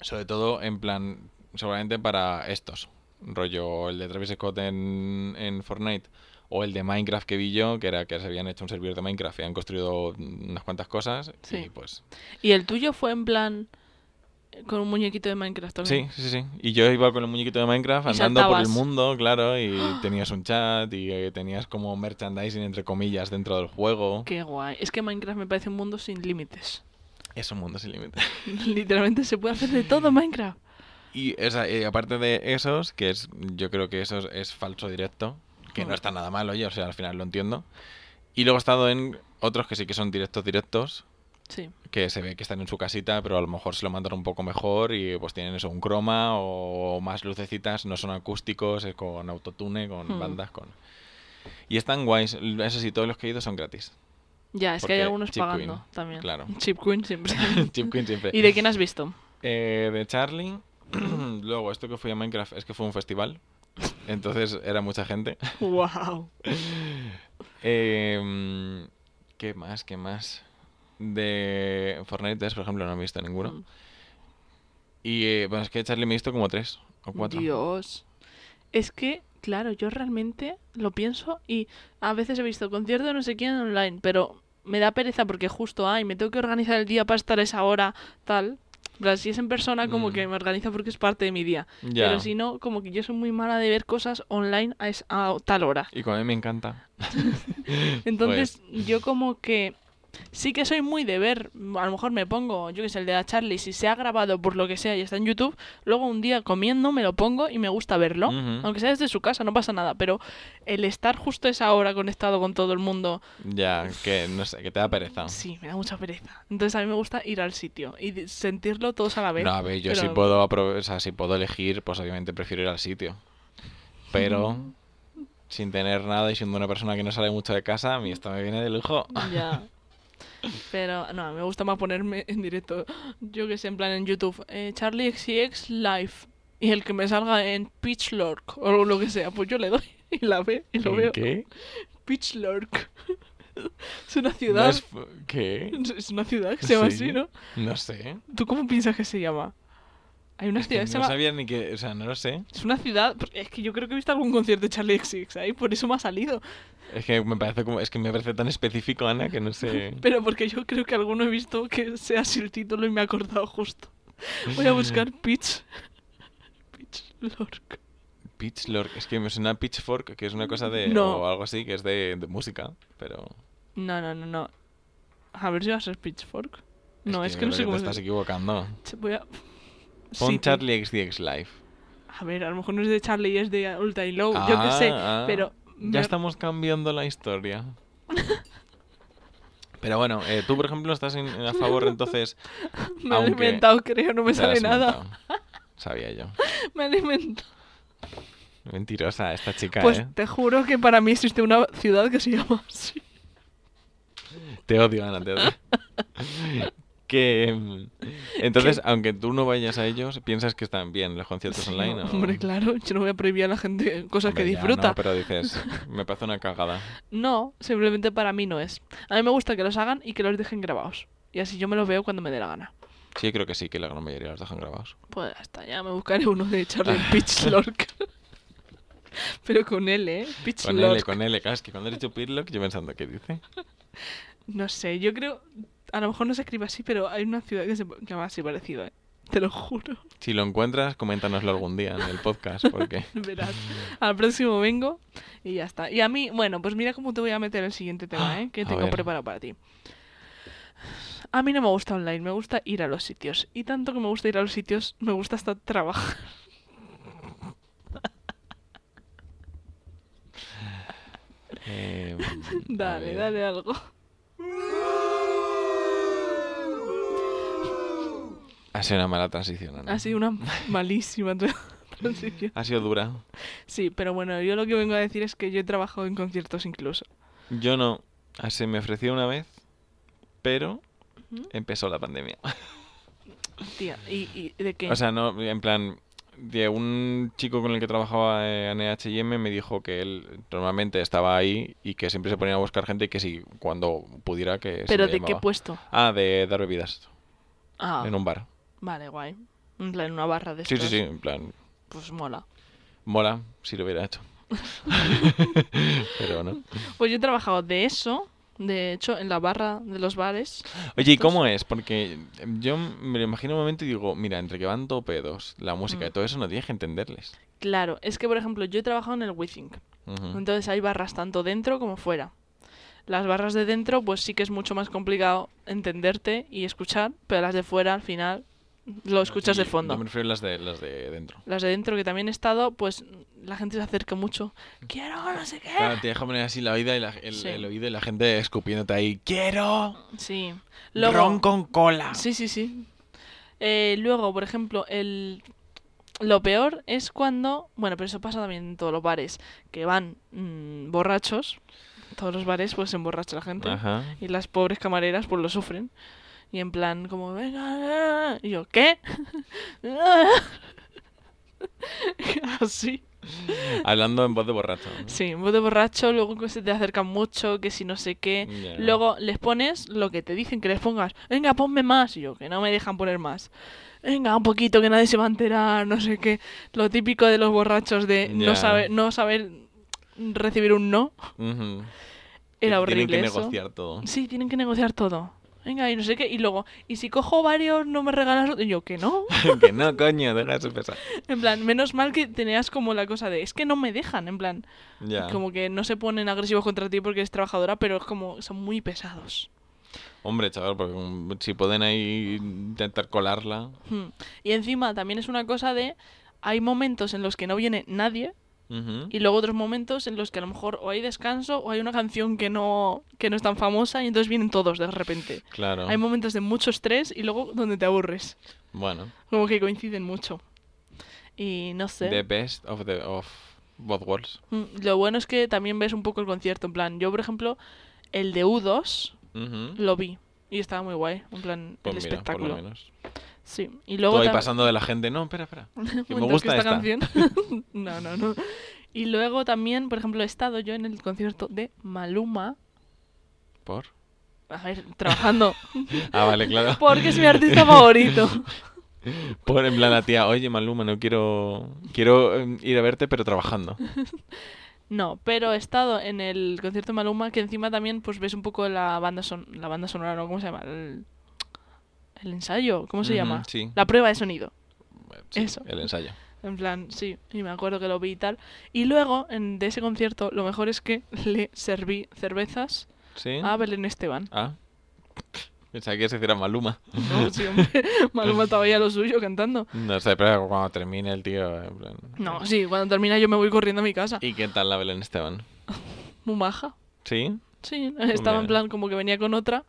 Speaker 2: Sobre todo en plan, seguramente para estos. Rollo el de Travis Scott en, en Fortnite o el de Minecraft que vi yo, que era que se habían hecho un servidor de Minecraft y han construido unas cuantas cosas y
Speaker 1: Sí.
Speaker 2: pues
Speaker 1: ¿Y el tuyo fue en plan eh, con un muñequito de Minecraft también?
Speaker 2: Sí, sí, sí. Y yo iba con el muñequito de Minecraft
Speaker 1: Y
Speaker 2: andando por el
Speaker 1: saltabas.
Speaker 2: mundo, claro, y tenías un chat y eh, tenías como merchandising, entre comillas, dentro del juego.
Speaker 1: Qué guay. Es que Minecraft me parece un mundo sin límites.
Speaker 2: Es un mundo sin límites.
Speaker 1: Literalmente se puede hacer de todo en Minecraft.
Speaker 2: Y, o sea, y aparte de esos, que es, yo creo que eso es falso directo, que no
Speaker 1: Mm.
Speaker 2: está nada mal, oye, o sea, al final lo entiendo. Y luego he estado en otros que sí que son directos directos,
Speaker 1: Sí.
Speaker 2: que se ve que están en su casita, pero a lo mejor se lo mandan un poco mejor y pues tienen eso, un croma o más lucecitas, no son acústicos, es con autotune, con
Speaker 1: Hmm.
Speaker 2: bandas, con... Y están guays, eso sí, todos los que he ido son gratis.
Speaker 1: Ya, es que hay
Speaker 2: Porque
Speaker 1: algunos
Speaker 2: Chip
Speaker 1: pagando
Speaker 2: Queen,
Speaker 1: también.
Speaker 2: claro.
Speaker 1: Chip Queen siempre.
Speaker 2: Chip Queen siempre.
Speaker 1: ¿Y de quién has visto?
Speaker 2: Eh, de Charlie, luego esto que fui a Minecraft es que fue un festival, entonces era mucha gente.
Speaker 1: ¡Wow!
Speaker 2: Eh, ¿Qué más? ¿Qué más? De Fortnite, por ejemplo, no he visto ninguno.
Speaker 1: Mm,
Speaker 2: Y eh, bueno, es que Charlie me he visto como tres o cuatro.
Speaker 1: Dios. Es que, claro, yo realmente lo pienso y a veces he visto concierto de no sé quién online, pero me da pereza porque justo, ay, me tengo que organizar el día para estar a esa hora, tal. En plan, Si es en persona, como
Speaker 2: Mm.
Speaker 1: que me organizo porque es parte de mi día.
Speaker 2: Ya.
Speaker 1: Pero si no, como que yo soy muy mala de ver cosas online a, es- a tal hora.
Speaker 2: Y como a mí me encanta.
Speaker 1: Entonces, yo como que sí que soy muy de ver, a lo mejor me pongo, yo que sé, el de la Charlie, si se ha grabado por lo que sea y está en YouTube, luego un día comiendo me lo pongo y me gusta verlo.
Speaker 2: Ujú.
Speaker 1: Aunque sea desde su casa, no pasa nada, pero el estar justo a esa hora conectado con todo el mundo,
Speaker 2: Ya, que no sé, que te da pereza.
Speaker 1: sí, me da mucha pereza. Entonces a mí me gusta ir al sitio y de- sentirlo todos a la vez.
Speaker 2: no, a ver, yo si
Speaker 1: pero-
Speaker 2: puedo aprove- o sea, si puedo elegir, pues obviamente prefiero ir al sitio. Pero sin tener nada y siendo una persona que no sale mucho de casa, a mí esto me viene de lujo.
Speaker 1: Ya. Pero no, me gusta más ponerme en directo, yo que sé, en plan en YouTube, eh, Charlie XCX Live. Y el que me salga en Pitchlark o lo que sea, pues yo le doy y la ve y lo veo.
Speaker 2: ¿Qué?
Speaker 1: Pitchlark. es una
Speaker 2: No
Speaker 1: ciudad.
Speaker 2: es fu- ¿Qué?
Speaker 1: es una ciudad que se llama
Speaker 2: Sí.
Speaker 1: así, ¿no?
Speaker 2: No sé.
Speaker 1: ¿Tú cómo piensas que se llama? Hay una
Speaker 2: Es que
Speaker 1: ciudad que, se
Speaker 2: no
Speaker 1: llama.
Speaker 2: sabía ni que, o sea, no lo sé.
Speaker 1: Es una ciudad. Es que yo creo que he visto algún concierto de Charlie XCX ahí, por eso me ha salido.
Speaker 2: Es que me parece como, es que me parece tan específico, Ana, que no sé.
Speaker 1: Pero porque yo creo que alguno he visto que sea así el título y me he acordado justo. Voy a buscar Pitch. Pitchfork.
Speaker 2: Pitchfork, es que me suena a Pitchfork, que es una cosa de
Speaker 1: No.
Speaker 2: o algo así, que es de, de música, pero
Speaker 1: No, no, no, no. A ver si va a ser Pitchfork. No, es que,
Speaker 2: creo
Speaker 1: no sé cómo
Speaker 2: te estás
Speaker 1: se
Speaker 2: equivocando.
Speaker 1: Ch- Voy a.
Speaker 2: Pon
Speaker 1: City.
Speaker 2: Charlie XDX Live.
Speaker 1: A ver, a lo mejor no es de Charlie y es de Ultra y Low, yo qué
Speaker 2: Ah,
Speaker 1: sé.
Speaker 2: ah,
Speaker 1: Pero. me-
Speaker 2: Ya estamos cambiando la historia. Pero bueno, eh, tú por ejemplo estás en- a favor entonces...
Speaker 1: Me he
Speaker 2: aunque-
Speaker 1: alimentado, creo, no me
Speaker 2: Te la
Speaker 1: sale
Speaker 2: has
Speaker 1: nada.
Speaker 2: inventado. Sabía yo.
Speaker 1: Me he alimentado.
Speaker 2: Mentirosa esta chica,
Speaker 1: Pues
Speaker 2: ¿eh?
Speaker 1: te juro que para mí existe una ciudad que se llama así.
Speaker 2: Te odio, Ana, te odio. que... mm, Entonces, aunque tú no vayas a ellos, ¿piensas que están bien los conciertos
Speaker 1: Sí,
Speaker 2: online? o-
Speaker 1: Hombre, claro, yo no voy a prohibir a la gente cosas
Speaker 2: Hombre,
Speaker 1: que
Speaker 2: ya, no,
Speaker 1: disfruta.
Speaker 2: pero dices, me parece una cagada.
Speaker 1: No, simplemente para mí no es. A mí me gusta que los hagan y que los dejen grabados. Y así yo me los veo cuando me dé la gana.
Speaker 2: Sí, creo que sí, que la gran mayoría los dejan grabados.
Speaker 1: Pues hasta ya me buscaré uno de Charlie Pitchlock. Pero con L, ¿eh?
Speaker 2: Con L,
Speaker 1: Pitchlock.
Speaker 2: con L, claro, es que cuando he dicho Pitlock, yo pensando, ¿qué dice?
Speaker 1: No sé, yo creo... A lo mejor no se escribe así, pero hay una ciudad que se llama así parecido, ¿eh? Te lo juro.
Speaker 2: Si lo encuentras, coméntanoslo algún día en el podcast, porque
Speaker 1: Verás. Al próximo vengo y ya está. Y a mí, bueno, pues mira cómo te voy a meter el siguiente tema, ¿eh? Que
Speaker 2: Ah, A
Speaker 1: tengo
Speaker 2: ver.
Speaker 1: preparado para ti. A mí no me gusta online, me gusta ir a los sitios. Y tanto que me gusta ir a los sitios, me gusta hasta trabajar.
Speaker 2: eh, a
Speaker 1: Dale,
Speaker 2: ver.
Speaker 1: dale algo.
Speaker 2: Ha sido una mala transición, Ana.
Speaker 1: Ha sido una malísima tra- transición.
Speaker 2: Ha sido dura.
Speaker 1: Sí, pero bueno, yo lo que vengo a decir es que yo he trabajado en conciertos incluso.
Speaker 2: Yo no. Ah, Se me ofreció una vez, pero
Speaker 1: Ujú.
Speaker 2: empezó la pandemia.
Speaker 1: Tía, ¿y, y de qué?
Speaker 2: O sea, no, en plan, de un chico con el que trabajaba eh, en H&M me dijo que él normalmente estaba ahí y que siempre se ponía a buscar gente y que si cuando pudiera que se
Speaker 1: ¿Pero
Speaker 2: le
Speaker 1: de qué
Speaker 2: llamaba.
Speaker 1: puesto?
Speaker 2: Ah, de dar bebidas
Speaker 1: Ah,
Speaker 2: en un bar.
Speaker 1: vale, guay. En plan, una barra de
Speaker 2: Sí, sí,
Speaker 1: estos,
Speaker 2: sí, en plan,
Speaker 1: Pues mola.
Speaker 2: mola si lo hubiera hecho. Pero no.
Speaker 1: Pues yo he trabajado de eso, de hecho, en la barra de los bares.
Speaker 2: Oye, ¿y cómo es? Porque yo me lo imagino un momento y digo, mira, entre que van todo pedos, la música y
Speaker 1: Mm.
Speaker 2: todo eso no tienes que entenderles.
Speaker 1: Claro, es que, por ejemplo, yo he trabajado en el Withink.
Speaker 2: Ujú.
Speaker 1: Entonces hay barras tanto dentro como fuera. Las barras de dentro, pues sí que es mucho más complicado entenderte y escuchar, pero las de fuera, al final, lo escuchas de
Speaker 2: Y
Speaker 1: fondo.
Speaker 2: Yo me refiero a las de, las de dentro.
Speaker 1: Las de dentro, que también he estado, pues la gente se acerca mucho. Quiero no sé qué.
Speaker 2: Mm. Claro, te deja poner así la vida y la- el,
Speaker 1: Sí.
Speaker 2: el oído y la gente escupiéndote ahí. ¡Quiero!
Speaker 1: Sí.
Speaker 2: Ron con cola.
Speaker 1: Sí, sí, sí. Eh, luego, por ejemplo, el... lo peor es cuando, bueno, pero eso pasa también en todos los bares, que van mm, borrachos, todos los bares pues se emborracha la gente
Speaker 2: Ajá.
Speaker 1: y las pobres camareras pues lo sufren. Y en plan, como, venga, ah", y yo, ¿qué? Así.
Speaker 2: Hablando en voz de borracho. ¿no?
Speaker 1: Sí, vos de borracho, luego que se te acercan mucho, que si no sé qué.
Speaker 2: Ya.
Speaker 1: Luego les pones lo que te dicen que les pongas. Venga, ponme más. Y yo, que no me dejan poner más. Venga, un poquito, que nadie se va a enterar, no sé qué. Lo típico de los borrachos de
Speaker 2: Ya.
Speaker 1: no, saber, no saber recibir un no.
Speaker 2: Ujú.
Speaker 1: Era
Speaker 2: Que
Speaker 1: horrible
Speaker 2: Tienen que
Speaker 1: eso.
Speaker 2: negociar todo.
Speaker 1: Sí, tienen que negociar todo. Venga, y no sé qué. Y luego, ¿y si cojo varios, no me regalas otro? Y yo, que no.
Speaker 2: que no, coño, deja de pesar.
Speaker 1: En plan, menos mal que tenías como la cosa de, es que no me dejan. En plan,
Speaker 2: Ya.
Speaker 1: como que no se ponen agresivos contra ti porque eres trabajadora, pero es como, son muy pesados.
Speaker 2: Hombre, chaval, porque um, si pueden ahí intentar colarla.
Speaker 1: Hmm. Y encima también es una cosa de, hay momentos en los que no viene nadie
Speaker 2: Ujú.
Speaker 1: y luego otros momentos en los que a lo mejor o hay descanso o hay una canción que no, que no es tan famosa y entonces vienen todos de repente.
Speaker 2: Claro.
Speaker 1: Hay momentos de mucho estrés y luego donde te aburres.
Speaker 2: Bueno,
Speaker 1: Como que coinciden mucho. Y no sé.
Speaker 2: the best of the of both worlds.
Speaker 1: Mm, Lo bueno es que también ves un poco el concierto. En plan, yo por ejemplo, el de U2
Speaker 2: Ujú.
Speaker 1: lo vi. Y estaba muy guay. En plan,
Speaker 2: Pues
Speaker 1: el
Speaker 2: mira, por lo
Speaker 1: espectáculo.
Speaker 2: menos.
Speaker 1: Sí. Y
Speaker 2: Todo
Speaker 1: luego
Speaker 2: ahí
Speaker 1: tam-
Speaker 2: pasando de la gente. No, espera, espera. Que me
Speaker 1: mientras
Speaker 2: gusta
Speaker 1: que
Speaker 2: esta.
Speaker 1: canción. no, no, no. Y luego también, por ejemplo, he estado yo en el concierto de Maluma.
Speaker 2: ¿Por?
Speaker 1: A ver, trabajando.
Speaker 2: Ah, vale, claro.
Speaker 1: porque es mi artista favorito.
Speaker 2: Por en plan la tía, oye Maluma, no quiero quiero em, ir a verte pero trabajando.
Speaker 1: No, pero he estado en el concierto de Maluma, que encima también pues ves un poco la banda son la banda sonora, ¿no? ¿Cómo se llama? El, el ensayo, ¿cómo se
Speaker 2: Ujú,
Speaker 1: llama?
Speaker 2: sí.
Speaker 1: La prueba de sonido.
Speaker 2: Sí,
Speaker 1: Eso.
Speaker 2: El ensayo.
Speaker 1: En plan, sí, y me acuerdo que lo vi y tal. Y luego, en, de ese concierto, lo mejor es que le serví cervezas
Speaker 2: ¿Sí?
Speaker 1: a Belén Esteban.
Speaker 2: Ah. Pensaba que se hiciera Maluma.
Speaker 1: No, sí, hombre.
Speaker 2: Pues
Speaker 1: Maluma todavía lo suyo cantando.
Speaker 2: No sé, pero cuando termine el tío. en plan-
Speaker 1: No, sí, cuando termina yo me voy corriendo a mi casa.
Speaker 2: ¿Y qué tal la Belén Esteban?
Speaker 1: Muy maja.
Speaker 2: ¿Sí?
Speaker 1: Sí, estaba en
Speaker 2: mira.
Speaker 1: plan como que venía con otra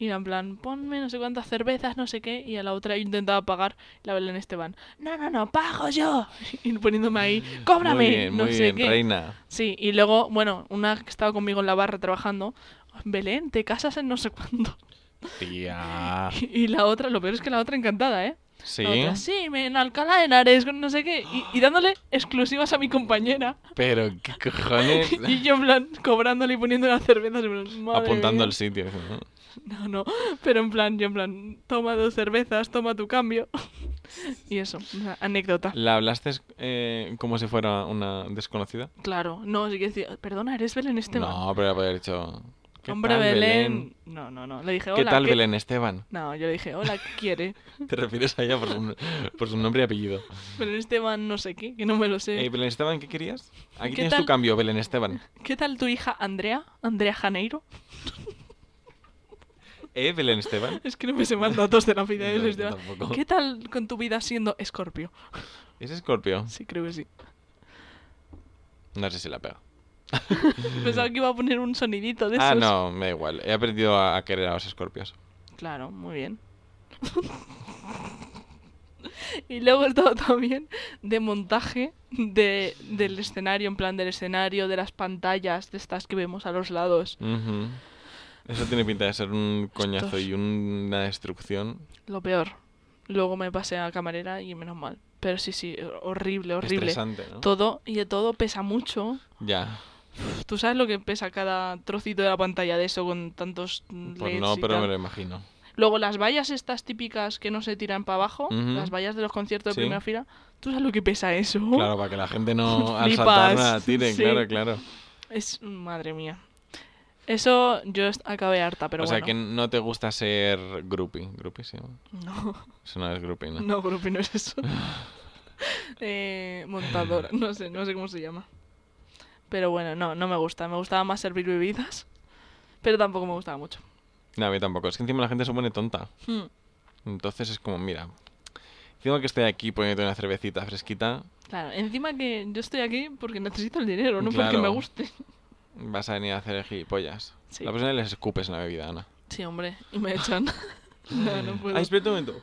Speaker 1: y era en plan, ponme no sé cuántas cervezas, no sé qué, y a la otra yo intentaba pagar y la Belén Esteban, no, no, no, pago yo, y poniéndome ahí, cóbrame,
Speaker 2: muy bien,
Speaker 1: no
Speaker 2: muy
Speaker 1: sé
Speaker 2: bien,
Speaker 1: qué.
Speaker 2: reina.
Speaker 1: Sí, y luego, bueno, una que estaba conmigo en la barra trabajando, Belén, te casas en no sé cuándo.
Speaker 2: Tía.
Speaker 1: Y la otra, lo peor es que la otra encantada, ¿eh?
Speaker 2: Sí.
Speaker 1: La otra, sí, me- en Alcalá de Henares, con no sé qué, y, y dándole exclusivas a mi compañera.
Speaker 2: Pero qué cojones.
Speaker 1: Y yo en plan, cobrándole y poniéndole las cervezas, en plan, madre
Speaker 2: Apuntando
Speaker 1: mía.
Speaker 2: al sitio. ¿no?
Speaker 1: No, no, pero en plan, yo en plan, toma dos cervezas, toma tu cambio. y eso, una anécdota.
Speaker 2: ¿La hablaste eh, como si fuera una desconocida?
Speaker 1: Claro, Este no, sí que decía, perdona, ¿eres Belén Esteban?
Speaker 2: No, pero podría haber dicho. ¿Qué
Speaker 1: Hombre,
Speaker 2: tal,
Speaker 1: Belén. No, no, no. Le dije, hola.
Speaker 2: ¿Qué tal, Belén Esteban?
Speaker 1: No, yo le dije, hola, ¿qué quiere?
Speaker 2: Te refieres a ella por su, por su nombre y apellido.
Speaker 1: Belén Esteban, no sé qué, que no me lo sé.
Speaker 2: Eh, Belén Esteban, ¿qué querías? Aquí
Speaker 1: ¿Qué
Speaker 2: tienes tu
Speaker 1: tal?
Speaker 2: cambio, Belén Esteban.
Speaker 1: ¿Qué tal tu hija Andrea? ¿Andrea Janeiro?
Speaker 2: ¿Eh, Belén Esteban?
Speaker 1: Es que no me sé más datos de la vida de
Speaker 2: No,
Speaker 1: Belén
Speaker 2: yo
Speaker 1: Esteban.
Speaker 2: tampoco.
Speaker 1: ¿Qué tal con tu vida siendo escorpio?
Speaker 2: ¿Es Escorpio?
Speaker 1: Sí, creo que sí.
Speaker 2: No sé si la pega.
Speaker 1: Pensaba que iba a poner un sonidito de
Speaker 2: Ah,
Speaker 1: esos.
Speaker 2: no, me da igual. He aprendido a a querer a los escorpios.
Speaker 1: Claro, muy bien. y luego he estado también de montaje de, del escenario, en plan del escenario, de las pantallas, de estas que vemos a los lados.
Speaker 2: Ujú. Eso tiene pinta de ser un coñazo
Speaker 1: Ostras.
Speaker 2: y una destrucción
Speaker 1: Lo peor. Luego me pasé a camarera y menos mal. Pero sí, sí, horrible, horrible.
Speaker 2: estresante, ¿no?
Speaker 1: Todo y de todo pesa mucho.
Speaker 2: Ya.
Speaker 1: ¿Tú sabes lo que pesa cada trocito de la pantalla de eso con tantos mm,
Speaker 2: Pues
Speaker 1: LEDs
Speaker 2: no,
Speaker 1: y
Speaker 2: pero
Speaker 1: tal?
Speaker 2: me lo imagino.
Speaker 1: Luego las vallas estas típicas que no se tiran para abajo,
Speaker 2: Ujú.
Speaker 1: las vallas de los conciertos de
Speaker 2: Sí.
Speaker 1: primera fila, ¿tú sabes lo que pesa eso?
Speaker 2: Claro, para que la gente no al saltar
Speaker 1: Flipas,
Speaker 2: no la tire,
Speaker 1: sí.
Speaker 2: claro, claro.
Speaker 1: Es madre mía. Eso yo est- acabé harta, pero
Speaker 2: o sea
Speaker 1: bueno.
Speaker 2: que no te gusta ser groupie. Groupie, sí.
Speaker 1: No,
Speaker 2: Eso no es groupie, ¿no?
Speaker 1: no, grupi no es eso. eh, montadora, no sé, no sé cómo se llama. Pero bueno, no, no me gusta. Me gustaba más servir bebidas, pero tampoco me gustaba mucho.
Speaker 2: No, a mí tampoco. Es que encima la gente se pone tonta.
Speaker 1: Hmm,
Speaker 2: Entonces es como, mira, encima que estoy aquí poniéndote una cervecita fresquita,
Speaker 1: Claro, encima que yo estoy aquí porque necesito el dinero, no porque
Speaker 2: Claro.
Speaker 1: me guste.
Speaker 2: vas a venir a hacer el gilipollas.
Speaker 1: Sí.
Speaker 2: La persona les escupes en la bebida, Ana.
Speaker 1: Sí, hombre, y me echan. no, no puedo.
Speaker 2: Ah, espera un momento.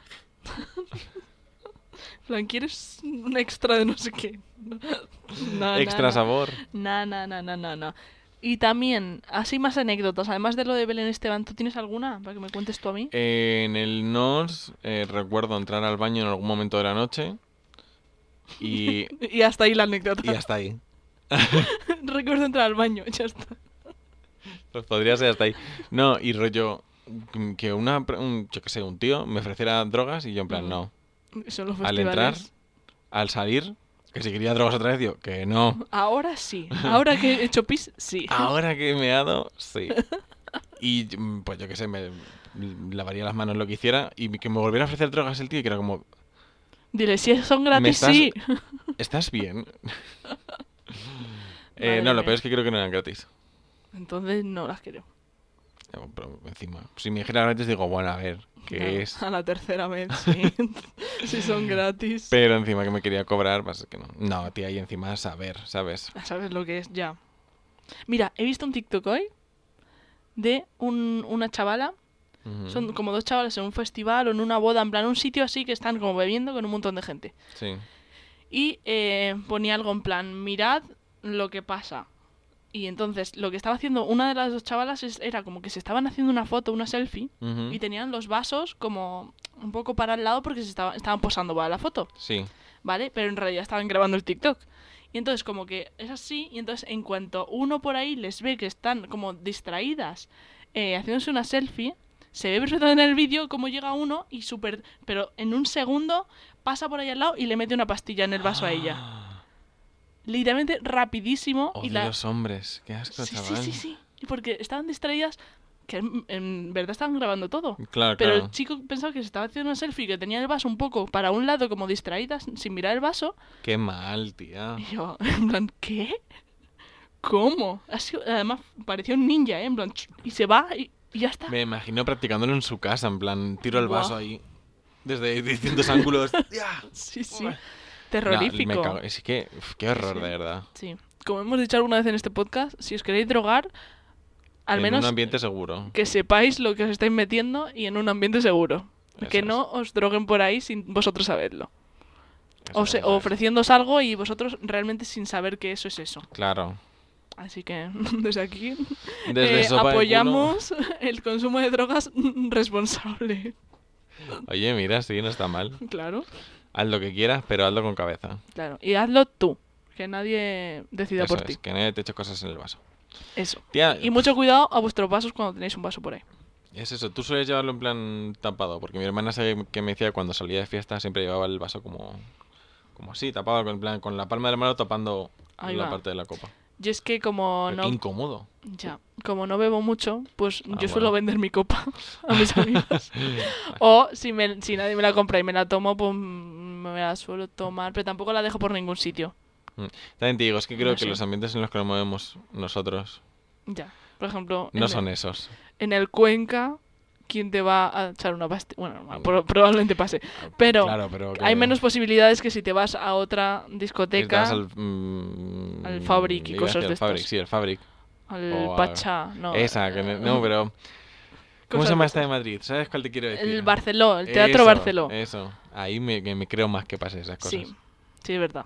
Speaker 1: En plan, ¿quieres un extra de no sé qué? No,
Speaker 2: Extra sabor.
Speaker 1: No, no, no, no, no, no. Y también, así más anécdotas, además de lo de Belén Esteban, ¿tú tienes alguna para que me cuentes tú a mí?
Speaker 2: Eh, en el NOS eh, recuerdo entrar al baño en algún momento de la noche y,
Speaker 1: Y hasta ahí la anécdota.
Speaker 2: Eh, y hasta ahí.
Speaker 1: Recuerdo entrar al baño, ya está.
Speaker 2: Pues podría ser hasta ahí. No, y rollo mm, que una, pr- un, yo que sé, un tío me ofreciera drogas y yo en plan,
Speaker 1: Mm.
Speaker 2: no.
Speaker 1: Son los
Speaker 2: Al
Speaker 1: festivales.
Speaker 2: entrar, al salir, que si quería drogas otra vez, yo, que no.
Speaker 1: Ahora sí. Ahora que he hecho pis, sí.
Speaker 2: Ahora que me he dado, sí. Y mm, pues yo qué sé, me lavaría las manos lo que hiciera y que me volviera a ofrecer drogas el tío y que era como,
Speaker 1: Dile, si son
Speaker 2: Me
Speaker 1: gratis,
Speaker 2: estás-
Speaker 1: sí.
Speaker 2: ¿estás bien? Eh,
Speaker 1: Madre
Speaker 2: no, lo
Speaker 1: mía.
Speaker 2: peor es que creo que no eran gratis.
Speaker 1: Entonces no las quiero.
Speaker 2: Ya, Pero encima, si me dijera gratis digo, bueno, a ver, ¿qué
Speaker 1: Claro,
Speaker 2: es?
Speaker 1: A la tercera vez, sí. si son gratis.
Speaker 2: Pero encima que me quería cobrar, pues que no. No, tía, y encima a saber, ¿sabes?
Speaker 1: ¿Sabes lo que es? Ya. Mira, he visto un TikTok hoy de un- una chavala.
Speaker 2: Ujú,
Speaker 1: Son como dos chavales en un festival o en una boda, en plan un sitio así que están como bebiendo con un montón de gente.
Speaker 2: Sí.
Speaker 1: Y eh, ponía algo en plan, mirad lo que pasa. Y entonces lo que estaba haciendo una de las dos chavalas es- era como que se estaban haciendo una foto, una selfie,
Speaker 2: Ujú,
Speaker 1: y tenían los vasos como un poco para el lado porque se estaba- estaban posando para la foto.
Speaker 2: Sí.
Speaker 1: ¿vale? Pero en realidad estaban grabando el TikTok. Y entonces como que es así, y entonces en cuanto uno por ahí les ve que están como distraídas eh, haciéndose una selfie, se ve perfectamente en el vídeo cómo llega uno y súper... Pero en un segundo pasa por ahí al lado y le mete una pastilla en el vaso a
Speaker 2: Ah.
Speaker 1: ella. Literalmente rapidísimo. y
Speaker 2: Odio
Speaker 1: la...
Speaker 2: los Oh, hombres, qué asco,
Speaker 1: sí, sí,
Speaker 2: chaval.
Speaker 1: sí, sí. Y Porque estaban distraídas, que en, en verdad estaban grabando todo.
Speaker 2: Claro,
Speaker 1: Pero
Speaker 2: claro.
Speaker 1: el chico pensaba que se estaba haciendo una selfie, que tenía el vaso un poco para un lado como distraídas, sin mirar el vaso,
Speaker 2: Qué mal, tía.
Speaker 1: y yo, en plan, ¿qué? ¿Cómo? Ha sido- además, parecía un ninja, ¿eh? En plan, ch- y se va y, y ya está.
Speaker 2: Me imagino practicándolo en su casa, en plan, tiro el
Speaker 1: Buah.
Speaker 2: vaso ahí desde distintos ángulos. ¡Ya!
Speaker 1: Sí, sí.
Speaker 2: Buah. No,
Speaker 1: Terrorífico.
Speaker 2: me cago- Es que, uf, qué horror, de verdad.
Speaker 1: Sí. Como hemos dicho alguna vez en este podcast, si os queréis drogar, al
Speaker 2: en
Speaker 1: menos
Speaker 2: un ambiente seguro.
Speaker 1: que sepáis lo que os estáis metiendo y en un ambiente seguro.
Speaker 2: Eso
Speaker 1: que
Speaker 2: es.
Speaker 1: no os droguen por ahí sin vosotros saberlo.
Speaker 2: Eso
Speaker 1: O,
Speaker 2: es,
Speaker 1: se-
Speaker 2: eso
Speaker 1: o
Speaker 2: es.
Speaker 1: ofreciéndoos algo y vosotros realmente sin saber que eso es eso.
Speaker 2: Claro.
Speaker 1: Así que desde aquí
Speaker 2: Desde
Speaker 1: Eh,
Speaker 2: sopa de culo-
Speaker 1: apoyamos el consumo de drogas responsable.
Speaker 2: Oye, mira, sí, no está mal.
Speaker 1: Claro,
Speaker 2: Haz lo que quieras, pero hazlo con cabeza.
Speaker 1: claro. Y hazlo tú, que nadie decida
Speaker 2: Eso
Speaker 1: por
Speaker 2: es,
Speaker 1: ti.
Speaker 2: que nadie te eche cosas en el vaso.
Speaker 1: Eso.
Speaker 2: Tía,
Speaker 1: Y mucho cuidado a vuestros vasos cuando tenéis un vaso por ahí.
Speaker 2: es eso. Tú sueles llevarlo en plan tapado, porque mi hermana sabe que me decía que cuando salía de fiesta siempre llevaba el vaso como, como así, tapado, con, en plan, con la palma de la mano tapando
Speaker 1: Ahí
Speaker 2: la
Speaker 1: va.
Speaker 2: parte de la copa.
Speaker 1: Yo es que como
Speaker 2: Pero
Speaker 1: no...
Speaker 2: Qué incómodo.
Speaker 1: Ya, como no bebo mucho, pues yo
Speaker 2: Ah,
Speaker 1: suelo
Speaker 2: bueno.
Speaker 1: vender mi copa a mis amigos. o si, me- si nadie me la compra y me la tomo, pues me la suelo tomar, pero tampoco la dejo por ningún sitio.
Speaker 2: También te digo, es que creo
Speaker 1: No
Speaker 2: que
Speaker 1: sé.
Speaker 2: los ambientes en los que nos movemos nosotros
Speaker 1: Ya, por ejemplo,
Speaker 2: no
Speaker 1: en,
Speaker 2: son
Speaker 1: el,
Speaker 2: esos.
Speaker 1: en el Cuenca, ¿quién te va a echar una pastilla? Bueno, no,
Speaker 2: No.
Speaker 1: pro- probablemente pase. Pero
Speaker 2: Ah, Claro, pero que-
Speaker 1: hay menos posibilidades que si te vas a otra
Speaker 2: que te
Speaker 1: discoteca,
Speaker 2: vas
Speaker 1: al,
Speaker 2: al, mm,
Speaker 1: al Fabric y
Speaker 2: iba a
Speaker 1: cosas
Speaker 2: decir
Speaker 1: de
Speaker 2: al
Speaker 1: estas.
Speaker 2: Fabric, sí, el Fabric. o a-
Speaker 1: Pachá, no.
Speaker 2: Esa, que ne- no, pero... ¿Cómo
Speaker 1: cosas
Speaker 2: se llama
Speaker 1: de
Speaker 2: esta de Madrid? ¿Sabes cuál te quiero decir?
Speaker 1: El Barceló, el Teatro
Speaker 2: Eso,
Speaker 1: Barceló.
Speaker 2: Eso, ahí me, que me creo más que pase esas cosas.
Speaker 1: Sí, sí, es verdad.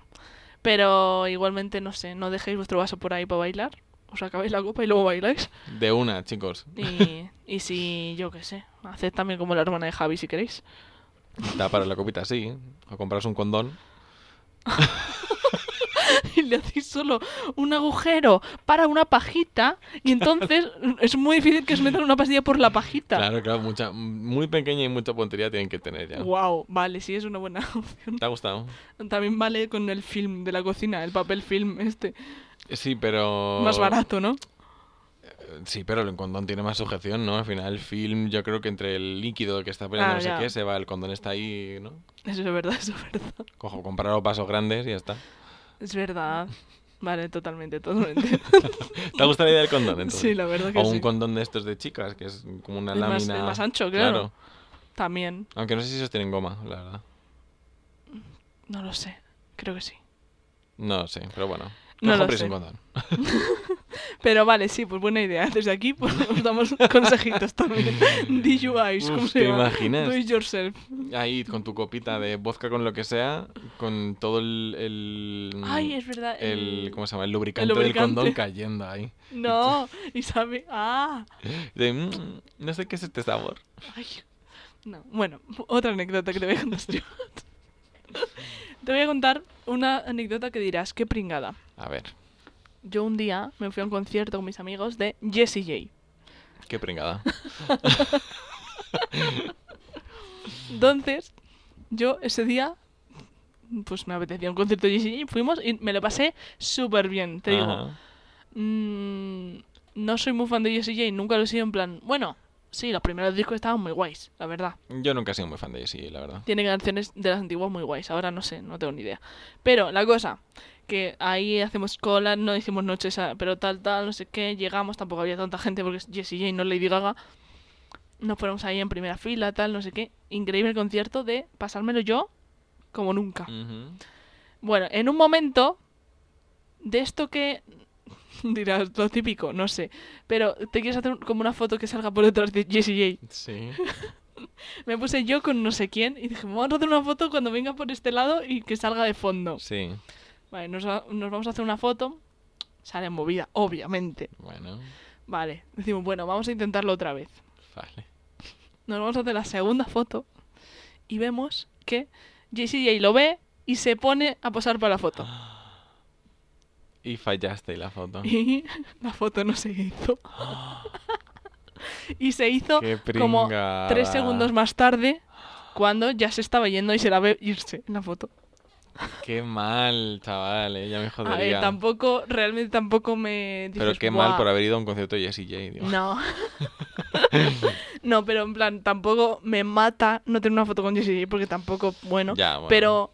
Speaker 1: Pero igualmente, no sé, no dejéis vuestro vaso por ahí para bailar. Os acabáis la copa y luego bailáis.
Speaker 2: De una, chicos.
Speaker 1: Y, y si, yo qué sé, haced también como la hermana de Javi si queréis.
Speaker 2: Da para la copita, sí. O compras un condón.
Speaker 1: Y le hacéis solo un agujero para una pajita. Y entonces es muy difícil que os metan una pastilla por la pajita.
Speaker 2: Claro, claro, mucha, muy pequeña y mucha puntería tienen que tener ya.
Speaker 1: Wow, vale, sí es una buena opción.
Speaker 2: ¿Te ha gustado?
Speaker 1: También vale con el film de la cocina, el papel film este.
Speaker 2: Sí, pero...
Speaker 1: Más barato, ¿no?
Speaker 2: Sí, pero el condón tiene más sujeción, ¿no? Al final el film, yo creo que entre el líquido que está poniendo
Speaker 1: Ah,
Speaker 2: no sé
Speaker 1: ya.
Speaker 2: qué, se va, el condón está ahí, ¿no?
Speaker 1: Eso es verdad, eso es verdad.
Speaker 2: Cojo, comprar los vasos grandes y ya está.
Speaker 1: Es verdad. Vale, totalmente, totalmente.
Speaker 2: ¿Te ha gustado la idea del condón entonces?
Speaker 1: Sí, la verdad que
Speaker 2: o un
Speaker 1: sí.
Speaker 2: condón de estos de chicas, que es como una
Speaker 1: El más-
Speaker 2: lámina.
Speaker 1: el más ancho, claro. También,
Speaker 2: Aunque no sé si esos tienen goma, la verdad.
Speaker 1: no lo sé. Creo que sí.
Speaker 2: No sé, pero bueno.
Speaker 1: No
Speaker 2: No
Speaker 1: lo
Speaker 2: compréis
Speaker 1: sé.
Speaker 2: un condón.
Speaker 1: Pero vale, sí, pues buena idea. Desde aquí pues, os damos consejitos también. DIYs, ¿cómo
Speaker 2: Uf,
Speaker 1: se
Speaker 2: ¿te
Speaker 1: llama?
Speaker 2: imaginas?
Speaker 1: Do it yourself.
Speaker 2: Ahí con tu copita de vodka con lo que sea, con todo el. el
Speaker 1: Ay, es verdad.
Speaker 2: Mm. el,
Speaker 1: el-
Speaker 2: ¿Cómo se llama? El lubricante,
Speaker 1: lubricante.
Speaker 2: del condón cayendo ahí.
Speaker 1: No, y sabe... Ah,
Speaker 2: Y de, "Mm, no sé qué es este sabor.
Speaker 1: ay. No, bueno, otra anécdota que te voy a contar yo. Te voy a contar una anécdota que dirás, qué pringada.
Speaker 2: A ver,
Speaker 1: Yo un día me fui a un concierto con mis amigos de Jessie J.
Speaker 2: qué pringada.
Speaker 1: Entonces, yo ese día, pues me apetecía un concierto de Jessie J, fuimos y me lo pasé súper bien, te digo.
Speaker 2: Ajá.
Speaker 1: Mm, no soy muy fan de Jessie J, nunca lo he sido en plan, bueno, sí, los primeros discos estaban muy guays, la verdad.
Speaker 2: Yo nunca he sido muy fan de Jessie, la verdad.
Speaker 1: Tiene canciones de las antiguas muy guays, ahora no sé, no tengo ni idea. Pero la cosa, que ahí hacemos cola, no hicimos noches, a- pero tal, tal, no sé qué, llegamos, tampoco había tanta gente porque es Jessie J, no Lady Gaga. Nos ponemos ahí en primera fila, tal, no sé qué. Increíble el concierto de pasármelo yo como nunca.
Speaker 2: Ujú.
Speaker 1: Bueno, en un momento de esto que dirás lo típico, no sé, pero te quieres hacer un- como una foto que salga por detrás de Jessie J.
Speaker 2: Sí.
Speaker 1: Me puse yo con no sé quién y dije, vamos a hacer una foto cuando venga por este lado y que salga de fondo.
Speaker 2: Sí.
Speaker 1: Vale, nos, ha- nos vamos a hacer una foto, sale movida, obviamente.
Speaker 2: Bueno,
Speaker 1: Vale, decimos, bueno, vamos a intentarlo otra vez.
Speaker 2: vale.
Speaker 1: Nos vamos a hacer la segunda foto y vemos que Jessie J lo ve y se pone a posar para la foto.
Speaker 2: Y fallaste la foto.
Speaker 1: Y la foto no se hizo. Y se hizo
Speaker 2: Qué
Speaker 1: como
Speaker 2: pringada.
Speaker 1: tres segundos más tarde, cuando ya se estaba yendo y se la ve irse en la foto.
Speaker 2: Qué mal, chaval, eh, ya me
Speaker 1: A
Speaker 2: jodería.
Speaker 1: ver, tampoco, realmente tampoco me dices,
Speaker 2: Pero qué mal
Speaker 1: "Buah".
Speaker 2: por haber ido a un concierto de Jessie J, digo.
Speaker 1: No. no, pero en plan, tampoco me mata no tener una foto con Jessie J porque tampoco, bueno,
Speaker 2: Ya, bueno.
Speaker 1: pero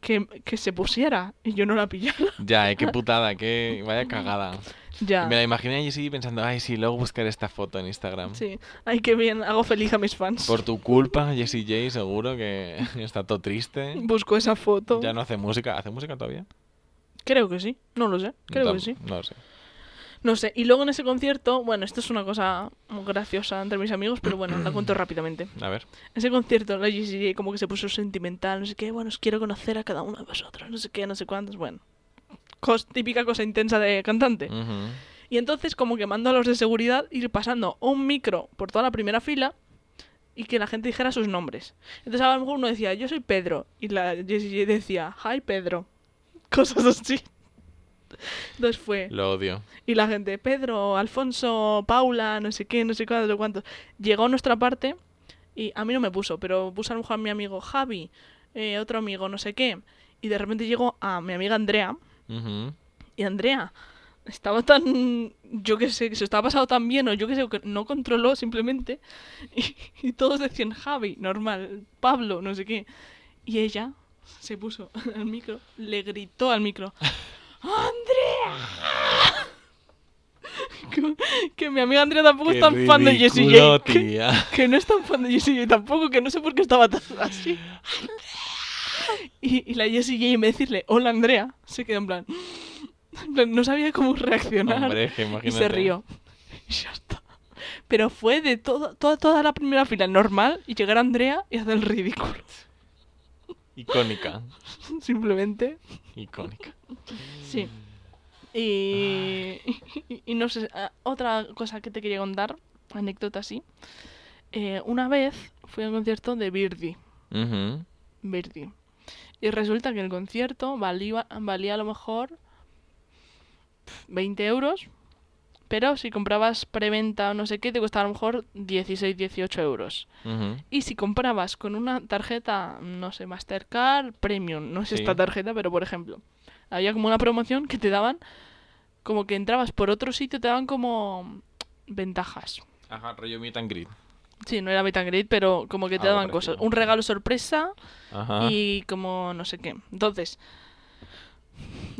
Speaker 1: que, que se pusiera y yo no la pillara.
Speaker 2: Ya, eh, qué putada, qué... Vaya cagada.
Speaker 1: ya.
Speaker 2: Me la imaginé a Jessie J pensando, ay, sí, luego buscaré esta foto en Instagram.
Speaker 1: Sí. Ay, qué bien, hago feliz a mis fans.
Speaker 2: Por tu culpa, Jessie J seguro que está todo triste.
Speaker 1: Busco esa foto.
Speaker 2: Ya no hace música. ¿Hace música todavía?
Speaker 1: Creo que sí, no lo sé, creo
Speaker 2: Tam-
Speaker 1: que sí.
Speaker 2: No lo sé.
Speaker 1: No sé, y luego en ese concierto, bueno, esto es una cosa muy graciosa entre mis amigos, pero bueno, la cuento rápidamente.
Speaker 2: A ver.
Speaker 1: Ese concierto, la GCG como que se puso sentimental, no sé qué, bueno, os quiero conocer a cada uno de vosotros, no sé qué, no sé cuántos, bueno. Cos- típica cosa intensa de cantante.
Speaker 2: Ujú.
Speaker 1: Y entonces como que mandó a los de seguridad ir pasando un micro por toda la primera fila y que la gente dijera sus nombres. Entonces a lo mejor uno decía, yo soy Pedro, y la GCG decía, hi Pedro. Cosas así. Entonces fue...
Speaker 2: Lo odio.
Speaker 1: Y la gente, Pedro, Alfonso, Paula, no sé qué, no sé cuánto, no sé cuánto. Llegó nuestra parte y a mí no me puso, pero puso a lo mejor a mi amigo Javi, eh, otro amigo, no sé qué. Y de repente llegó a mi amiga Andrea
Speaker 2: Ujú.
Speaker 1: y Andrea estaba tan, yo qué sé, que se estaba pasado tan bien o yo qué sé, o que no controló simplemente. Y, y todos decían Javi, normal, Pablo, no sé qué. Y ella se puso al micro, le gritó al micro, ¡Andrea! que, que mi amiga Andrea tampoco es tan fan de Jessie J. Que, que no es tan fan de Jessie J tampoco, que no sé por qué estaba tan así. Y, y la Jessie J en vez de decirle, hola Andrea, se quedó en plan... En plan, No sabía cómo reaccionar.
Speaker 2: Hombre, es que
Speaker 1: y
Speaker 2: imagínate.
Speaker 1: se rió. Y ya está. Pero fue de todo, toda, toda la primera fila normal y llegar Andrea y hacer el ridículo.
Speaker 2: Icónica.
Speaker 1: Simplemente.
Speaker 2: Icónica.
Speaker 1: Sí. Y, y, y no sé, ah, otra cosa que te quería contar, anécdota así. Eh, una vez fui a un concierto de Birdie.
Speaker 2: Ujú.
Speaker 1: Verdi. Y resulta que el concierto valía, valía a lo mejor pf, 20 euros, pero si comprabas preventa o no sé qué, te costaba a lo mejor 16, 18 euros.
Speaker 2: Ujú.
Speaker 1: Y si comprabas con una tarjeta, no sé, Mastercard Premium, no es
Speaker 2: Sí.
Speaker 1: esta tarjeta, pero por ejemplo, había como una promoción que te daban, como que entrabas por otro sitio, te daban como ventajas.
Speaker 2: Ajá, rollo meet and greet.
Speaker 1: Sí, no era meet and greet, pero como que te
Speaker 2: Algo
Speaker 1: daban cosas.
Speaker 2: parecido.
Speaker 1: Un regalo sorpresa,
Speaker 2: Ajá.
Speaker 1: y como no sé qué. Entonces,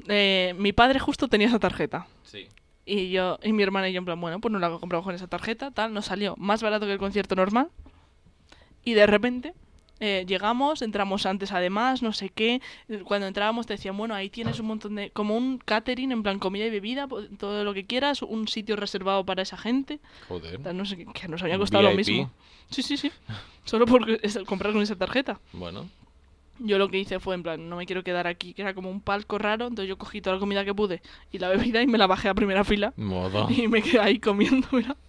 Speaker 1: eh, mi padre justo tenía esa tarjeta.
Speaker 2: Sí.
Speaker 1: Y yo, y mi hermana y yo, en plan, bueno, pues no la compramos con esa tarjeta, tal, nos salió más barato que el concierto normal. Y de repente, eh, llegamos, entramos antes además, no sé qué. Cuando entrábamos te decían, bueno, ahí tienes un montón de. como un catering, en plan comida y bebida, po- todo lo que quieras, un sitio reservado para esa gente.
Speaker 2: Joder.
Speaker 1: tal, No sé, qué, que nos había costado lo
Speaker 2: VIP.
Speaker 1: mismo. Sí, sí, sí. Solo por comprar con esa tarjeta.
Speaker 2: Bueno.
Speaker 1: Yo lo que hice fue, en plan, no me quiero quedar aquí, que era como un palco raro, entonces yo cogí toda la comida que pude y la bebida y me la bajé a primera fila
Speaker 2: Modo.
Speaker 1: y me quedé ahí comiéndomela.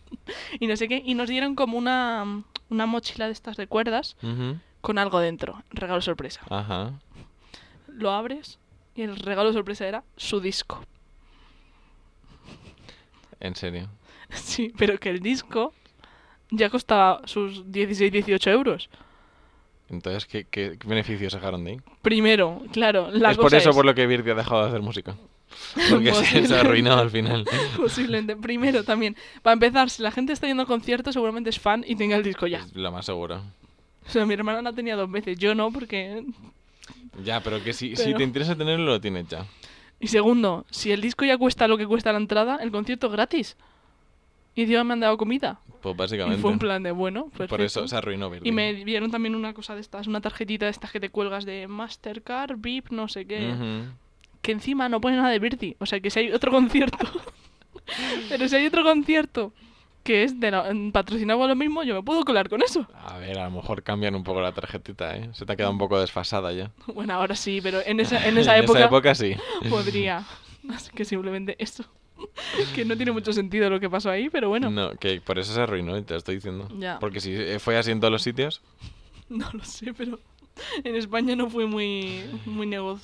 Speaker 1: Y no sé qué, y nos dieron como una, una mochila de estas de cuerdas
Speaker 2: Ujú.
Speaker 1: con algo dentro, regalo sorpresa.
Speaker 2: Ajá.
Speaker 1: Lo abres y el regalo sorpresa era su disco.
Speaker 2: En serio.
Speaker 1: Sí, pero que el disco ya costaba sus 16, 18 euros.
Speaker 2: Entonces, ¿qué, qué qué beneficios sacaron de ahí?
Speaker 1: Primero, claro, la
Speaker 2: es
Speaker 1: cosa
Speaker 2: por eso
Speaker 1: es- Pues
Speaker 2: por lo que Virti ha dejado de hacer música. Porque se, se ha
Speaker 1: Posiblemente.
Speaker 2: arruinado al final.
Speaker 1: Posiblemente. Primero, también. Para empezar, si la gente está yendo a conciertos, seguramente es fan y tenga el disco Pues ya.
Speaker 2: Es la más segura.
Speaker 1: O sea, mi hermana la tenía dos veces, yo no, porque.
Speaker 2: Ya, pero que si, si
Speaker 1: Pero-
Speaker 2: te interesa tenerlo, lo tienes ya.
Speaker 1: Y segundo, si el disco ya cuesta lo que cuesta la entrada, el concierto es gratis. Y encima me han dado comida.
Speaker 2: Pues
Speaker 1: Y
Speaker 2: básicamente.
Speaker 1: fue un plan de bueno, perfecto.
Speaker 2: Por eso se arruinó Virti.
Speaker 1: Y me dieron también una cosa de estas, una tarjetita de estas que te cuelgas de Mastercard, VIP, no sé qué.
Speaker 2: Ujú.
Speaker 1: Que encima no pone nada de Birdy. O sea, que si hay otro concierto. pero si hay otro concierto que es de la- patrocinado por lo mismo, yo me puedo colar con eso.
Speaker 2: A ver, a lo mejor cambian un poco la tarjetita, ¿eh? Se te ha quedado un poco desfasada ya.
Speaker 1: Bueno, ahora sí, pero en esa, en esa época,
Speaker 2: sí.
Speaker 1: podría. Así que simplemente eso. que no tiene mucho sentido lo que pasó ahí, pero bueno, no,
Speaker 2: No, que por eso se arruinó, te lo estoy diciendo.
Speaker 1: Ya.
Speaker 2: Porque si eh, fue así en todos los sitios,
Speaker 1: lo sé, pero en España no fue muy, muy nego-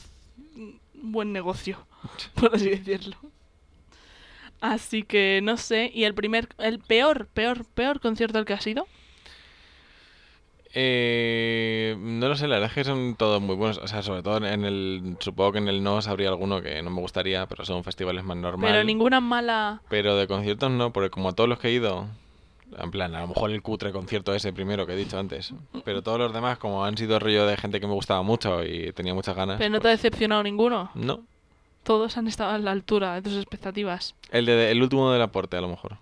Speaker 1: buen negocio, por así decirlo. Así que no sé, y el primer, el peor, peor, peor concierto al que ha sido.
Speaker 2: eh, no lo sé, la verdad es que son todos muy buenos. O sea, sobre todo en el, supongo que en el NOS habría alguno que no me gustaría, pero son festivales más normales.
Speaker 1: Pero ninguna mala.
Speaker 2: Pero de conciertos no, porque como a todos los que he ido, en plan, a lo mejor el cutre concierto ese primero que he dicho antes, pero todos los demás, como han sido rollo de gente que me gustaba mucho y tenía muchas ganas. pues,
Speaker 1: Pero no te ha decepcionado ninguno.
Speaker 2: No.
Speaker 1: Todos han estado a la altura de tus expectativas.
Speaker 2: El, de, el último del aporte, a lo mejor.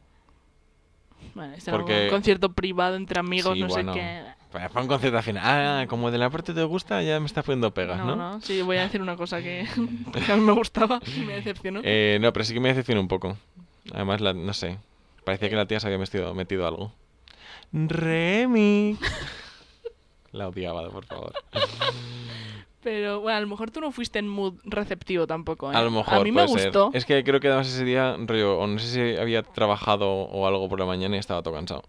Speaker 1: Bueno, este
Speaker 2: Porque-
Speaker 1: era un concierto privado entre amigos,
Speaker 2: Sí,
Speaker 1: no
Speaker 2: bueno.
Speaker 1: sé qué.
Speaker 2: Pues fue un concierto al final. Ah, como de la parte te gusta, ya me estás poniendo pegas,
Speaker 1: No,
Speaker 2: ¿no?
Speaker 1: no, sí, voy a decir una cosa que, que a mí me gustaba y me decepcionó.
Speaker 2: Eh, no, pero sí que me decepcionó un poco. Además, la- no sé. Parecía que la tía se había metido, metido algo. Remy. la odiaba, por favor.
Speaker 1: Pero bueno, a lo mejor tú no fuiste en mood receptivo tampoco. ¿eh?
Speaker 2: A lo mejor.
Speaker 1: A mí me
Speaker 2: puede ser.
Speaker 1: gustó.
Speaker 2: Es que creo que además ese día, rollo, o no sé si había trabajado o algo por la mañana y estaba todo cansado.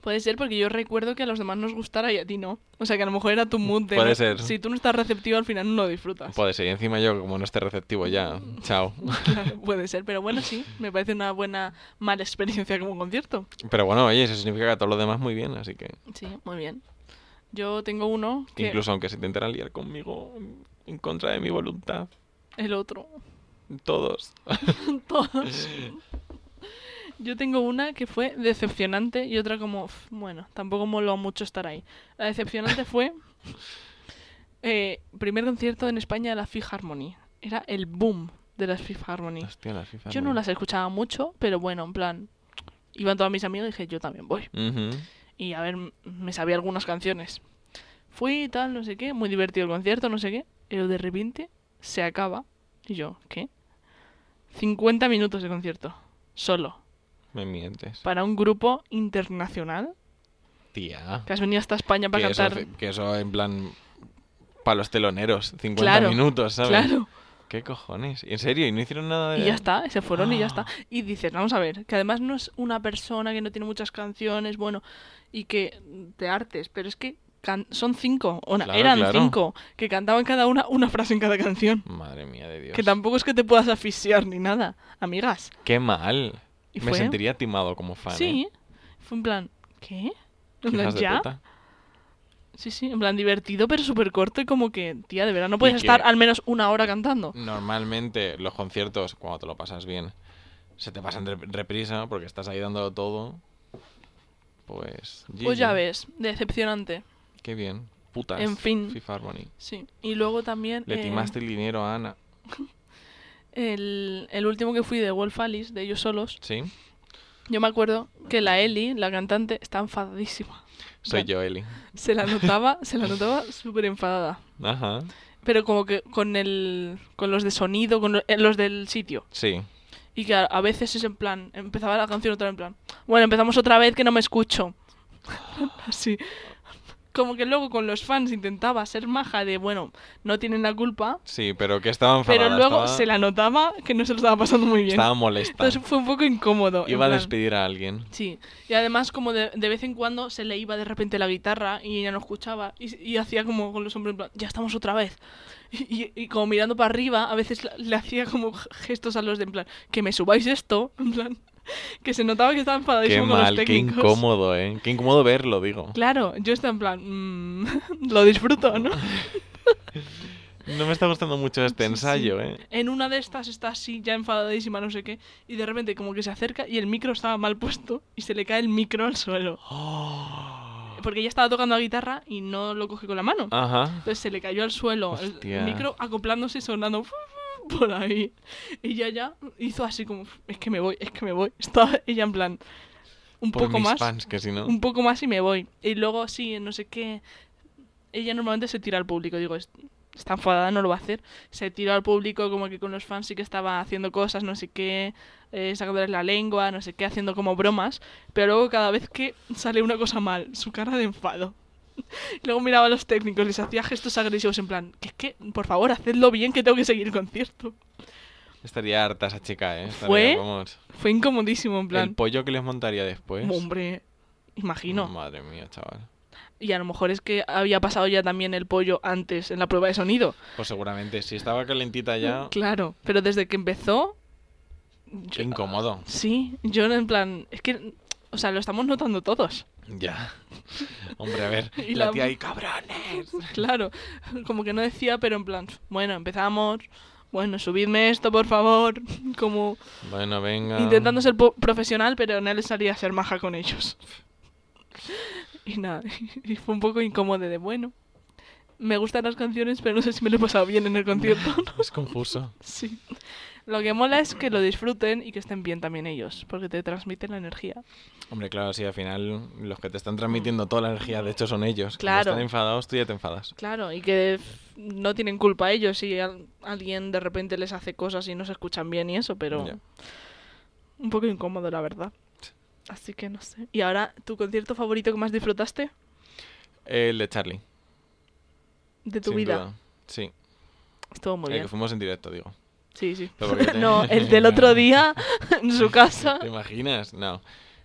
Speaker 1: Puede ser porque yo recuerdo que a los demás nos gustara y a ti no. O sea que a lo mejor era tu mood de.
Speaker 2: Puede ser.
Speaker 1: Si tú no estás receptivo, al final no lo disfrutas.
Speaker 2: Puede ser. Y encima yo, como no esté receptivo ya,
Speaker 1: Mm.
Speaker 2: chao.
Speaker 1: Claro, puede ser, pero bueno, sí, me parece una buena, mala experiencia como concierto.
Speaker 2: Pero bueno, oye, eso significa que todo lo demás muy bien, así que.
Speaker 1: Sí, muy bien. Yo tengo uno que
Speaker 2: Incluso aunque se intentara liar conmigo en contra de mi voluntad.
Speaker 1: el otro.
Speaker 2: Todos.
Speaker 1: Todos. Yo tengo una que fue decepcionante y otra como, "Uf, bueno, tampoco moló mucho estar ahí. La decepcionante fue eh, primer concierto en España de la Fifth Harmony. Era el boom de las Fifth Harmony.
Speaker 2: Hostia, la FIFA.
Speaker 1: Yo no las escuchaba mucho, pero bueno, en plan, iban todas mis amigas y dije, yo también voy.
Speaker 2: Ujú.
Speaker 1: Y a ver, m- me sabía algunas canciones. Fui y tal, no sé qué, muy divertido el concierto, no sé qué. Pero de repente se acaba. Y yo, ¿qué? 50 minutos de concierto. Solo.
Speaker 2: Me mientes.
Speaker 1: Para un grupo internacional.
Speaker 2: Tía.
Speaker 1: Que has venido hasta España para
Speaker 2: Que eso,
Speaker 1: cantar.
Speaker 2: hace- que eso en plan. Para los teloneros. 50
Speaker 1: Claro,
Speaker 2: minutos, ¿sabes? Eh.
Speaker 1: Claro.
Speaker 2: ¿Qué cojones? ¿En serio? ¿Y no hicieron nada de.?
Speaker 1: Y ya está, y se fueron y ya está.
Speaker 2: Ah.
Speaker 1: Y dices, vamos a ver, que además no es una persona que no tiene muchas canciones, bueno, y que te artes, pero es que can- son cinco, o na-
Speaker 2: Claro,
Speaker 1: eran
Speaker 2: claro.
Speaker 1: cinco, que cantaban cada una una frase en cada canción.
Speaker 2: Madre mía de Dios.
Speaker 1: Que tampoco es que te puedas asfixiar ni nada, amigas.
Speaker 2: Qué mal.
Speaker 1: Y
Speaker 2: Me
Speaker 1: fue-
Speaker 2: sentiría timado como fan. ¿eh?
Speaker 1: Sí, fue en plan, ¿qué? En plan,
Speaker 2: Hijas de
Speaker 1: ¿ya?
Speaker 2: puta.
Speaker 1: Sí, sí, en plan divertido, pero súper corto y como que, tía, de verdad, no puedes
Speaker 2: que- Mm,
Speaker 1: estar al menos una hora cantando.
Speaker 2: Normalmente los conciertos, cuando te lo pasas bien, se te pasan de reprisa porque estás ahí dándolo todo. Pues.
Speaker 1: Pues ya
Speaker 2: GG.
Speaker 1: ves, decepcionante.
Speaker 2: Qué bien. Putas.
Speaker 1: En fin.
Speaker 2: Fifth Harmony.
Speaker 1: Sí, y luego también...
Speaker 2: Le
Speaker 1: eh,
Speaker 2: timaste el dinero a Ana.
Speaker 1: El, el último que fui de Wolf Alice, de ellos solos,
Speaker 2: ¿Sí?
Speaker 1: yo me acuerdo que la Ellie, la cantante, está enfadadísima.
Speaker 2: Soy
Speaker 1: Bueno.
Speaker 2: yo, Eli.
Speaker 1: Se la notaba, se la notaba súper enfadada.
Speaker 2: Ajá.
Speaker 1: Pero como que con el con los de sonido, con lo- eh, los del sitio.
Speaker 2: Sí.
Speaker 1: Y que a, a veces es en plan, empezaba la canción otra vez en plan, bueno, empezamos otra vez que no me escucho. Así. Como que luego con los fans intentaba ser maja de, bueno, no tienen la culpa,
Speaker 2: Sí, pero que estaba enfadada.
Speaker 1: pero luego
Speaker 2: estaba,
Speaker 1: se la notaba que no se lo estaba pasando muy bien.
Speaker 2: Estaba molesta.
Speaker 1: Entonces fue un poco incómodo. en
Speaker 2: Iba a
Speaker 1: plan.
Speaker 2: despedir a alguien.
Speaker 1: Sí, y además como de, de vez en cuando se le iba de repente la guitarra y ella no escuchaba y, y hacía como con los hombros en plan, ya estamos otra vez. Y, y- y como mirando para arriba, a veces la- le hacía como gestos a los de en plan, que me subáis esto, en plan, que se notaba que estaba
Speaker 2: Qué
Speaker 1: enfadadísimo con
Speaker 2: mal,
Speaker 1: los
Speaker 2: qué
Speaker 1: técnicos.
Speaker 2: incómodo, ¿eh? Qué incómodo verlo, digo.
Speaker 1: Claro, yo estaba en plan, "Mm, lo disfruto, ¿no?
Speaker 2: No me está gustando mucho este
Speaker 1: Sí, sí.
Speaker 2: ensayo, ¿eh?
Speaker 1: En una de estas está así, ya enfadadísima, no sé qué, y de repente como que se acerca y el micro estaba mal puesto y se le cae el micro al suelo. Porque ella estaba tocando la guitarra y no lo coge con la mano.
Speaker 2: Ajá.
Speaker 1: Entonces se le cayó al suelo el-
Speaker 2: Hostia.
Speaker 1: el micro acoplándose y sonando por ahí. Y ella ya hizo así como, es que me voy, es que me voy. Estaba ella en plan, un
Speaker 2: Por
Speaker 1: poco
Speaker 2: mis
Speaker 1: más,
Speaker 2: fans, que si no.
Speaker 1: un poco más y me voy. Y luego sí, no sé qué. Ella normalmente se tira al público, digo, "Es- está enfadada, no lo va a hacer. Se tiró al público como que con los fans sí que estaba haciendo cosas, no sé qué, eh, sacándoles la lengua, no sé qué, haciendo como bromas. Pero luego cada vez que sale una cosa mal, su cara de enfado. Luego miraba a los técnicos, les hacía gestos agresivos en plan, que es que, por favor, hacedlo bien que tengo que seguir el concierto.
Speaker 2: Estaría harta esa chica, ¿eh? Estaría,
Speaker 1: ¿Fue?
Speaker 2: vamos,
Speaker 1: Fue incomodísimo, en
Speaker 2: El
Speaker 1: plan,
Speaker 2: pollo que les montaría después.
Speaker 1: hombre, imagino.
Speaker 2: Madre mía, chaval.
Speaker 1: Y a lo mejor es que había pasado ya también el pollo antes en la prueba de sonido.
Speaker 2: Pues seguramente, si estaba calentita ya,
Speaker 1: Claro, pero desde que empezó...
Speaker 2: qué
Speaker 1: yo-
Speaker 2: incómodo.
Speaker 1: sí, yo en plan... Es que, o sea, lo estamos notando todos.
Speaker 2: Ya. Hombre, a ver.
Speaker 1: Y
Speaker 2: la,
Speaker 1: la-
Speaker 2: tía ahí, cabrones.
Speaker 1: Claro, como que no decía, pero en plan... Bueno, empezamos. Bueno, subidme esto, por favor. Como
Speaker 2: Bueno, venga.
Speaker 1: intentando ser po- profesional, pero no le salía a ser maja con ellos. Y nada, y fue un poco incómodo de bueno. Me gustan las canciones, pero no sé si me lo he pasado bien en el concierto.
Speaker 2: Es confuso.
Speaker 1: Sí. Lo que mola es que lo disfruten y que estén bien también ellos, porque te transmiten la energía.
Speaker 2: Hombre, claro, sí, al final los que te están transmitiendo toda la energía, de hecho, son ellos. Cuando
Speaker 1: Claro.
Speaker 2: están enfadados, tú ya te enfadas.
Speaker 1: Claro, y que f- no tienen culpa ellos si al- alguien de repente les hace cosas y no se escuchan bien y eso, pero
Speaker 2: Ya.
Speaker 1: un poco incómodo, la verdad. Así que no sé. ¿Y ahora tu concierto favorito que más disfrutaste
Speaker 2: Eh, El de Charlie.
Speaker 1: de tu
Speaker 2: sin
Speaker 1: vida?
Speaker 2: duda. Sí.
Speaker 1: Estuvo muy
Speaker 2: el
Speaker 1: bien.
Speaker 2: que fuimos en directo, digo.
Speaker 1: Sí, sí.
Speaker 2: Pero porque te-
Speaker 1: No, el del otro día en su casa.
Speaker 2: ¿Te imaginas? No.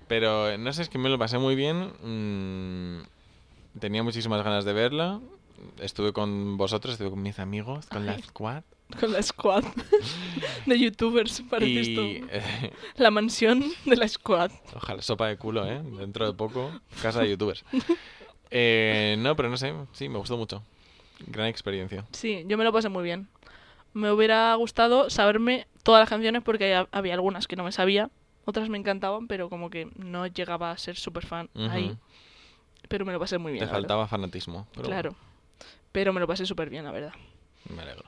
Speaker 2: Pero eh, no sé, es que me lo pasé muy bien. mm, tenía muchísimas ganas de verla. Estuve con vosotros, estuve con mis amigos, con la
Speaker 1: Ay.
Speaker 2: squad.
Speaker 1: Con la squad de youtubers, parece
Speaker 2: y
Speaker 1: esto. La mansión de la squad.
Speaker 2: Ojalá, sopa de culo, ¿eh? Dentro de poco, casa de youtubers. Eh, no, pero no sé, sí, me gustó mucho. Gran experiencia.
Speaker 1: Sí, yo me lo pasé muy bien. me hubiera gustado saberme todas las canciones porque ha- había algunas que no me sabía, otras me encantaban, pero como que no llegaba a ser súper fan
Speaker 2: Ujú.
Speaker 1: ahí. Pero me lo pasé muy bien.
Speaker 2: Te
Speaker 1: la verdad.
Speaker 2: faltaba fanatismo. pero
Speaker 1: claro. Pero me lo pasé súper bien, la verdad.
Speaker 2: bueno, me alegro.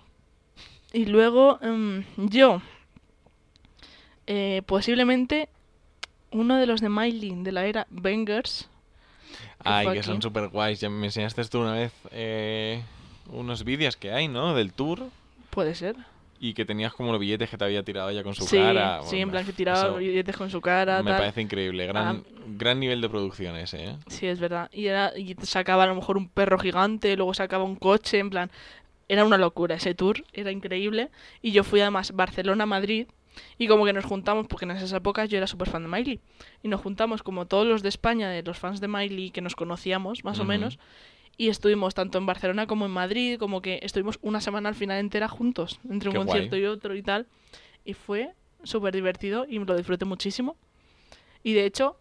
Speaker 1: Y luego em, yo, eh, posiblemente uno de los de Mylin de la era Bangers.
Speaker 2: Ay, que
Speaker 1: fucking-
Speaker 2: son súper guays. Ya me enseñaste tú una vez eh, unos vídeos que hay, ¿no? Del tour.
Speaker 1: Puede ser.
Speaker 2: Y que tenías como los billetes que te había tirado ella con su
Speaker 1: sí,
Speaker 2: cara.
Speaker 1: sí,
Speaker 2: Bueno,
Speaker 1: en plan que
Speaker 2: eso
Speaker 1: tiraba billetes con su cara.
Speaker 2: Me
Speaker 1: tal.
Speaker 2: parece increíble. Gran, gran nivel de producción ese, ¿eh?
Speaker 1: Sí, es verdad. Y, era, y sacaba a lo mejor un perro gigante, luego sacaba un coche, en plan. Era una locura ese tour, era increíble. Y yo fui además Barcelona-Madrid. Y como que nos juntamos, porque en esas épocas yo era súper fan de Miley. Y nos juntamos como todos los de España, de los fans de Miley que nos conocíamos, más o
Speaker 2: Ujú.
Speaker 1: menos. Y estuvimos tanto en Barcelona como en Madrid, como que estuvimos una semana al final entera juntos, entre un
Speaker 2: Qué guay.
Speaker 1: concierto y otro y tal. Y fue súper divertido y lo disfruté muchísimo. Y de hecho,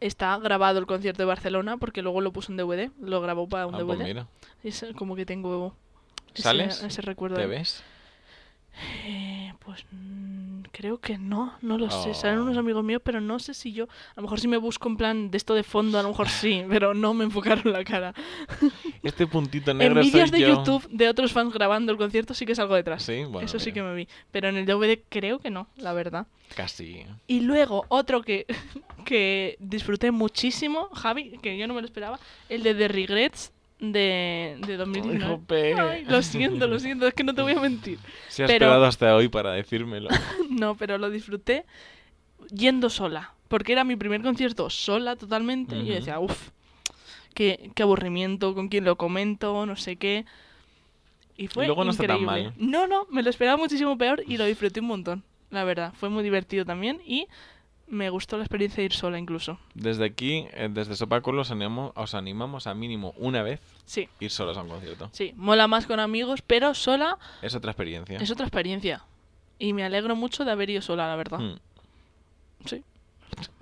Speaker 1: está grabado el concierto de Barcelona porque luego lo puso en DVD, lo grabó para un
Speaker 2: Ah, pues
Speaker 1: DVD.
Speaker 2: mira.
Speaker 1: Y es eh, como que tengo ese,
Speaker 2: ¿Sales?
Speaker 1: ese recuerdo.
Speaker 2: ¿Te
Speaker 1: ahí.
Speaker 2: ves?
Speaker 1: Eh, pues mm, creo que no, no lo sé. Salen
Speaker 2: Oh.
Speaker 1: unos amigos míos, pero no sé si yo. A lo mejor si me busco en plan de esto de fondo, a lo mejor sí, pero no me enfocaron la cara.
Speaker 2: Este puntito
Speaker 1: En
Speaker 2: negro
Speaker 1: vídeos
Speaker 2: soy
Speaker 1: de
Speaker 2: yo.
Speaker 1: YouTube de otros fans grabando el concierto sí que salgo detrás.
Speaker 2: Sí, bueno.
Speaker 1: Eso sí que
Speaker 2: mira,
Speaker 1: me vi. Pero en el DVD creo que no, la verdad.
Speaker 2: Casi.
Speaker 1: Y luego otro que, que disfruté muchísimo, Javi, que yo no me lo esperaba, el de The Regrets de, de 2019.
Speaker 2: Jope.
Speaker 1: Ay, lo siento, lo siento, es que no te voy a mentir.
Speaker 2: Se ha
Speaker 1: Pero-
Speaker 2: esperado hasta hoy para decírmelo.
Speaker 1: No, pero lo disfruté yendo sola, porque era mi primer concierto sola totalmente y yo
Speaker 2: Ujú.
Speaker 1: decía, uff, qué, qué aburrimiento, con quién lo comento, no sé qué. Y fue
Speaker 2: luego no está tan
Speaker 1: increíble.
Speaker 2: mal.
Speaker 1: No, no, me lo esperaba muchísimo peor y lo disfruté un montón, la verdad. Fue muy divertido también y me gustó la experiencia de ir sola incluso.
Speaker 2: Desde aquí, eh, desde Sopáculo, os animamos, os animamos a mínimo una vez
Speaker 1: Sí,
Speaker 2: ir solos a un concierto.
Speaker 1: sí, mola más con amigos, pero sola
Speaker 2: Es otra experiencia.
Speaker 1: es otra experiencia. Y me alegro mucho de haber ido sola, la verdad.
Speaker 2: Mm.
Speaker 1: Sí.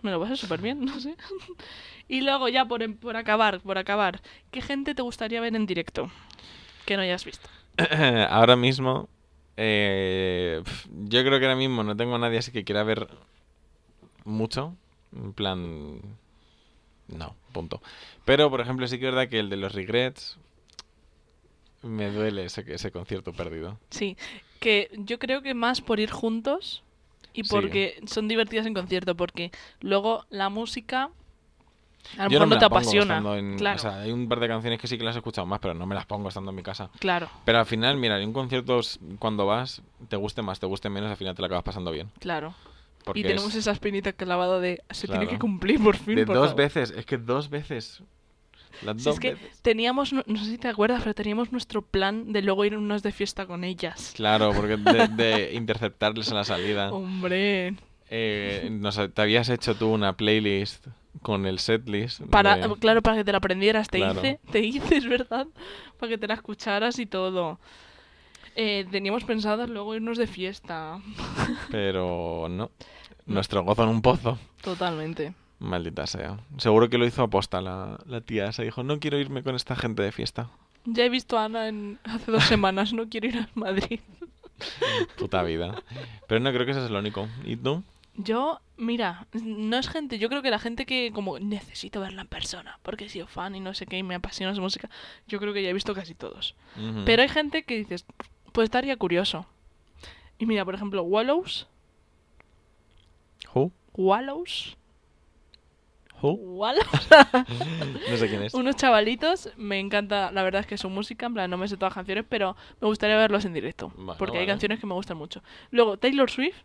Speaker 1: Me lo pasé súper bien, no sé. Y luego ya por, em- por acabar, por acabar, ¿qué gente te gustaría ver en directo? Que no hayas visto.
Speaker 2: ahora mismo, eh, pf, yo creo que ahora mismo no tengo a nadie así que quiera ver mucho. En plan, no, punto. Pero, por ejemplo, sí que es verdad que el de los regrets me duele ese, ese concierto perdido.
Speaker 1: Sí, que yo creo que más por ir juntos y
Speaker 2: Sí.
Speaker 1: porque son divertidas en concierto, porque luego la música a lo
Speaker 2: Yo
Speaker 1: mejor
Speaker 2: me
Speaker 1: no, te
Speaker 2: la pongo
Speaker 1: apasiona.
Speaker 2: estando en-
Speaker 1: claro,
Speaker 2: O sea, hay un par de canciones que sí que las he escuchado más, pero no me las pongo estando en mi casa.
Speaker 1: claro,
Speaker 2: Pero al final, mira, en un concierto s- cuando vas, te guste más, te guste menos, al final te lo acabas pasando bien.
Speaker 1: claro.
Speaker 2: Porque
Speaker 1: Y tenemos
Speaker 2: es
Speaker 1: esa espinita clavada de se tiene que
Speaker 2: Claro.
Speaker 1: cumplir por fin.
Speaker 2: de
Speaker 1: por
Speaker 2: dos
Speaker 1: favor".
Speaker 2: veces, es que dos veces. Las
Speaker 1: Si
Speaker 2: dos
Speaker 1: es que
Speaker 2: veces.
Speaker 1: teníamos, no, no sé si te acuerdas, pero teníamos nuestro plan de luego irnos de fiesta con ellas.
Speaker 2: Claro, porque de, de interceptarles en la salida.
Speaker 1: Oh. Hombre,
Speaker 2: Eh, nos, te habías hecho tú una playlist con el setlist.
Speaker 1: para,
Speaker 2: de-
Speaker 1: claro, para que te la aprendieras, te
Speaker 2: Claro.
Speaker 1: hice, te hice, es verdad, para que te la escucharas y todo. Eh, teníamos pensado luego irnos de fiesta,
Speaker 2: Pero no. Nuestro gozo en un pozo.
Speaker 1: totalmente.
Speaker 2: Maldita sea. Seguro que lo hizo aposta la, la tía. Se dijo, no quiero irme con esta gente de fiesta.
Speaker 1: Ya he visto a Ana en, hace dos semanas, no quiero ir a Madrid.
Speaker 2: Puta vida. Pero no creo que eso es lo único. ¿Y tú?
Speaker 1: Yo, mira, no es gente, yo creo que la gente que como necesito verla en persona, porque he sido fan y no sé qué, y me apasiona su música, yo creo que ya he visto casi todos.
Speaker 2: Ujú.
Speaker 1: Pero hay gente que dices, pues estaría curioso. Y mira, por ejemplo, Wallows,
Speaker 2: Who?
Speaker 1: Wallows,
Speaker 2: Who?
Speaker 1: Wallows.
Speaker 2: No sé quién es.
Speaker 1: Unos chavalitos, me encanta, la verdad es que su música, en plan, no me sé todas las canciones, pero me gustaría verlos en directo,
Speaker 2: Bueno,
Speaker 1: porque hay
Speaker 2: vale.
Speaker 1: canciones que me gustan mucho. Luego, Taylor Swift,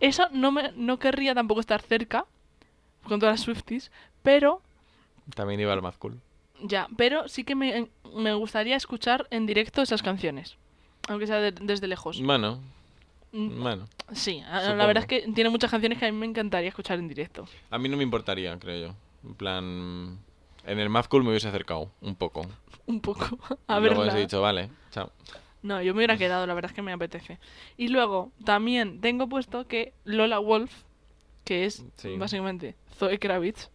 Speaker 1: eso no, me, no querría tampoco estar cerca, con todas las Swifties, pero,
Speaker 2: También iba al Mad Cool.
Speaker 1: ya, pero sí que me, me gustaría escuchar en directo esas canciones, aunque sea de- desde lejos.
Speaker 2: Bueno,
Speaker 1: Mm,
Speaker 2: bueno.
Speaker 1: Sí, a- la
Speaker 2: Supongo.
Speaker 1: verdad es que tiene muchas canciones que a mí me encantaría escuchar en directo.
Speaker 2: A mí no me importaría, creo yo. En plan... En el Mad Cool me hubiese acercado un poco.
Speaker 1: Un poco. A
Speaker 2: Y
Speaker 1: ver.
Speaker 2: Luego les he dicho, vale, chao.
Speaker 1: No, yo me hubiera quedado, la verdad es que me apetece. Y luego, también tengo puesto que Lola Wolf, que es
Speaker 2: Sí.
Speaker 1: básicamente Zoe Kravitz,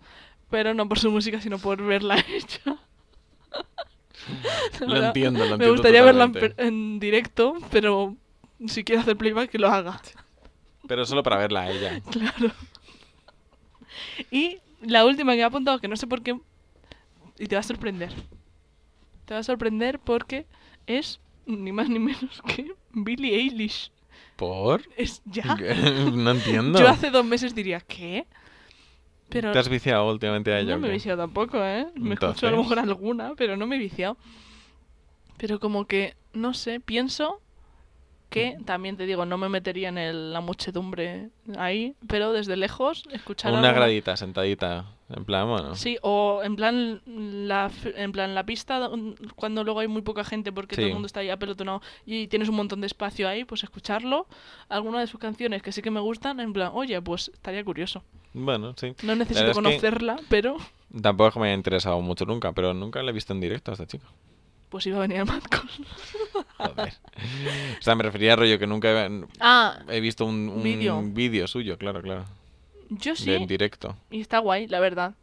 Speaker 1: pero no por su música, sino por verla hecha. La
Speaker 2: Lo
Speaker 1: verdad,
Speaker 2: entiendo, lo entiendo.
Speaker 1: Me gustaría verla en,
Speaker 2: totalmente.
Speaker 1: per- en directo, pero si quiere hacer playback, que lo haga.
Speaker 2: Pero solo para verla a ella.
Speaker 1: Claro. Y la última que he apuntado, que no sé por qué, y te va a sorprender. Te va a sorprender porque es ni más ni menos que Billie Eilish.
Speaker 2: ¿Por?
Speaker 1: Es ya.
Speaker 2: No entiendo.
Speaker 1: Yo hace dos meses diría, ¿qué? Pero
Speaker 2: ¿Te has viciado últimamente a ella?
Speaker 1: no
Speaker 2: o
Speaker 1: me he
Speaker 2: qué?
Speaker 1: viciado tampoco, ¿eh? Me escucho a
Speaker 2: Entonces.
Speaker 1: lo mejor alguna, pero no me he viciado. Pero como que, no sé, pienso que, también te digo, no me metería en el- la muchedumbre ahí, pero desde lejos escuchar
Speaker 2: Una
Speaker 1: alguna-
Speaker 2: gradita, sentadita. En plan, bueno.
Speaker 1: Sí, o en plan la, f- en plan la pista, don- cuando luego hay muy poca gente porque todo
Speaker 2: Sí.
Speaker 1: el mundo está ahí apelotonado y tienes un montón de espacio ahí, pues escucharlo. Alguna de sus canciones que sí que me gustan, en plan, oye, pues estaría curioso.
Speaker 2: Bueno, sí.
Speaker 1: No necesito
Speaker 2: verdad es que-
Speaker 1: conocerla, pero
Speaker 2: Tampoco es que me haya interesado mucho nunca, pero nunca la he visto en directo a esta chica.
Speaker 1: pues iba a venir al Madcon.
Speaker 2: Joder. o sea, me refería a rollo que nunca he,
Speaker 1: Ah,
Speaker 2: he visto un, un
Speaker 1: Vídeo.
Speaker 2: vídeo suyo, claro, claro.
Speaker 1: yo
Speaker 2: de
Speaker 1: sí,
Speaker 2: en directo.
Speaker 1: y está guay, la verdad.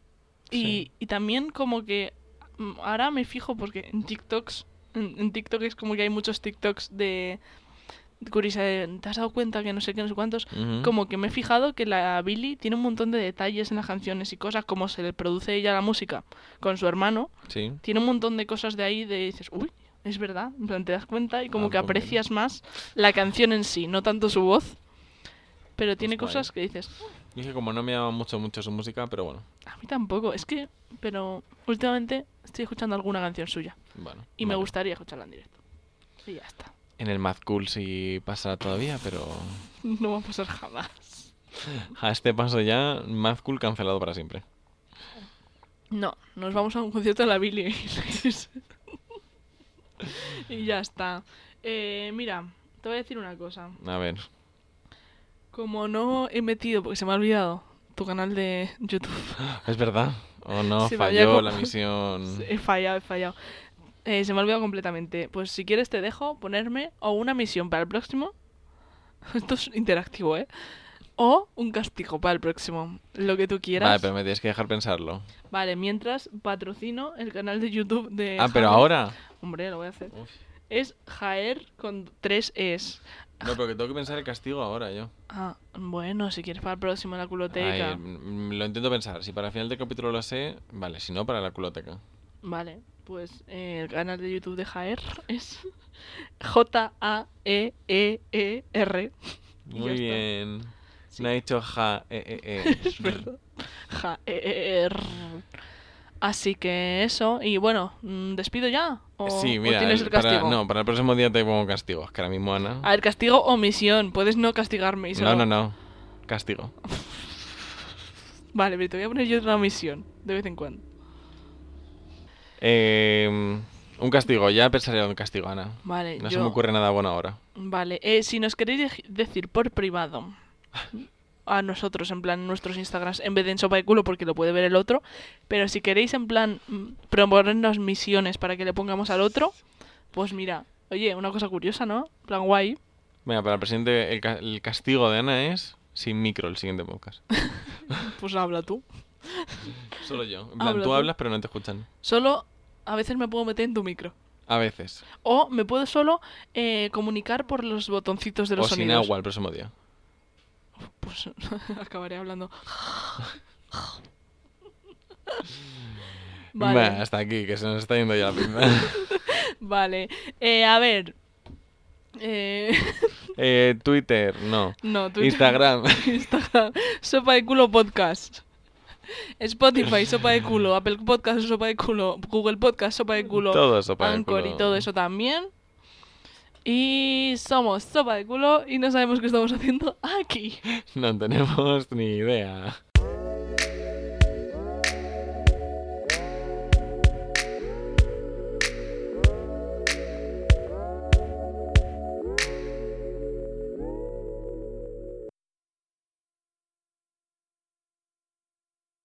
Speaker 1: Y,
Speaker 2: Sí.
Speaker 1: y también como que mm, ahora me fijo porque en TikToks, en, en TikTok es como que hay muchos TikToks de... Curisa, ¿te has dado cuenta que no sé qué, no sé cuántos?
Speaker 2: Ujú.
Speaker 1: Como que me he fijado que la Billy tiene un montón de detalles en las canciones y cosas, como se le produce ella la música con su hermano.
Speaker 2: Sí.
Speaker 1: Tiene un montón de cosas de ahí de dices, uy, es verdad. En plan, te das cuenta y como
Speaker 2: Ah,
Speaker 1: que
Speaker 2: pues mira.
Speaker 1: aprecias más la canción en sí, no tanto su voz. Pero tiene
Speaker 2: Pues guay.
Speaker 1: cosas que dices,
Speaker 2: Dije como no me llama mucho, mucho su música, pero bueno.
Speaker 1: a mí tampoco. Es que, pero últimamente estoy escuchando alguna canción suya
Speaker 2: bueno
Speaker 1: y me
Speaker 2: vale.
Speaker 1: gustaría escucharla en directo. Y ya está.
Speaker 2: En el Mad Cool sí pasará todavía, pero
Speaker 1: No va a pasar jamás.
Speaker 2: a este paso ya, Mad Cool cancelado para siempre.
Speaker 1: No, nos vamos a un concierto de la Billie Eilish. y ya está. Eh, mira, te voy a decir una cosa.
Speaker 2: A ver.
Speaker 1: Como no he metido, porque se me ha olvidado, tu canal de YouTube.
Speaker 2: Es verdad. O no,
Speaker 1: Se me había
Speaker 2: falló
Speaker 1: co-
Speaker 2: la misión.
Speaker 1: He fallado, he fallado. Eh, se me ha olvidado completamente. Pues si quieres te dejo ponerme o una misión para el próximo. Esto es interactivo, ¿eh? O un castigo para el próximo. Lo que tú quieras.
Speaker 2: Vale, pero me tienes que dejar pensarlo.
Speaker 1: Vale, mientras patrocino el canal de YouTube de...
Speaker 2: ah, pero
Speaker 1: Javier.
Speaker 2: ahora.
Speaker 1: Hombre, lo voy a hacer.
Speaker 2: Uf.
Speaker 1: Es Jaer con tres es.
Speaker 2: No, pero que tengo que pensar el castigo ahora yo.
Speaker 1: Ah, bueno, si quieres para el próximo la culoteca.
Speaker 2: Ay, mm, lo intento pensar. Si para el final del capítulo lo sé, vale. Si no, para la culoteca.
Speaker 1: Vale, pues eh, el canal de YouTube de Jaer es E J-A-E-E-E-R. Y
Speaker 2: Muy
Speaker 1: ya está.
Speaker 2: bien.
Speaker 1: Sí.
Speaker 2: No ha dicho ja, eh, eh, eh.
Speaker 1: Es verdad. Jaer. Así que eso. Y bueno, mm, ¿despido ya? ¿O,
Speaker 2: Sí,
Speaker 1: o
Speaker 2: mira,
Speaker 1: tienes
Speaker 2: el-
Speaker 1: el
Speaker 2: para,
Speaker 1: castigo? Ah,
Speaker 2: no, para el próximo día te pongo castigos, que ahora mismo Ana.
Speaker 1: A ver, castigo o misión. Puedes no castigarme. Y
Speaker 2: No,
Speaker 1: solo-
Speaker 2: no, no. Castigo.
Speaker 1: Vale, pero te voy a poner yo una misión de vez en cuando.
Speaker 2: Eh, un castigo, ya pensaré en un castigo, Ana.
Speaker 1: Vale,
Speaker 2: No
Speaker 1: yo...
Speaker 2: se me ocurre nada bueno ahora.
Speaker 1: Vale, eh, si nos queréis dej- decir por privado a nosotros, en plan nuestros Instagrams, en vez de en sopa de culo porque lo puede ver el otro, pero si queréis en plan mm, proponernos misiones para que le pongamos al otro, pues mira, oye, una cosa curiosa, ¿no? En plan guay.
Speaker 2: Venga, para el presidente, el, ca- el castigo de Ana es sin micro el siguiente podcast.
Speaker 1: Pues habla tú.
Speaker 2: Solo yo. En plan,
Speaker 1: Habla
Speaker 2: tú
Speaker 1: tú.
Speaker 2: hablas, pero no te escuchan.
Speaker 1: Solo a veces me puedo meter en tu micro.
Speaker 2: A veces.
Speaker 1: O me puedo solo eh, comunicar por los botoncitos de los
Speaker 2: o sin
Speaker 1: sonidos.
Speaker 2: agua el próximo día.
Speaker 1: Pues acabaré hablando.
Speaker 2: Bueno, hasta aquí, que se nos está yendo ya la pinta.
Speaker 1: Vale, eh, a ver. Eh,
Speaker 2: Eh, Twitter, no.
Speaker 1: no, Twitter.
Speaker 2: Instagram.
Speaker 1: Instagram. Sopa de culo podcast. Spotify, sopa de culo. Apple Podcast, sopa de culo. Google Podcast, sopa de culo.
Speaker 2: Todo sopa de
Speaker 1: Anchor
Speaker 2: culo.
Speaker 1: y todo eso también. Y somos sopa de culo y no sabemos qué estamos haciendo aquí.
Speaker 2: No tenemos ni idea.